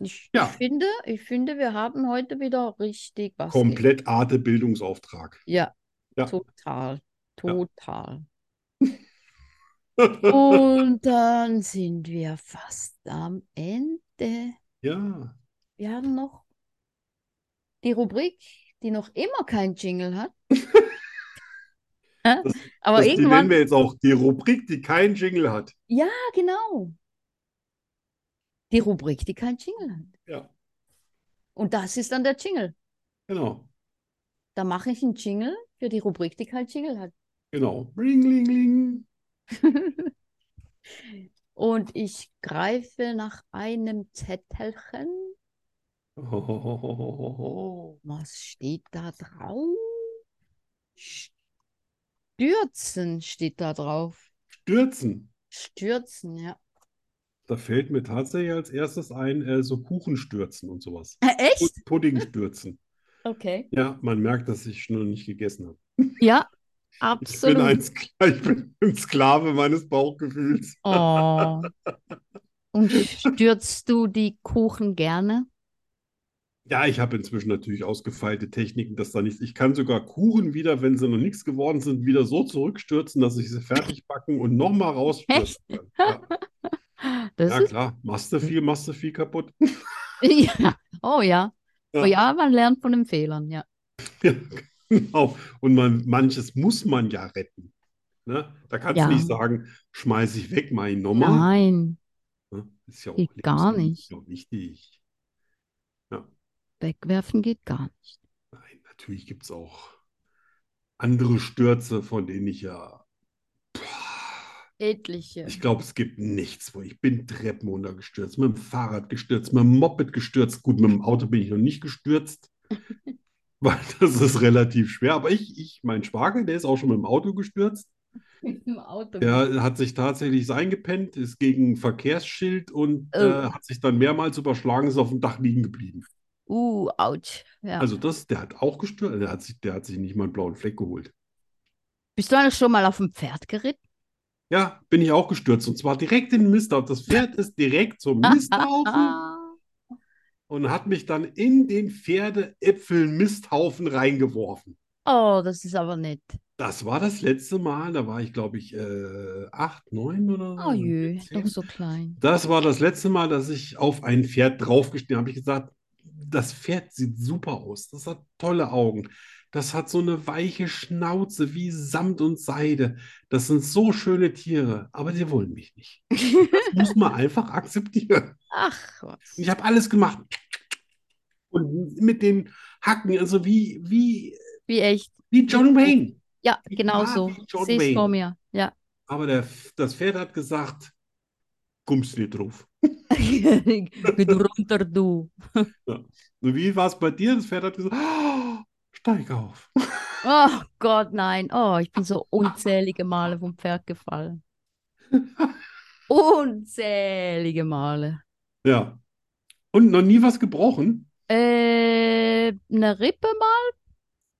[SPEAKER 2] Ich,
[SPEAKER 1] Ja.
[SPEAKER 2] ich finde, ich finde, wir haben heute wieder richtig was. ge-
[SPEAKER 1] Komplett
[SPEAKER 2] <laughs>
[SPEAKER 1] Arte Bildungsauftrag.
[SPEAKER 2] Ja,
[SPEAKER 1] Ja.
[SPEAKER 2] total,
[SPEAKER 1] <laughs>
[SPEAKER 2] total. Und dann sind wir fast am Ende.
[SPEAKER 1] Ja,
[SPEAKER 2] Wir haben noch die Rubrik, die noch immer kein Jingle
[SPEAKER 1] <laughs>
[SPEAKER 2] hat. <laughs> Hä?
[SPEAKER 1] Das-
[SPEAKER 2] Aber
[SPEAKER 1] das, die nennen
[SPEAKER 2] irgendwann,
[SPEAKER 1] wir jetzt auch die Rubrik, die keinen Jingle hat.
[SPEAKER 2] ja, genau. Die Rubrik, die kein Jingle hat.
[SPEAKER 1] Ja,
[SPEAKER 2] Und das ist dann der Jingle.
[SPEAKER 1] genau,
[SPEAKER 2] Da mache ich einen Jingle für die Rubrik, die kein Jingle hat.
[SPEAKER 1] genau. Ring,
[SPEAKER 2] <laughs>
[SPEAKER 1] ling, ling.
[SPEAKER 2] Und ich greife nach einem Zettelchen.
[SPEAKER 1] Oh.
[SPEAKER 2] Was steht da drauf? Stürzen steht da drauf.
[SPEAKER 1] Stürzen.
[SPEAKER 2] Stürzen, ja.
[SPEAKER 1] Da fällt mir tatsächlich als erstes ein, äh, so Kuchenstürzen und sowas.
[SPEAKER 2] Äh, Echt?
[SPEAKER 1] Pud- Puddingstürzen.
[SPEAKER 2] Okay.
[SPEAKER 1] Ja, man merkt, dass ich noch nicht gegessen habe.
[SPEAKER 2] Ja,
[SPEAKER 1] Ich bin
[SPEAKER 2] absolut.
[SPEAKER 1] ein, Skla- <laughs> ich bin ein Sklave meines <laughs> Bauchgefühls.
[SPEAKER 2] Oh. Und stürzt du die Kuchen gerne?
[SPEAKER 1] Ja, ich habe inzwischen natürlich ausgefeilte Techniken, dass da nichts. Ich kann sogar Kuchen wieder, wenn sie noch nichts geworden sind, wieder so zurückstürzen, dass ich sie fertig backen und nochmal rausstürzen kann. Ja,
[SPEAKER 2] <laughs> Das
[SPEAKER 1] ja,
[SPEAKER 2] ist <laughs>
[SPEAKER 1] klar. Machst du viel, machst du viel kaputt. <laughs>
[SPEAKER 2] ja. Oh ja. Oh
[SPEAKER 1] Ja.
[SPEAKER 2] ja, man lernt von den Fehlern, ja.
[SPEAKER 1] Ja, genau. Und man, manches muss man ja retten. Ne? Da kannst
[SPEAKER 2] Ja.
[SPEAKER 1] du nicht sagen, schmeiß ich weg, meine Nummer.
[SPEAKER 2] Nein,
[SPEAKER 1] Ne? Ist ja auch
[SPEAKER 2] Geht gar
[SPEAKER 1] Lebensmittel,
[SPEAKER 2] nicht.
[SPEAKER 1] ist ja wichtig.
[SPEAKER 2] wegwerfen geht gar nicht.
[SPEAKER 1] Nein, natürlich gibt es auch andere Stürze, von denen ich ja.
[SPEAKER 2] Etliche.
[SPEAKER 1] Ich glaube, es gibt nichts, wo ich bin Treppen runtergestürzt, mit dem Fahrrad gestürzt, mit dem Moped gestürzt. Gut, mit dem Auto bin ich noch
[SPEAKER 2] <laughs>
[SPEAKER 1] nicht gestürzt, weil das ist relativ schwer. Aber ich, ich, mein Schwager, der ist auch schon mit dem Auto gestürzt.
[SPEAKER 2] Mhm. Im Auto.
[SPEAKER 1] Der hat sich tatsächlich eingepennt, ist gegen ein Verkehrsschild und
[SPEAKER 2] Oh.
[SPEAKER 1] äh, hat sich dann mehrmals überschlagen, ist auf dem Dach liegen geblieben.
[SPEAKER 2] Uh, ouch. Ja.
[SPEAKER 1] Also das, der hat auch gestürzt, der hat sich, der hat sich nicht mal einen blauen Fleck geholt.
[SPEAKER 2] Bist du eigentlich schon mal auf dem Pferd geritten?
[SPEAKER 1] Ja, bin ich auch gestürzt und zwar direkt in den Misthaufen.
[SPEAKER 2] <laughs>
[SPEAKER 1] Das Pferd ist direkt zum Misthaufen
[SPEAKER 2] Ah.
[SPEAKER 1] und hat mich dann in den Pferdeäpfel-Misthaufen reingeworfen.
[SPEAKER 2] Oh, das ist aber nett.
[SPEAKER 1] Das war das letzte Mal, da war ich glaube ich äh, acht, neun oder
[SPEAKER 2] Oh jö, doch
[SPEAKER 1] zehn.
[SPEAKER 2] so klein.
[SPEAKER 1] Das war das letzte Mal, dass ich auf ein Pferd draufgestiegen habe. Ich gesagt, das Pferd sieht super aus. Das hat tolle Augen. Das hat so eine weiche Schnauze wie Samt und Seide. Das sind so schöne Tiere, aber sie wollen mich nicht.
[SPEAKER 2] <laughs>
[SPEAKER 1] Das muss man einfach akzeptieren.
[SPEAKER 2] Ach, was.
[SPEAKER 1] Und ich habe alles gemacht. Und mit den Hacken, also wie, wie,
[SPEAKER 2] Wie echt.
[SPEAKER 1] wie John Wayne.
[SPEAKER 2] Ja,
[SPEAKER 1] Wie
[SPEAKER 2] genau
[SPEAKER 1] nah
[SPEAKER 2] so.
[SPEAKER 1] wie John
[SPEAKER 2] Sehe es vor
[SPEAKER 1] Wayne.
[SPEAKER 2] mir. Ja. <laughs>
[SPEAKER 1] Aber der, das Pferd hat gesagt, kommst nicht drauf.
[SPEAKER 2] Geht runter, du.
[SPEAKER 1] Und wie war es bei dir? Das Pferd hat gesagt, "Ah, steig auf.
[SPEAKER 2] Oh Gott, nein. Oh, ich bin so unzählige Male vom Pferd gefallen. Unzählige Male.
[SPEAKER 1] Ja. Und noch nie was gebrochen?
[SPEAKER 2] Äh, eine Rippe mal,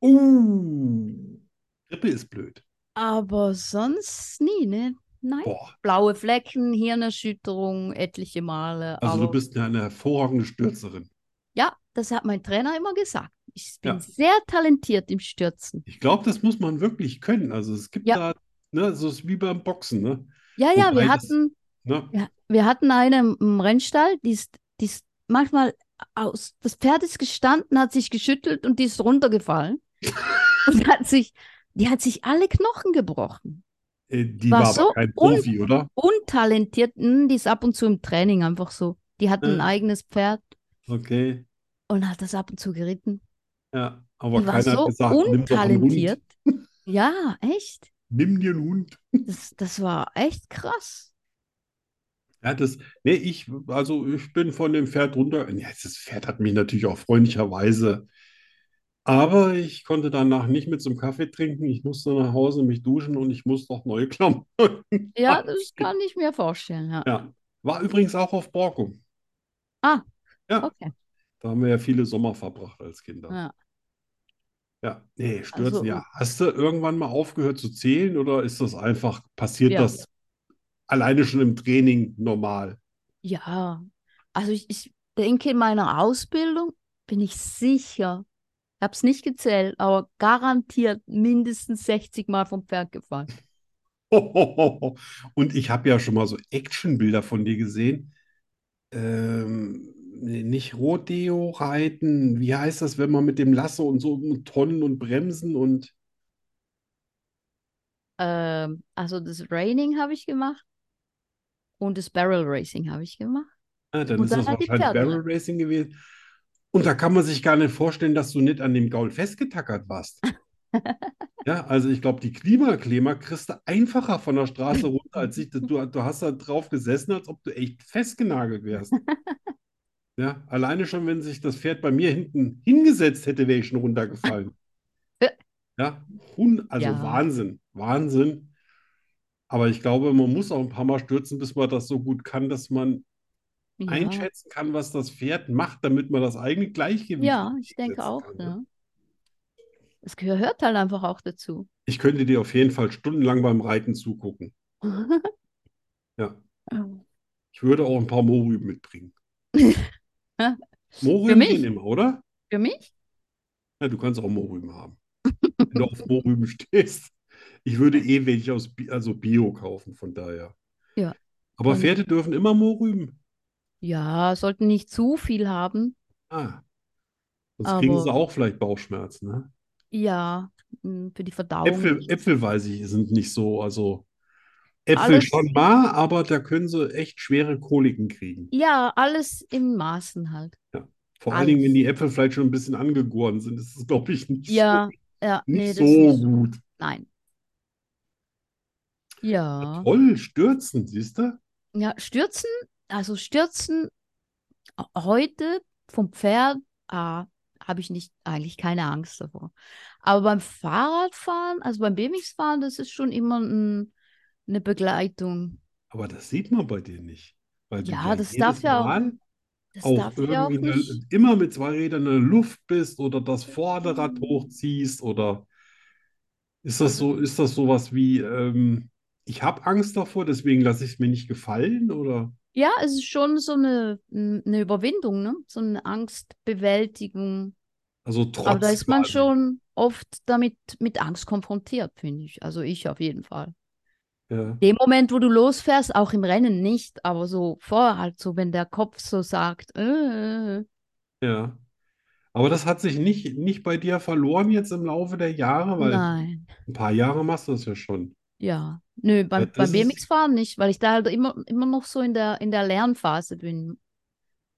[SPEAKER 1] Uh. Grippe ist blöd.
[SPEAKER 2] aber sonst nie, ne? Nein.
[SPEAKER 1] Boah,
[SPEAKER 2] Blaue Flecken, Hirnerschütterung, etliche Male.
[SPEAKER 1] also du
[SPEAKER 2] aber
[SPEAKER 1] bist eine hervorragende Stürzerin.
[SPEAKER 2] ja, das hat mein Trainer immer gesagt. Ich bin
[SPEAKER 1] Ja.
[SPEAKER 2] sehr talentiert im Stürzen.
[SPEAKER 1] Ich glaube, das muss man wirklich können. Also es gibt
[SPEAKER 2] Ja.
[SPEAKER 1] da, ne, so ist wie beim Boxen, ne?
[SPEAKER 2] Ja, ja, wir
[SPEAKER 1] Wobei das-
[SPEAKER 2] hatten,
[SPEAKER 1] Ne?
[SPEAKER 2] Ja, wir hatten eine im- im Rennstall, die ist, die ist manchmal aus, das Pferd ist gestanden, hat sich geschüttelt und die ist
[SPEAKER 1] <laughs>
[SPEAKER 2] runtergefallen. Und hat sich, die hat sich alle Knochen gebrochen.
[SPEAKER 1] Äh, die
[SPEAKER 2] War
[SPEAKER 1] war aber
[SPEAKER 2] so
[SPEAKER 1] kein
[SPEAKER 2] un-
[SPEAKER 1] Profi, oder?
[SPEAKER 2] Untalentiert, hm, die ist ab und zu im Training einfach so. Die hat ein
[SPEAKER 1] Äh.
[SPEAKER 2] eigenes Pferd
[SPEAKER 1] Okay.
[SPEAKER 2] und hat das ab und zu geritten.
[SPEAKER 1] Ja, aber
[SPEAKER 2] die war
[SPEAKER 1] keiner hat
[SPEAKER 2] so
[SPEAKER 1] gesagt, nimm doch einen Hund. <laughs>
[SPEAKER 2] untalentiert. Ja, echt.
[SPEAKER 1] Nimm dir einen Hund.
[SPEAKER 2] Das, das war echt krass.
[SPEAKER 1] Ja, das, nee, ich, also ich bin von dem Pferd runter. Ja, das Pferd hat mich natürlich auch freundlicherweise. Aber ich konnte danach nicht mit zum Kaffee trinken. Ich musste nach Hause mich duschen und ich musste auch neue Klamotten. <laughs>
[SPEAKER 2] Ja, das kann ich mir vorstellen. Ja.
[SPEAKER 1] Ja. War übrigens auch auf Borkum.
[SPEAKER 2] Ah,
[SPEAKER 1] Ja,
[SPEAKER 2] okay.
[SPEAKER 1] Da haben wir ja viele Sommer verbracht als Kinder.
[SPEAKER 2] Ja.
[SPEAKER 1] Ja, nee, stürzen,
[SPEAKER 2] Also,
[SPEAKER 1] ja. Hast du irgendwann mal aufgehört zu zählen oder ist das einfach, passiert
[SPEAKER 2] Ja.
[SPEAKER 1] das alleine schon im Training normal?
[SPEAKER 2] Ja, also ich, ich denke, in meiner Ausbildung bin ich sicher, ich habe es nicht gezählt, aber garantiert mindestens 60 Mal vom Pferd gefallen.
[SPEAKER 1] Hohoho. <laughs> Und ich habe ja schon mal so Actionbilder von dir gesehen. Ähm, nee, nicht Rodeo reiten. Wie heißt das, wenn man mit dem Lasso und so mit Tonnen und Bremsen und
[SPEAKER 2] Ähm, also das Reining habe ich gemacht und das Barrel Racing habe ich gemacht.
[SPEAKER 1] Ah, dann
[SPEAKER 2] Und
[SPEAKER 1] ist
[SPEAKER 2] dann
[SPEAKER 1] das
[SPEAKER 2] hat die
[SPEAKER 1] wahrscheinlich
[SPEAKER 2] Pferde.
[SPEAKER 1] Barrel Racing gewesen. Und da kann man sich gar nicht vorstellen, dass du nicht an dem Gaul
[SPEAKER 2] <laughs>
[SPEAKER 1] festgetackert warst. Ja, also ich glaube, die Klimakleber kriegst du einfacher von der Straße runter, als ich. Du, du hast da drauf gesessen, als ob du echt festgenagelt wärst.
[SPEAKER 2] <laughs>
[SPEAKER 1] Ja, alleine schon, wenn sich das Pferd bei mir hinten hingesetzt hätte, wäre ich schon runtergefallen. Ja, hun, also
[SPEAKER 2] Äh. Ja.
[SPEAKER 1] Wahnsinn, Wahnsinn. Aber ich glaube, man muss auch ein paar Mal stürzen, bis man das so gut kann, dass man
[SPEAKER 2] Ja,
[SPEAKER 1] einschätzen kann, was das Pferd macht, damit man das eigene Gleichgewicht
[SPEAKER 2] ja, ich denke
[SPEAKER 1] setzen
[SPEAKER 2] auch,
[SPEAKER 1] kann. ne?
[SPEAKER 2] ja. Das gehört halt einfach auch dazu. <laughs>
[SPEAKER 1] Ich könnte dir auf jeden Fall stundenlang beim Reiten zugucken. Ja.
[SPEAKER 2] Ähm,
[SPEAKER 1] Ich würde auch ein paar Morüben mitbringen.
[SPEAKER 2] <laughs> Für
[SPEAKER 1] Morüben
[SPEAKER 2] mich?
[SPEAKER 1] gehen immer, oder?
[SPEAKER 2] Für mich?
[SPEAKER 1] Ja, du kannst auch Morüben haben, wenn du auf Morüben <laughs> stehst. Ich würde eh welche aus Bi also Bio kaufen, von daher.
[SPEAKER 2] Ja.
[SPEAKER 1] Aber
[SPEAKER 2] Und-
[SPEAKER 1] Pferde dürfen immer Morüben.
[SPEAKER 2] Ja, sollten nicht zu viel haben.
[SPEAKER 1] Ah. Sonst kriegen sie
[SPEAKER 2] Aber-
[SPEAKER 1] auch vielleicht Bauchschmerzen, ne?
[SPEAKER 2] Ja, mh, für die Verdauung
[SPEAKER 1] Äpfel,
[SPEAKER 2] nicht.
[SPEAKER 1] Äpfel weiß ich, sind nicht so, also Äpfel
[SPEAKER 2] Alles-
[SPEAKER 1] schon mal, aber da können sie echt schwere Koliken kriegen.
[SPEAKER 2] Ja, alles in Maßen halt.
[SPEAKER 1] Vor allen Dingen,
[SPEAKER 2] Alles.
[SPEAKER 1] wenn die Äpfel vielleicht schon ein bisschen angegoren sind, ist es, glaube ich, nicht
[SPEAKER 2] Ja, ja,
[SPEAKER 1] so, nicht
[SPEAKER 2] nee, das
[SPEAKER 1] so
[SPEAKER 2] nicht so.
[SPEAKER 1] gut.
[SPEAKER 2] Nein. Ja.
[SPEAKER 1] Toll, stürzen, siehst du?
[SPEAKER 2] Ja, stürzen, also stürzen äh, heute vom Pferd ah, habe ich nicht eigentlich keine Angst davor. Aber beim Fahrradfahren, also beim BMX-Fahren, das ist schon immer ein, eine Begleitung.
[SPEAKER 1] Aber das sieht man bei dir nicht. Weil du
[SPEAKER 2] Ja,
[SPEAKER 1] ja
[SPEAKER 2] das
[SPEAKER 1] jedes
[SPEAKER 2] darf ja auch-
[SPEAKER 1] Mal
[SPEAKER 2] Das
[SPEAKER 1] auch
[SPEAKER 2] darf ja auch
[SPEAKER 1] irgendwie eine-
[SPEAKER 2] nicht. Mhm.
[SPEAKER 1] immer mit zwei Rädern in der Luft bist oder das Vorderrad hochziehst oder ist das
[SPEAKER 2] Also
[SPEAKER 1] so, ist das sowas wie, ähm, ich habe Angst davor, deswegen lasse ich es mir nicht gefallen oder?
[SPEAKER 2] Ja, es ist schon so eine, m, eine Überwindung, ne? So eine Angstbewältigung.
[SPEAKER 1] Also
[SPEAKER 2] Aber da
[SPEAKER 1] Trotz
[SPEAKER 2] ist man
[SPEAKER 1] quasi.
[SPEAKER 2] schon oft damit mit Angst konfrontiert, finde ich. Also ich auf jeden Fall.
[SPEAKER 1] Ja.
[SPEAKER 2] dem Moment, wo du losfährst, auch im Rennen nicht, aber so vorher halt so, wenn der Kopf so sagt, äh,
[SPEAKER 1] Ja. Aber das hat sich nicht, nicht bei dir verloren jetzt im Laufe der Jahre, weil
[SPEAKER 2] nein,
[SPEAKER 1] ein paar Jahre machst du das ja schon.
[SPEAKER 2] ja, nö, beim,
[SPEAKER 1] Ja, das
[SPEAKER 2] beim
[SPEAKER 1] ist-
[SPEAKER 2] BMX-Fahren nicht, weil ich da halt immer, immer noch so in der, in der Lernphase bin.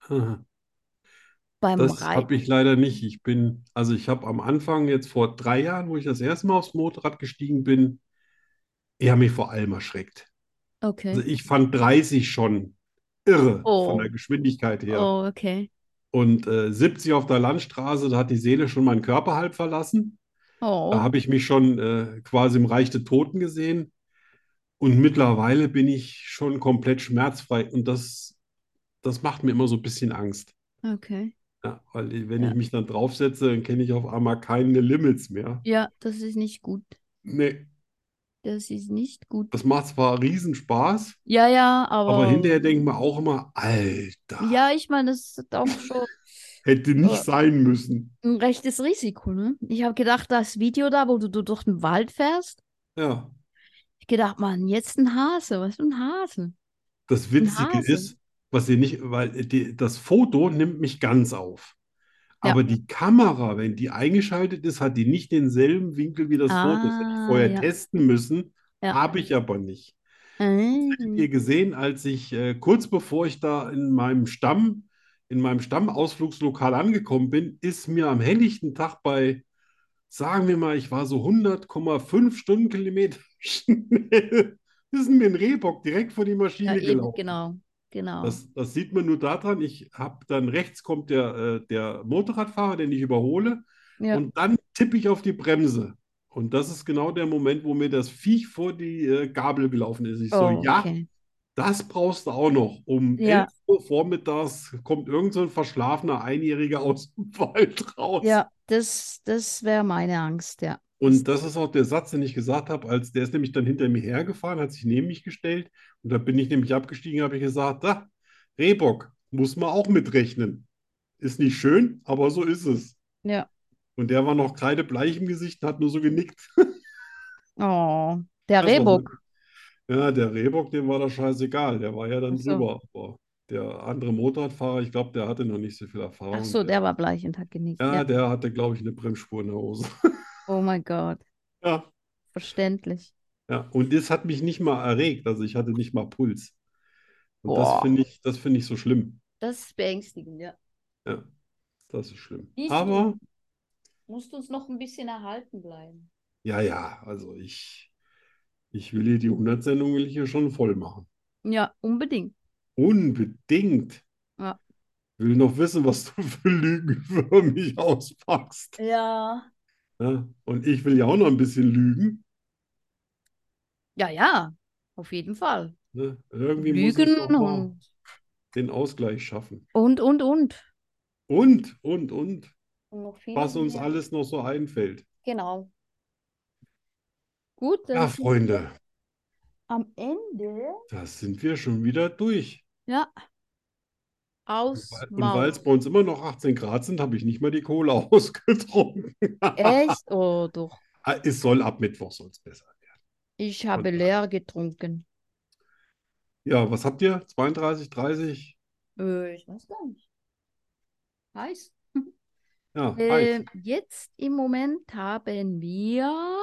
[SPEAKER 1] Aha.
[SPEAKER 2] Beim
[SPEAKER 1] Das
[SPEAKER 2] Reiten,
[SPEAKER 1] habe ich leider nicht. Ich bin, also ich habe am Anfang jetzt vor drei Jahren, wo ich das erste Mal aufs Motorrad gestiegen bin, ich habe mich vor allem erschreckt. Also
[SPEAKER 2] okay.
[SPEAKER 1] ich fand 30 schon irre von
[SPEAKER 2] Oh.
[SPEAKER 1] der Geschwindigkeit her.
[SPEAKER 2] Oh, okay.
[SPEAKER 1] Und äh, 70 auf der Landstraße, da hat die Seele schon meinen Körper halb verlassen. Da
[SPEAKER 2] Oh,
[SPEAKER 1] habe ich mich schon äh, quasi im Reich der Toten gesehen. Und mittlerweile bin ich schon komplett schmerzfrei. Und das, das macht mir immer so ein bisschen Angst.
[SPEAKER 2] okay.
[SPEAKER 1] Ja, weil ich- wenn
[SPEAKER 2] Ja.
[SPEAKER 1] ich mich dann draufsetze, dann kenne ich auf einmal keine Limits mehr.
[SPEAKER 2] Ja, das ist nicht gut.
[SPEAKER 1] Nee,
[SPEAKER 2] Das ist nicht gut.
[SPEAKER 1] das macht zwar riesen Spaß,
[SPEAKER 2] Ja, ja,
[SPEAKER 1] aber
[SPEAKER 2] aber
[SPEAKER 1] hinterher denkt man auch immer, Alter,
[SPEAKER 2] Oh. ja, Oh. ich meine, das ist auch schon
[SPEAKER 1] hätte nicht
[SPEAKER 2] Aber-
[SPEAKER 1] sein müssen.
[SPEAKER 2] ein rechtes Risiko, ne? Ich habe gedacht, das Video da, wo du, du durch den Wald fährst,
[SPEAKER 1] Ja,
[SPEAKER 2] Ich gedacht, Mann, jetzt ein Hase, was für ein Hase?
[SPEAKER 1] das Witzige
[SPEAKER 2] Hase.
[SPEAKER 1] ist, was ihr nicht, weil die, das Foto nimmt mich ganz auf.
[SPEAKER 2] Ja.
[SPEAKER 1] Aber die Kamera, wenn die eingeschaltet ist, hat die nicht denselben Winkel wie das Foto. Das hätte ich
[SPEAKER 2] Ah,
[SPEAKER 1] vorher
[SPEAKER 2] ja.
[SPEAKER 1] testen müssen,
[SPEAKER 2] Ja.
[SPEAKER 1] habe ich aber nicht. Habt
[SPEAKER 2] Äh,
[SPEAKER 1] ihr gesehen, als ich äh, kurz bevor ich da in meinem Stamm, in meinem Stammausflugslokal angekommen bin, ist mir am helllichten Tag bei, sagen wir mal, ich war so 100,5 Stundenkilometer <laughs> schnell, ist mir ein Rehbock direkt vor die
[SPEAKER 2] ja,
[SPEAKER 1] Maschine
[SPEAKER 2] eben,
[SPEAKER 1] gelaufen.
[SPEAKER 2] genau, genau.
[SPEAKER 1] Das, das sieht man nur daran, ich habe dann rechts kommt der, äh, der Motorradfahrer, den ich überhole,
[SPEAKER 2] Ja.
[SPEAKER 1] und dann tippe ich auf die Bremse. Und das ist genau der Moment, wo mir das Viech vor die äh, Gabel gelaufen ist. Ich so,
[SPEAKER 2] Oh,
[SPEAKER 1] ja,
[SPEAKER 2] okay.
[SPEAKER 1] Das brauchst du auch noch. Um
[SPEAKER 2] Ja.
[SPEAKER 1] 11 Uhr vormittags kommt irgend so ein verschlafener Einjähriger aus dem <laughs> Wald raus.
[SPEAKER 2] Ja, das, das wäre meine Angst, ja.
[SPEAKER 1] Und das ist auch der Satz, den ich gesagt habe, als der ist nämlich dann hinter mir hergefahren, hat sich neben mich gestellt und da bin ich nämlich abgestiegen, habe ich gesagt, da, Rehbock, muss man auch mitrechnen. Ist nicht schön, aber so ist es.
[SPEAKER 2] Ja.
[SPEAKER 1] Und der war noch kreidebleich im Gesicht und hat nur so genickt.
[SPEAKER 2] Oh, der
[SPEAKER 1] Das war so-
[SPEAKER 2] Rehbock.
[SPEAKER 1] Also, ne, Ja, der Rehbock, dem war das scheißegal, der war ja dann
[SPEAKER 2] Ach so.
[SPEAKER 1] drüber. Aber der andere Motorradfahrer, ich glaube, der hatte noch nicht so viel Erfahrung.
[SPEAKER 2] Ach so, der war bleich und hat genickt.
[SPEAKER 1] Ja,
[SPEAKER 2] Ja.
[SPEAKER 1] der hatte, glaube ich, eine Bremsspur in der Hose. <laughs>
[SPEAKER 2] Oh mein Gott,
[SPEAKER 1] Ja.
[SPEAKER 2] verständlich.
[SPEAKER 1] Ja, und das hat mich nicht mal erregt, also ich hatte nicht mal Puls. Und das
[SPEAKER 2] Boah.
[SPEAKER 1] finde ich, das finde ich so schlimm.
[SPEAKER 2] Das ist beängstigend, ja.
[SPEAKER 1] Ja, das ist schlimm.
[SPEAKER 2] Siehst du?
[SPEAKER 1] Aber
[SPEAKER 2] Musst uns noch ein bisschen erhalten bleiben.
[SPEAKER 1] ja, ja, also ich, ich will hier die 100-Sendung will ich hier schon voll machen.
[SPEAKER 2] Ja, unbedingt.
[SPEAKER 1] Unbedingt.
[SPEAKER 2] Ja.
[SPEAKER 1] Will noch wissen, was du <laughs> für Lügen über mich auspackst.
[SPEAKER 2] Ja.
[SPEAKER 1] Ja, und ich will ja auch noch ein bisschen lügen.
[SPEAKER 2] Ja, ja, auf jeden Fall.
[SPEAKER 1] Ne? Irgendwie muss ich
[SPEAKER 2] Lügen
[SPEAKER 1] noch mal
[SPEAKER 2] und,
[SPEAKER 1] den Ausgleich schaffen.
[SPEAKER 2] und, und, und.
[SPEAKER 1] Und, und, und,
[SPEAKER 2] Und noch viel
[SPEAKER 1] was uns
[SPEAKER 2] mehr.
[SPEAKER 1] alles noch so einfällt.
[SPEAKER 2] Genau. Gut, dann
[SPEAKER 1] Ja,
[SPEAKER 2] sind wir
[SPEAKER 1] Freunde.
[SPEAKER 2] am Ende.
[SPEAKER 1] Das sind wir schon wieder durch.
[SPEAKER 2] Ja. Aus
[SPEAKER 1] Und weil es
[SPEAKER 2] Maul.
[SPEAKER 1] bei uns immer noch 18 Grad sind, habe ich nicht mal die Cola <laughs> ausgetrunken.
[SPEAKER 2] Echt? <laughs> Oh, doch.
[SPEAKER 1] Ah, Es soll ab Mittwoch sonst besser werden.
[SPEAKER 2] Ich habe
[SPEAKER 1] Und-
[SPEAKER 2] leer getrunken.
[SPEAKER 1] Ja, was habt ihr? 32, 30?
[SPEAKER 2] Äh, ich weiß gar nicht. Heiß.
[SPEAKER 1] Ja,
[SPEAKER 2] Äh,
[SPEAKER 1] heiß.
[SPEAKER 2] jetzt im Moment haben wir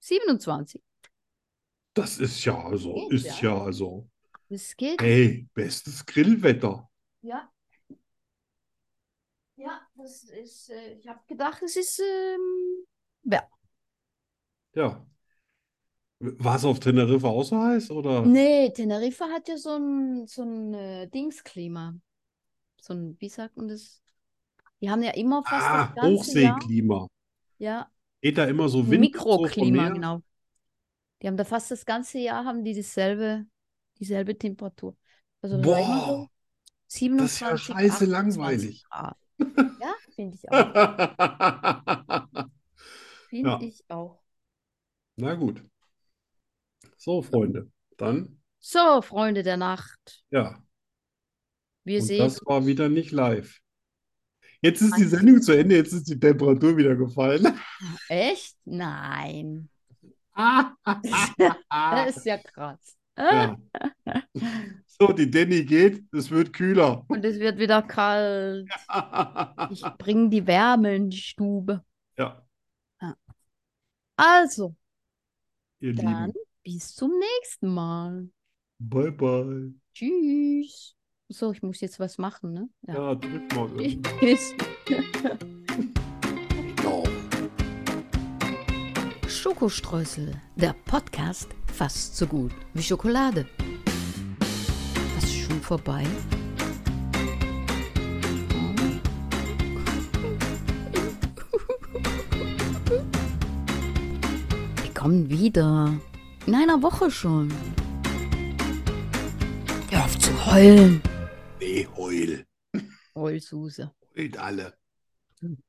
[SPEAKER 2] 27.
[SPEAKER 1] Das ist ja also,
[SPEAKER 2] geht,
[SPEAKER 1] ist ja also.
[SPEAKER 2] Es geht.
[SPEAKER 1] Hey, bestes Grillwetter.
[SPEAKER 2] Ja. Ja, das ist, äh, ich habe gedacht, es ist, ähm,
[SPEAKER 1] Ja. War es auf Teneriffa auch so heiß oder?
[SPEAKER 2] nee, Teneriffa hat ja so ein, so ein äh, Dingsklima. So ein, wie sagt man das? Die haben ja immer fast das
[SPEAKER 1] Ah,
[SPEAKER 2] ganze Jahr.
[SPEAKER 1] Hochseeklima.
[SPEAKER 2] Ja,
[SPEAKER 1] Geht da immer so Wind und so vom
[SPEAKER 2] Mikroklima,
[SPEAKER 1] Meer?
[SPEAKER 2] genau. Die haben da fast das ganze Jahr, haben die dieselbe, dieselbe Temperatur. Also das war immer so
[SPEAKER 1] Boah, das ist ja
[SPEAKER 2] 27,
[SPEAKER 1] scheiße
[SPEAKER 2] 28
[SPEAKER 1] langweilig. <laughs>
[SPEAKER 2] Grad. Ja, finde ich auch. Finde
[SPEAKER 1] Ja.
[SPEAKER 2] ich auch.
[SPEAKER 1] <laughs> Na gut. So, Freunde, dann,
[SPEAKER 2] So, Freunde der Nacht,
[SPEAKER 1] ja,
[SPEAKER 2] wir
[SPEAKER 1] und
[SPEAKER 2] sehen
[SPEAKER 1] das war wieder nicht live. Jetzt ist die
[SPEAKER 2] Nein.
[SPEAKER 1] Sendung zu Ende, jetzt ist die Temperatur
[SPEAKER 2] <laughs>
[SPEAKER 1] wieder gefallen. <laughs>
[SPEAKER 2] Echt? Nein. Das ist ja krass.
[SPEAKER 1] Ah.
[SPEAKER 2] Ah,
[SPEAKER 1] Ja. So, die Denny geht, es wird kühler. <laughs>
[SPEAKER 2] Und es wird wieder kalt. Ich
[SPEAKER 1] Ja.
[SPEAKER 2] bringe die Wärme in die Stube. Also,
[SPEAKER 1] ihr
[SPEAKER 2] dann
[SPEAKER 1] Lieben,
[SPEAKER 2] bis zum nächsten Mal.
[SPEAKER 1] bye bye.
[SPEAKER 2] Tschüss. So, ich muss jetzt was machen, ne? Ja.
[SPEAKER 1] Ja, drück mal irgendwie.
[SPEAKER 2] Tschüss.
[SPEAKER 3] Schokostreusel, der Podcast fast so gut wie Schokolade. Was ist schon vorbei? Die kommen wieder. In einer Woche schon. Hör auf zu heulen.
[SPEAKER 1] Nee, heul.
[SPEAKER 2] Heulsuse.
[SPEAKER 1] Heult alle.